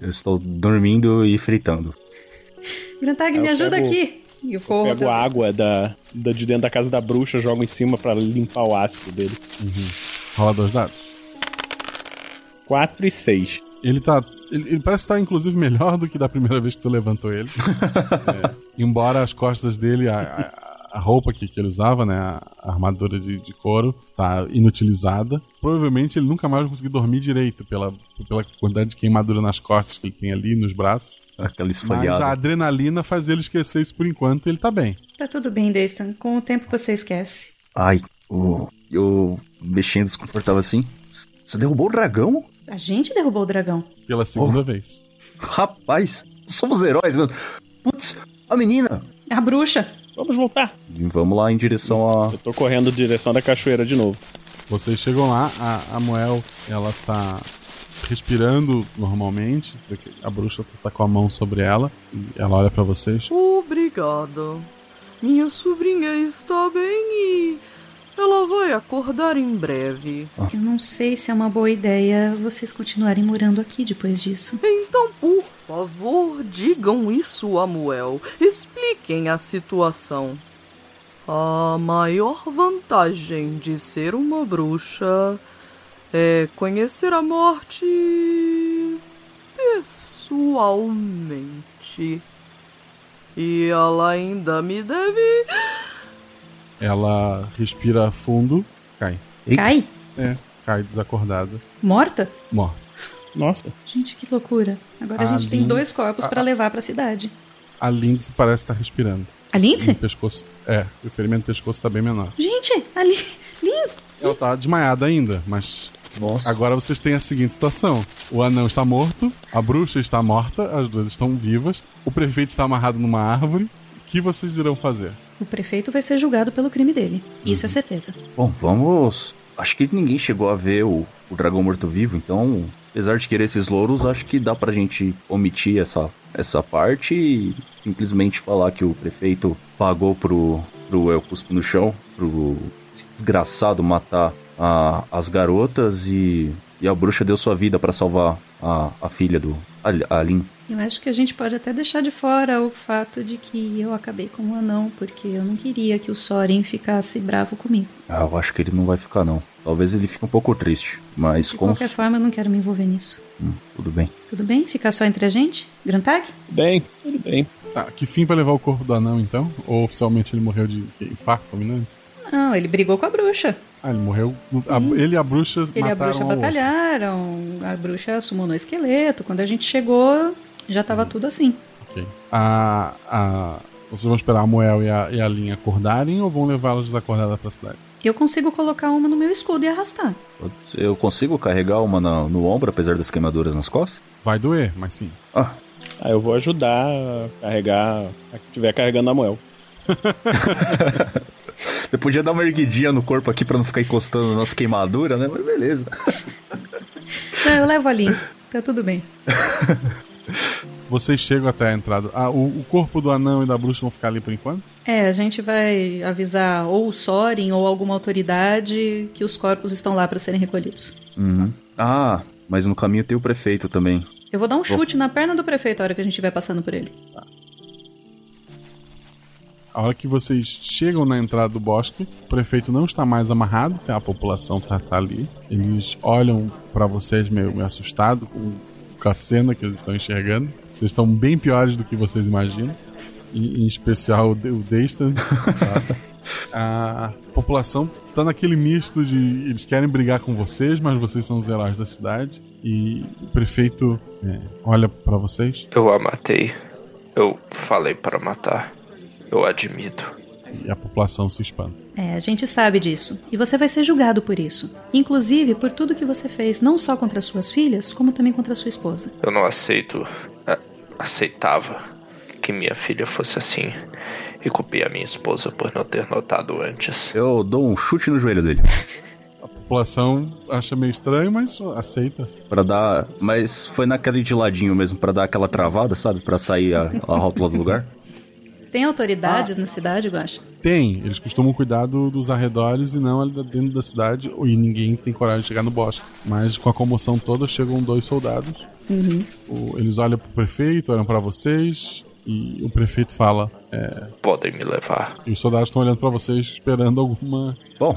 Eu estou dormindo e fritando. Grantag, Eu me ajuda pego- aqui! E eu corro. Pego a atrás. água da, da- de dentro da casa da bruxa, jogo em cima pra limpar o ácido dele. Uhum. Rola dois dados. 4 e 6. Ele tá. Ele, ele parece estar, inclusive, melhor do que da primeira vez que tu levantou ele. É, embora as costas dele, a, a- a roupa que, que ele usava, né? A, a armadura de, de couro, tá inutilizada. Provavelmente ele nunca mais vai conseguir dormir direito pela, pela quantidade de queimadura nas costas que ele tem ali, nos braços. Aquela Mas esfoliada. a adrenalina faz ele esquecer isso por enquanto e ele tá bem. Tá tudo bem, Daystan. Com o tempo você esquece. Ai, o- eu mexendo desconfortável assim. Você derrubou o dragão? Oh. A gente derrubou o dragão. Pela segunda vez. Rapaz, somos heróis, meu. Putz, a menina. A bruxa. Vamos voltar. E Vamos lá em direção a. Eu tô correndo em direção da cachoeira de novo. Vocês chegam lá, a, a Moel, ela tá respirando normalmente, porque a bruxa tá com a mão sobre ela, e ela olha pra vocês. Obrigada. Minha sobrinha está bem e ela vai acordar em breve. Eu não sei se é uma boa ideia vocês continuarem morando aqui depois disso. Então, por favor, digam isso a Muel. Expliquem a situação. A maior vantagem de ser uma bruxa é conhecer a morte pessoalmente. E ela ainda me (laughs) deve. Ela respira fundo, cai. Cai? É, cai desacordada. Morta? Morre. Nossa. Gente, que loucura. Agora a, A gente tem Lindsay- dois corpos pra a- levar pra cidade. A Lindsay parece estar respirando. A Lindsay? No pescoço, é, o ferimento do pescoço tá bem menor. Gente, ali. Lin, Ela tá desmaiada ainda, mas. Agora vocês têm a seguinte situação: o anão está morto, a bruxa está morta, as duas estão vivas, o prefeito está amarrado numa árvore. O que vocês irão fazer? O prefeito vai ser julgado pelo crime dele. Isso é certeza. Bom, vamos. Acho que ninguém chegou a ver o, o dragão morto-vivo, então, apesar de querer esses louros, acho que dá pra gente omitir essa, essa parte e simplesmente falar que o prefeito pagou pro, pro El Cuspe no chão, pro esse desgraçado matar a- as garotas e, e a bruxa deu sua vida pra salvar a, a filha do. A, a Lin. Eu acho que a gente pode até deixar de fora o fato de que eu acabei com o anão, porque eu não queria que o Sorin ficasse bravo comigo. Ah, eu acho que ele não vai ficar, não. Talvez ele fique um pouco triste, mas De com. qualquer forma, eu não quero me envolver nisso. Hum, tudo bem. Tudo bem? Ficar só entre a gente? Grantag? Bem, tudo bem. Tá, que fim vai levar o corpo do anão então? Ou oficialmente ele morreu de que, infarto fulminante? Não, ele brigou com a bruxa. Ah, ele morreu. a- ele e a bruxa Ele e a mataram. bruxa um ao outro. batalharam, a bruxa sumonou esqueleto. Quando a gente chegou, já tava tudo assim. Ok. A, a- vocês vão esperar a Moel e a, e a Lin acordarem ou vão levá-las desacordadas pra cidade? Eu consigo colocar uma no meu escudo e arrastar. Eu consigo carregar uma na- no ombro, apesar das queimaduras nas costas? Vai doer, mas sim. Ah, Aí eu vou ajudar a carregar a que estiver carregando a Moel. Eu podia dar uma erguidinha no corpo aqui pra não ficar encostando nas queimaduras, né? Mas beleza. Não, Então, eu levo ali. Tá tudo bem. Vocês chegam até a entrada. Ah, o, o corpo do anão e da bruxa vão ficar ali por enquanto? É, a gente vai avisar ou o Sorin ou alguma autoridade que os corpos estão lá pra serem recolhidos. Uhum. Ah, mas no caminho tem o prefeito também. Eu vou dar um Bom. chute na perna do prefeito a hora que a gente estiver passando por ele. A hora que vocês chegam na entrada do bosque, o prefeito não está mais amarrado, a população tá, tá ali. Eles olham pra vocês meio, meio assustado com, com a cena que eles estão enxergando. Vocês estão bem piores do que vocês imaginam. E, em especial o, De- o Daystan. (laughs) tá? A população tá naquele misto de eles querem brigar com vocês, mas vocês são os heróis da cidade. E o prefeito é, olha pra vocês. Eu a matei. Eu falei para matar. Eu admito. E a população se espanta. É, a gente sabe disso. E você vai ser julgado por isso. Inclusive por tudo que você fez, não só contra suas filhas, como também contra sua esposa. Eu não aceito. a- Aceitava que minha filha fosse assim. E culpei a minha esposa por não ter notado antes. Eu dou um chute no joelho dele. A população acha meio estranho, mas aceita. Pra dar. Mas foi naquele de ladinho mesmo, pra dar aquela travada, sabe? Pra sair a, a rótula do lugar. Tem autoridades na cidade, Guaxa? Tem, eles costumam cuidar do- dos arredores e não ali da- dentro da cidade, e ninguém tem coragem de chegar no bosque. Mas com a comoção toda, chegam dois soldados. Uhum. O- eles olham pro prefeito, olham pra vocês, e o prefeito fala: é, Podem me levar. E os soldados estão olhando pra vocês, esperando alguma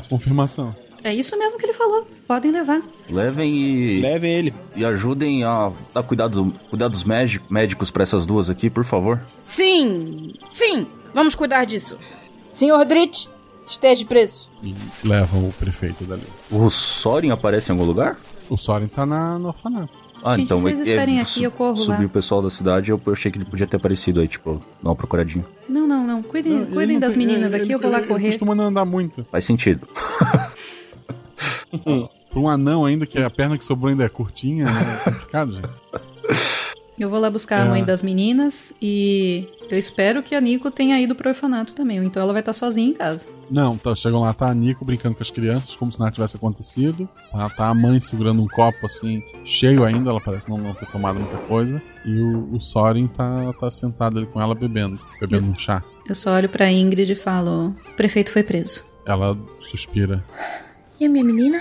confirmação. É isso mesmo que ele falou. Podem levar. Levem e. Levem ele. E ajudem a dar cuidado, cuidar dos médi- médicos pra essas duas aqui, por favor. Sim, sim, vamos cuidar disso. Senhor Drit, esteja preso. Levam o prefeito dali. O Sorin aparece em algum lugar? O Sorin tá na, no orfanato. Ah, Gente, então vocês é- é- esperem aqui, eu corro lá. Subiu o pessoal da cidade, eu eu achei que ele podia ter aparecido aí, tipo, dar uma procuradinha. Não, não, não. Cuidem, Não, ele cuidem não das tem- meninas ele- aqui, eu vou lá ele- correr. Ele costuma não andar muito. Faz sentido. Pra um anão ainda, que a perna que sobrou ainda é curtinha, né? é complicado, gente. Eu vou lá buscar a É. mãe das meninas e eu espero que a Nico tenha ido pro orfanato também. ou Então ela vai estar sozinha em casa. Não, tá, chegam lá, tá a Nico brincando com as crianças, como se nada tivesse acontecido. Tá, tá a mãe segurando um copo, assim, cheio ainda, ela parece não, não ter tomado muita coisa. E o, o Soren tá, tá sentado ali com ela bebendo, bebendo um chá. Eu só olho pra Ingrid e falo: o prefeito foi preso. Ela suspira. E a minha menina?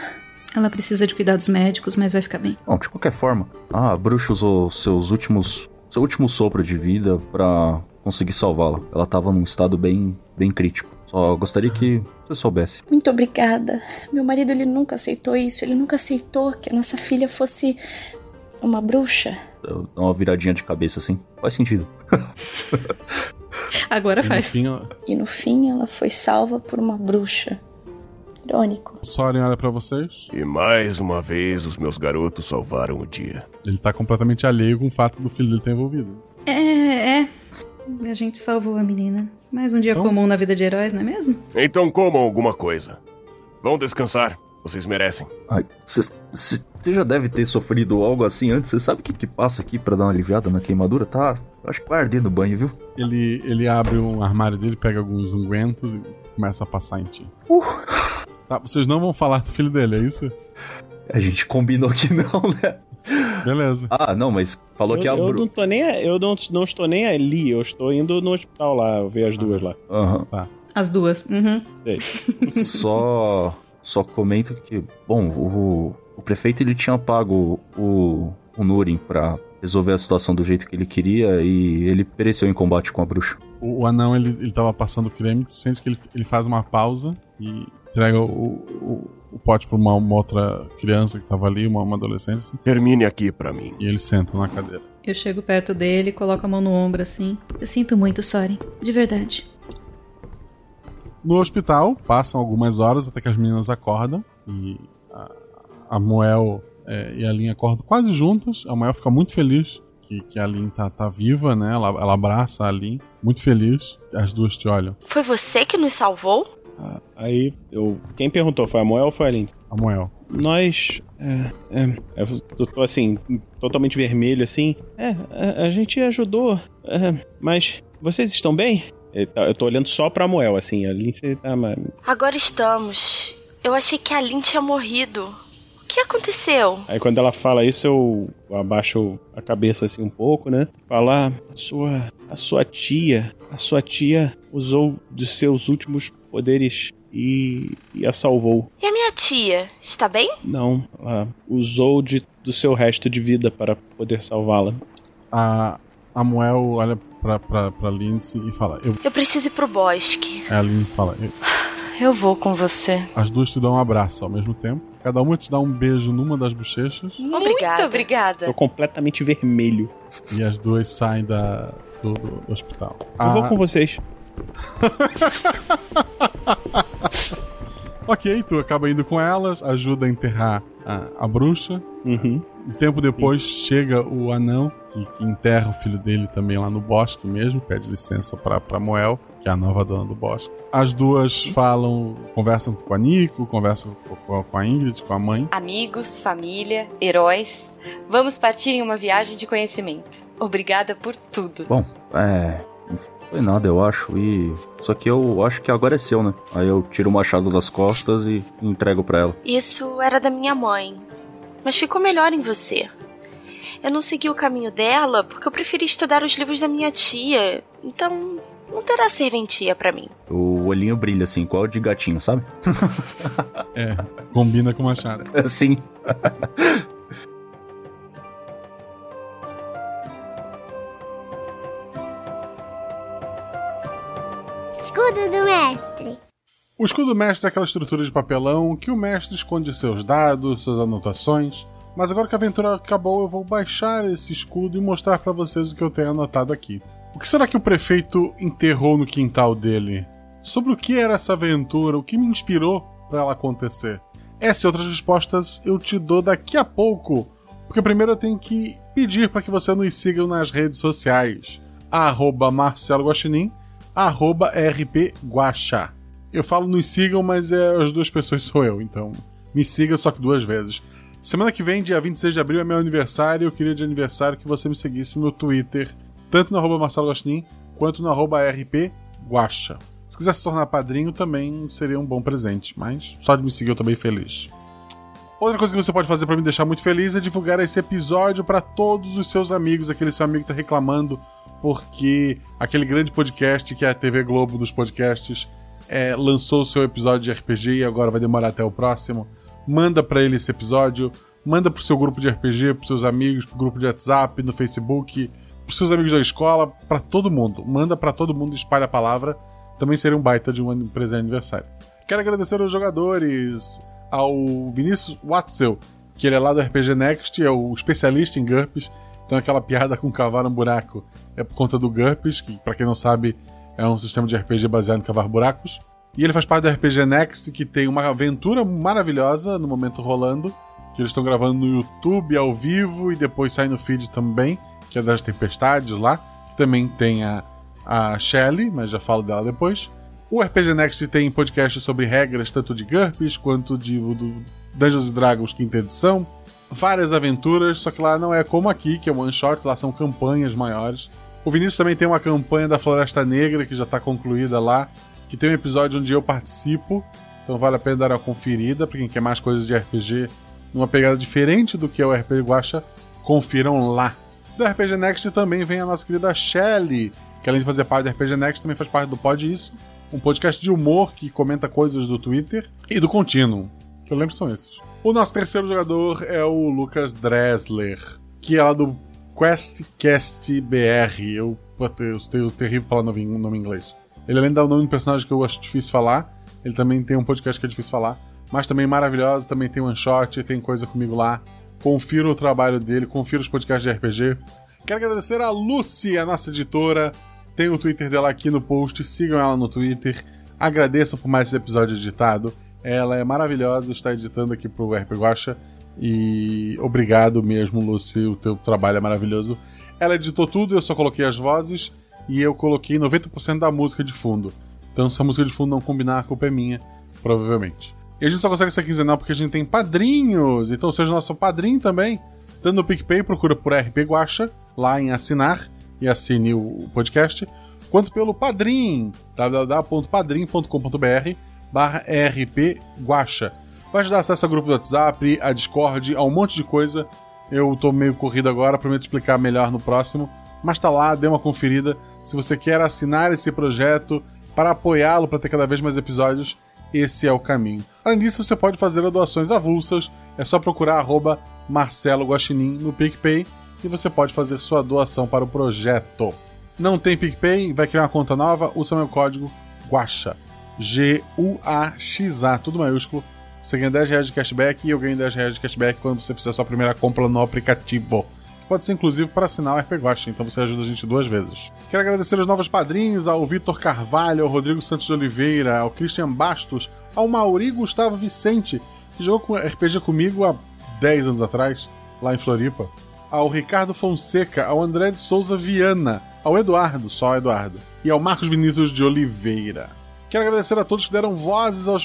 Ela precisa de cuidados médicos, mas vai ficar bem. Bom, de qualquer forma, ah, a bruxa usou seus últimos. seu último sopro de vida pra conseguir salvá-la. Ela tava num estado bem, bem crítico. Só gostaria que você soubesse. Muito obrigada. Meu marido ele nunca aceitou isso. Ele nunca aceitou que a nossa filha fosse uma bruxa. Eu dou uma viradinha de cabeça assim. Faz sentido. (laughs) Agora E no fim ela foi salva por uma bruxa. Irônico. O Soren olha pra vocês. E mais uma vez os meus garotos salvaram o dia. Ele tá completamente alheio com o fato do filho dele ter envolvido. É, é. A gente salvou a menina. Mais um dia Então? comum na vida de heróis, não é mesmo? Então comam alguma coisa. Vão descansar. Vocês merecem. Ai, você já deve ter sofrido algo assim antes. Você sabe o que, que passa aqui pra dar uma aliviada na queimadura? Tá. eu Acho que vai arder no banho, viu? Ele, ele abre um armário dele, pega alguns ungüentos e começa a passar em ti. Tá, vocês não vão falar do filho dele, é isso? A gente combinou que não, né? Beleza. (laughs) Ah, não, mas falou eu, que a eu Bru- não tô nem eu não, não estou nem ali, eu estou indo no hospital lá, ver as duas lá. Ah, Aham. Tá. As duas. Uhum. só só comento que, bom, o, o prefeito ele tinha pago o, o Nurin pra resolver a situação do jeito que ele queria e ele pereceu em combate com a bruxa. O, o anão, ele, ele tava passando o creme, tu sente que ele, ele faz uma pausa e entrega o, o, o pote pra uma, uma outra criança que tava ali, uma, uma adolescente. Assim. Termine aqui pra mim. E ele senta na cadeira. Eu chego perto dele, coloco a mão no ombro assim. Eu sinto muito, Soren. De verdade. No hospital, passam algumas horas até que as meninas acordam e a, a Moel é, e a Lin acordam quase juntas. A Moel fica muito feliz que, que a Lin tá, tá viva, né? Ela, ela abraça a Lin, muito feliz. As duas te olham. Foi você que nos salvou? (laughs) Aí eu. Quem perguntou? Foi a Moel ou foi a Lindsay? A Moel. Nós. É, é, eu tô assim, totalmente vermelho assim. É, a, a gente ajudou. é, mas vocês estão bem? Eu tá- eu tô olhando só pra Moel, assim. A Lindsay tá. ma- Agora estamos. Eu achei que a Lin tinha morrido. O que aconteceu? Aí quando ela fala isso, eu abaixo a cabeça assim um pouco, né? Falar, a sua, a sua tia, a sua tia usou de seus últimos poderes e, e a salvou. E a minha tia? Está bem? Não, ela usou de, do seu resto de vida para poder salvá-la. A, a Moel olha pra, pra, pra Lindsay e fala. Eu... Eu preciso ir pro bosque. Aí A Lin fala. Eu... Eu vou com você. As duas te dão um abraço ao mesmo tempo. Cada uma te dá um beijo numa das bochechas. Muito obrigada. completamente vermelho. E as duas (laughs) saem da, do, do hospital. Eu vou com vocês. (laughs) ok, tu acaba indo com elas, ajuda a enterrar a, a bruxa. Um tempo depois chega o anão, que, que enterra o filho dele também lá no bosque mesmo, pede licença pra, pra Moel, que é a nova dona do bosque. As duas falam, conversam com a Nico, conversam com- com a- com a Ingrid, com a mãe. Amigos, família, heróis, vamos partir em uma viagem de conhecimento. Obrigada por tudo. Bom, é. Não foi nada, eu acho. E. Só que eu acho que agora é seu, né? Aí eu tiro o machado das costas e entrego pra ela. Isso era da minha mãe, mas ficou melhor em você. Eu não segui o caminho dela porque eu preferi estudar os livros da minha tia, então não terá serventia pra mim. O olhinho brilha assim, igual de gatinho, sabe? (laughs) É, combina com o (laughs) machado. Sim. Escudo do mestre. O escudo do mestre é aquela estrutura de papelão que o mestre esconde seus dados, suas anotações. Mas agora que a aventura acabou, eu vou baixar esse escudo e mostrar pra vocês o que eu tenho anotado aqui. O que será que o prefeito enterrou no quintal dele? Sobre o que era essa aventura? O que me inspirou pra ela acontecer? Essas e outras respostas eu te dou daqui a pouco, porque primeiro eu tenho que pedir para que você nos siga nas redes sociais. Arroba Marcelo Guaxinim, arroba RP Guaxa. Eu falo nos sigam, mas é, as duas pessoas sou eu, então me siga só que duas vezes. Semana que vem, dia 26 de abril, é meu aniversário. Eu queria de aniversário que você me seguisse no Twitter, tanto no arroba Marcelo Guaxinim, quanto no arroba RP Guaxa. Se quiser se tornar padrinho, também seria um bom presente, mas só de me seguir eu também feliz. Outra coisa que você pode fazer pra me deixar muito feliz é divulgar esse episódio pra todos os seus amigos, aquele seu amigo que tá reclamando porque aquele grande podcast que é a TV Globo dos podcasts é, lançou o seu episódio de RPG e agora vai demorar até o próximo. Manda pra ele esse episódio, manda pro seu grupo de RPG, pros seus amigos, pro grupo de WhatsApp, no Facebook, pros seus amigos da escola, pra todo mundo. Manda pra todo mundo, espalha a palavra. Também seria um baita de um an- presente de aniversário. Quero agradecer aos jogadores, ao Vinícius Watzel, que ele é lá do RPG Next, é o especialista em GURPS. Então aquela piada com cavar um buraco é por conta do GURPS, que pra quem não sabe é um sistema de RPG baseado em cavar buracos. E ele faz parte do RPG Next, que tem uma aventura maravilhosa no momento rolando, que eles estão gravando no YouTube ao vivo e depois sai no feed também, que é das tempestades lá, que também tem a, a Shelly, mas já falo dela depois. O RPG Next tem podcasts sobre regras, tanto de GURPS quanto de do Dungeons Dragons quinta edição. Várias aventuras, só que lá não é como aqui, que é one shot, lá são campanhas maiores. O Vinícius também tem uma campanha da Floresta Negra, que já está concluída lá, que tem um episódio onde eu participo, então vale a pena dar uma conferida para quem quer mais coisas de RPG, numa pegada diferente do que é o RPG Guacha, confiram lá. Do RPG Next também vem a nossa querida Shelly, que além de fazer parte do RPG Next, também faz parte do Pod Isso, um podcast de humor que comenta coisas do Twitter e do Continuum, que eu lembro que são esses. O nosso terceiro jogador é o Lucas Dressler, que é lá do QuestCast BR. Eu, puta, eu tenho terrível falar nome, nome em inglês. Ele além de dar o nome do personagem que eu acho difícil falar, ele também tem um podcast que é difícil falar, mas também maravilhoso, também tem one shot, tem coisa comigo lá. Confira o trabalho dele, confira os podcasts de RPG. Quero agradecer a Lucy, a nossa editora. Tem o Twitter dela aqui no post, sigam ela no Twitter. Agradeçam por mais esse episódio editado. Ela é maravilhosa, está editando aqui pro RP Guacha. E obrigado mesmo, Lucy, o teu trabalho é maravilhoso. Ela editou tudo, eu só coloquei as vozes e eu coloquei 90% da música de fundo. Então, se a música de fundo não combinar, a culpa é minha, provavelmente. E a gente só consegue ser quinzenal porque a gente tem padrinhos. Então, seja nosso padrinho também. Tanto no PicPay, procura por RP Guacha, lá em assinar e assine o o podcast, quanto pelo Padrim, www.padrim.com.br barra RP Guacha. Vai ajudar acesso ao grupo do WhatsApp, a Discord, a um monte de coisa. Eu tô meio corrido agora, prometo explicar melhor no próximo. Mas tá lá, dê uma conferida. Se você quer assinar esse projeto para apoiá-lo, para ter cada vez mais episódios, esse é o caminho. Além disso, você pode fazer doações avulsas. É só procurar arroba Marcelo Guaxinim no PicPay e você pode fazer sua doação para o projeto. Não tem PicPay? Vai criar uma conta nova? Usa meu código GUAXA. G-U-A-X-A, tudo maiúsculo. Você ganha 10 reais de cashback e eu ganho 10 reais de cashback quando você fizer sua primeira compra no aplicativo. Pode pode ser inclusive para assinar o RP Guacha, então você ajuda a gente duas vezes. Quero agradecer aos novos padrinhos, ao Vitor Carvalho, ao Rodrigo Santos de Oliveira, ao Christian Bastos, ao Mauri Gustavo Vicente, que jogou com RPG comigo há 10 anos atrás, lá em Floripa, ao Ricardo Fonseca, ao André de Souza Viana, ao Eduardo, só ao Eduardo, e ao Marcos Vinícius de Oliveira. Quero agradecer a todos que deram vozes aos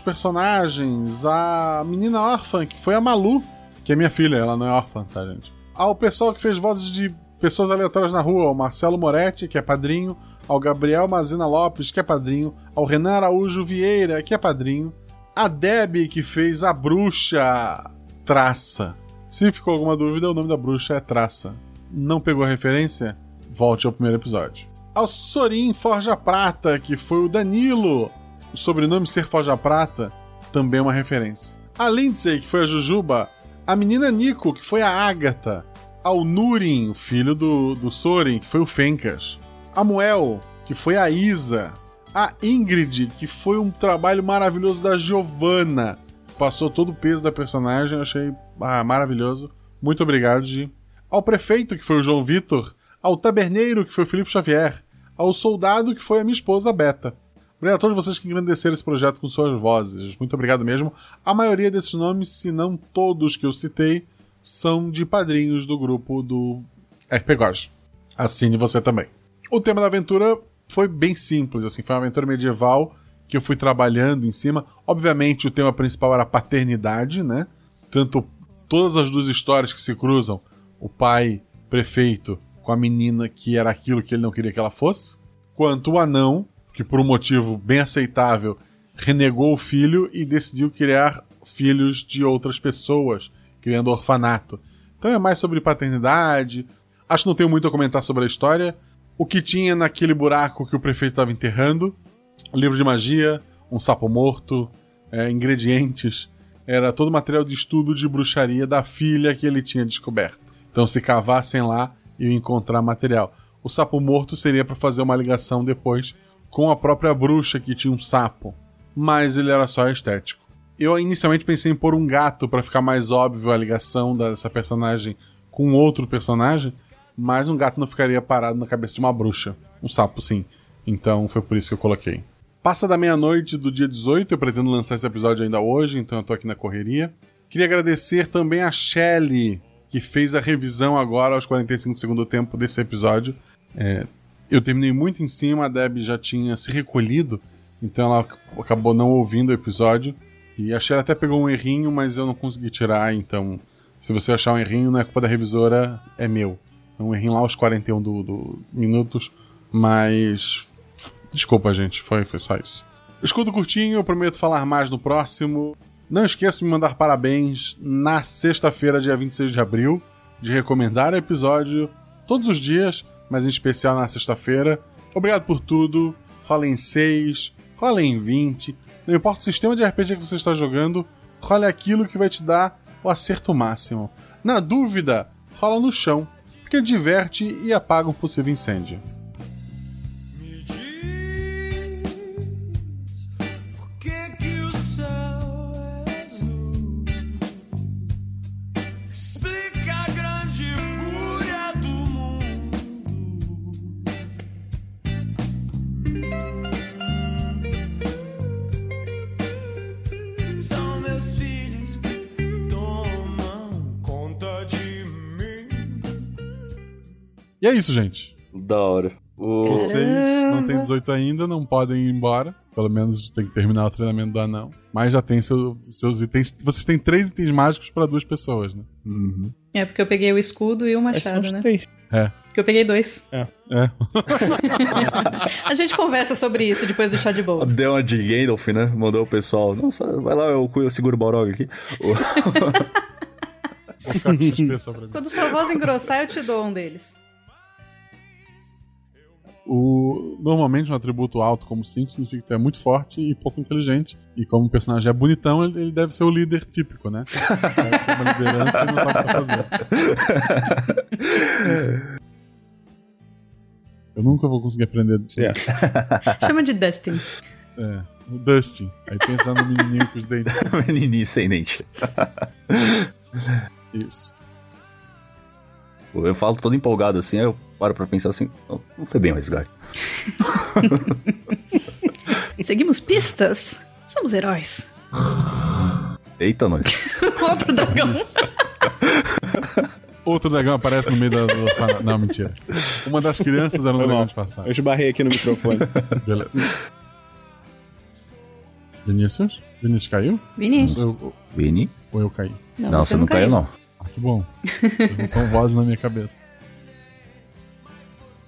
personagens, a menina órfã, que foi a Malu, que é minha filha, ela não é órfã, tá, gente? Ao pessoal que fez vozes de pessoas aleatórias na rua, ao Marcelo Moretti, que é padrinho, ao Gabriel Mazina Lopes, que é padrinho, ao Renan Araújo Vieira, que é padrinho, a Deb, que fez a bruxa Traça. Se ficou alguma dúvida, o nome da bruxa é Traça. Não pegou a referência? Volte ao primeiro episódio. Ao Sorin Forja Prata, que foi o Danilo. O sobrenome ser Forja Prata também é uma referência. A Lindsay, que foi a Jujuba. A menina Nico, que foi a Ágata. Ao Nurin, o filho do, do Sorin, que foi o Fencas. A Muel, que foi a Isa. A Ingrid, que foi um trabalho maravilhoso da Giovanna. Passou todo o peso da personagem, eu achei ah, maravilhoso. Muito obrigado, Gi. Ao prefeito, que foi o João Vitor. Ao taberneiro, que foi o Felipe Xavier. Ao soldado, que foi a minha esposa, a Beta. Obrigado a todos vocês que engrandeceram esse projeto com suas vozes. Muito obrigado mesmo. A maioria desses nomes, se não todos que eu citei, são de padrinhos do grupo do RPGOS. Assine você também. O tema da aventura foi bem simples, assim, foi uma aventura medieval que eu fui trabalhando em cima. Obviamente, o tema principal era paternidade, né? Tanto todas as duas histórias que se cruzam, o pai prefeito com a menina que era aquilo que ele não queria que ela fosse, quanto o anão, que por um motivo bem aceitável renegou o filho e decidiu criar filhos de outras pessoas, criando orfanato. Então é mais sobre paternidade. Acho que não tenho muito a comentar sobre a história. O que tinha naquele buraco que o prefeito estava enterrando: livro de magia, um sapo morto, é, ingredientes era todo o material de estudo de bruxaria da filha que ele tinha descoberto. Então, se cavassem lá e encontrar material. O sapo morto seria para fazer uma ligação depois com a própria bruxa que tinha um sapo, mas ele era só estético. Eu inicialmente pensei em pôr um gato para ficar mais óbvio a ligação dessa personagem com outro personagem, mas um gato não ficaria parado na cabeça de uma bruxa. Um sapo, sim. Então foi por isso que eu coloquei. Passa da meia-noite do dia 18, eu pretendo lançar esse episódio ainda hoje, então eu tô aqui na correria. Queria agradecer também a Shelley que fez a revisão agora aos 45 do segundo tempo desse episódio. É, eu terminei muito em cima, a Deb já tinha se recolhido, então ela acabou não ouvindo o episódio. E a Shelley até pegou um errinho, mas eu não consegui tirar, então se você achar um errinho, não é culpa da revisora, é meu. É um errinho lá aos 41 do, do minutos, mas Desculpa, gente, foi, foi só isso. Escudo curtinho, eu prometo falar mais no próximo. Não esqueça de me mandar parabéns na sexta-feira, dia 26 de abril, de recomendar episódio todos os dias, mas em especial na sexta-feira. Obrigado por tudo. Rola em 6, rola em 20. Não importa o sistema de RPG que você está jogando, rola aquilo que vai te dar o acerto máximo. Na dúvida, rola no chão, porque diverte e apaga um possível incêndio. é E é isso, gente. Da hora. O... Vocês não têm 18 ainda, não podem ir embora. Pelo menos tem que terminar o treinamento do anão. Mas já tem seu, seus itens. Vocês têm três itens mágicos para duas pessoas, né? Uhum. É, porque eu peguei o escudo e o machado, é né? Três. É. Porque eu peguei dois. É. é. (laughs) a gente conversa sobre isso depois do chá de bolsa. Deu uma de Gandalf, né? Mandou o pessoal. Nossa, vai lá, eu, eu seguro o Balrog aqui. (laughs) Quando sua voz engrossar, eu te dou um deles. O, normalmente um atributo alto como 5 significa que é muito forte e pouco inteligente. E como o personagem é bonitão, ele, ele deve ser o líder típico, né? (laughs) É, tem uma liderança e não sabe o que (laughs) fazer. Isso. Eu nunca vou conseguir aprender disso. É. Yeah. (laughs) Chama de Dustin. É, o Dustin. Aí (laughs) pensa no menininho com os dentes. (laughs) menininho sem dente. Isso. Eu falo todo empolgado assim, aí eu paro pra pensar assim, não, não foi bem o resgate. Seguimos pistas. Somos heróis. Eita, nós. (laughs) Outro dragão. Outro dragão aparece no meio da. da- Não, mentira. Uma das crianças era um Tá Foi dragão mal. disfarçado. Eu esbarrei aqui no microfone. Beleza. Vinícius? Vinícius caiu? Vinícius. Eu- Vini? Ou eu caí? Não, Não, você você não não caiu, caiu. não. Ah, (laughs) que bom. Não São vozes na minha cabeça.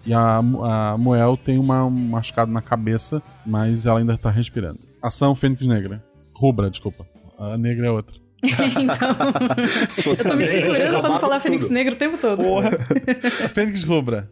E a, a Moel tem uma, um machucado na cabeça, mas ela ainda tá respirando. Ação Fênix Negra. Rubra, desculpa. A negra é (laughs) outra. então, eu tô me segurando pra não falar Fênix Negro o tempo todo. Fênix Rubra.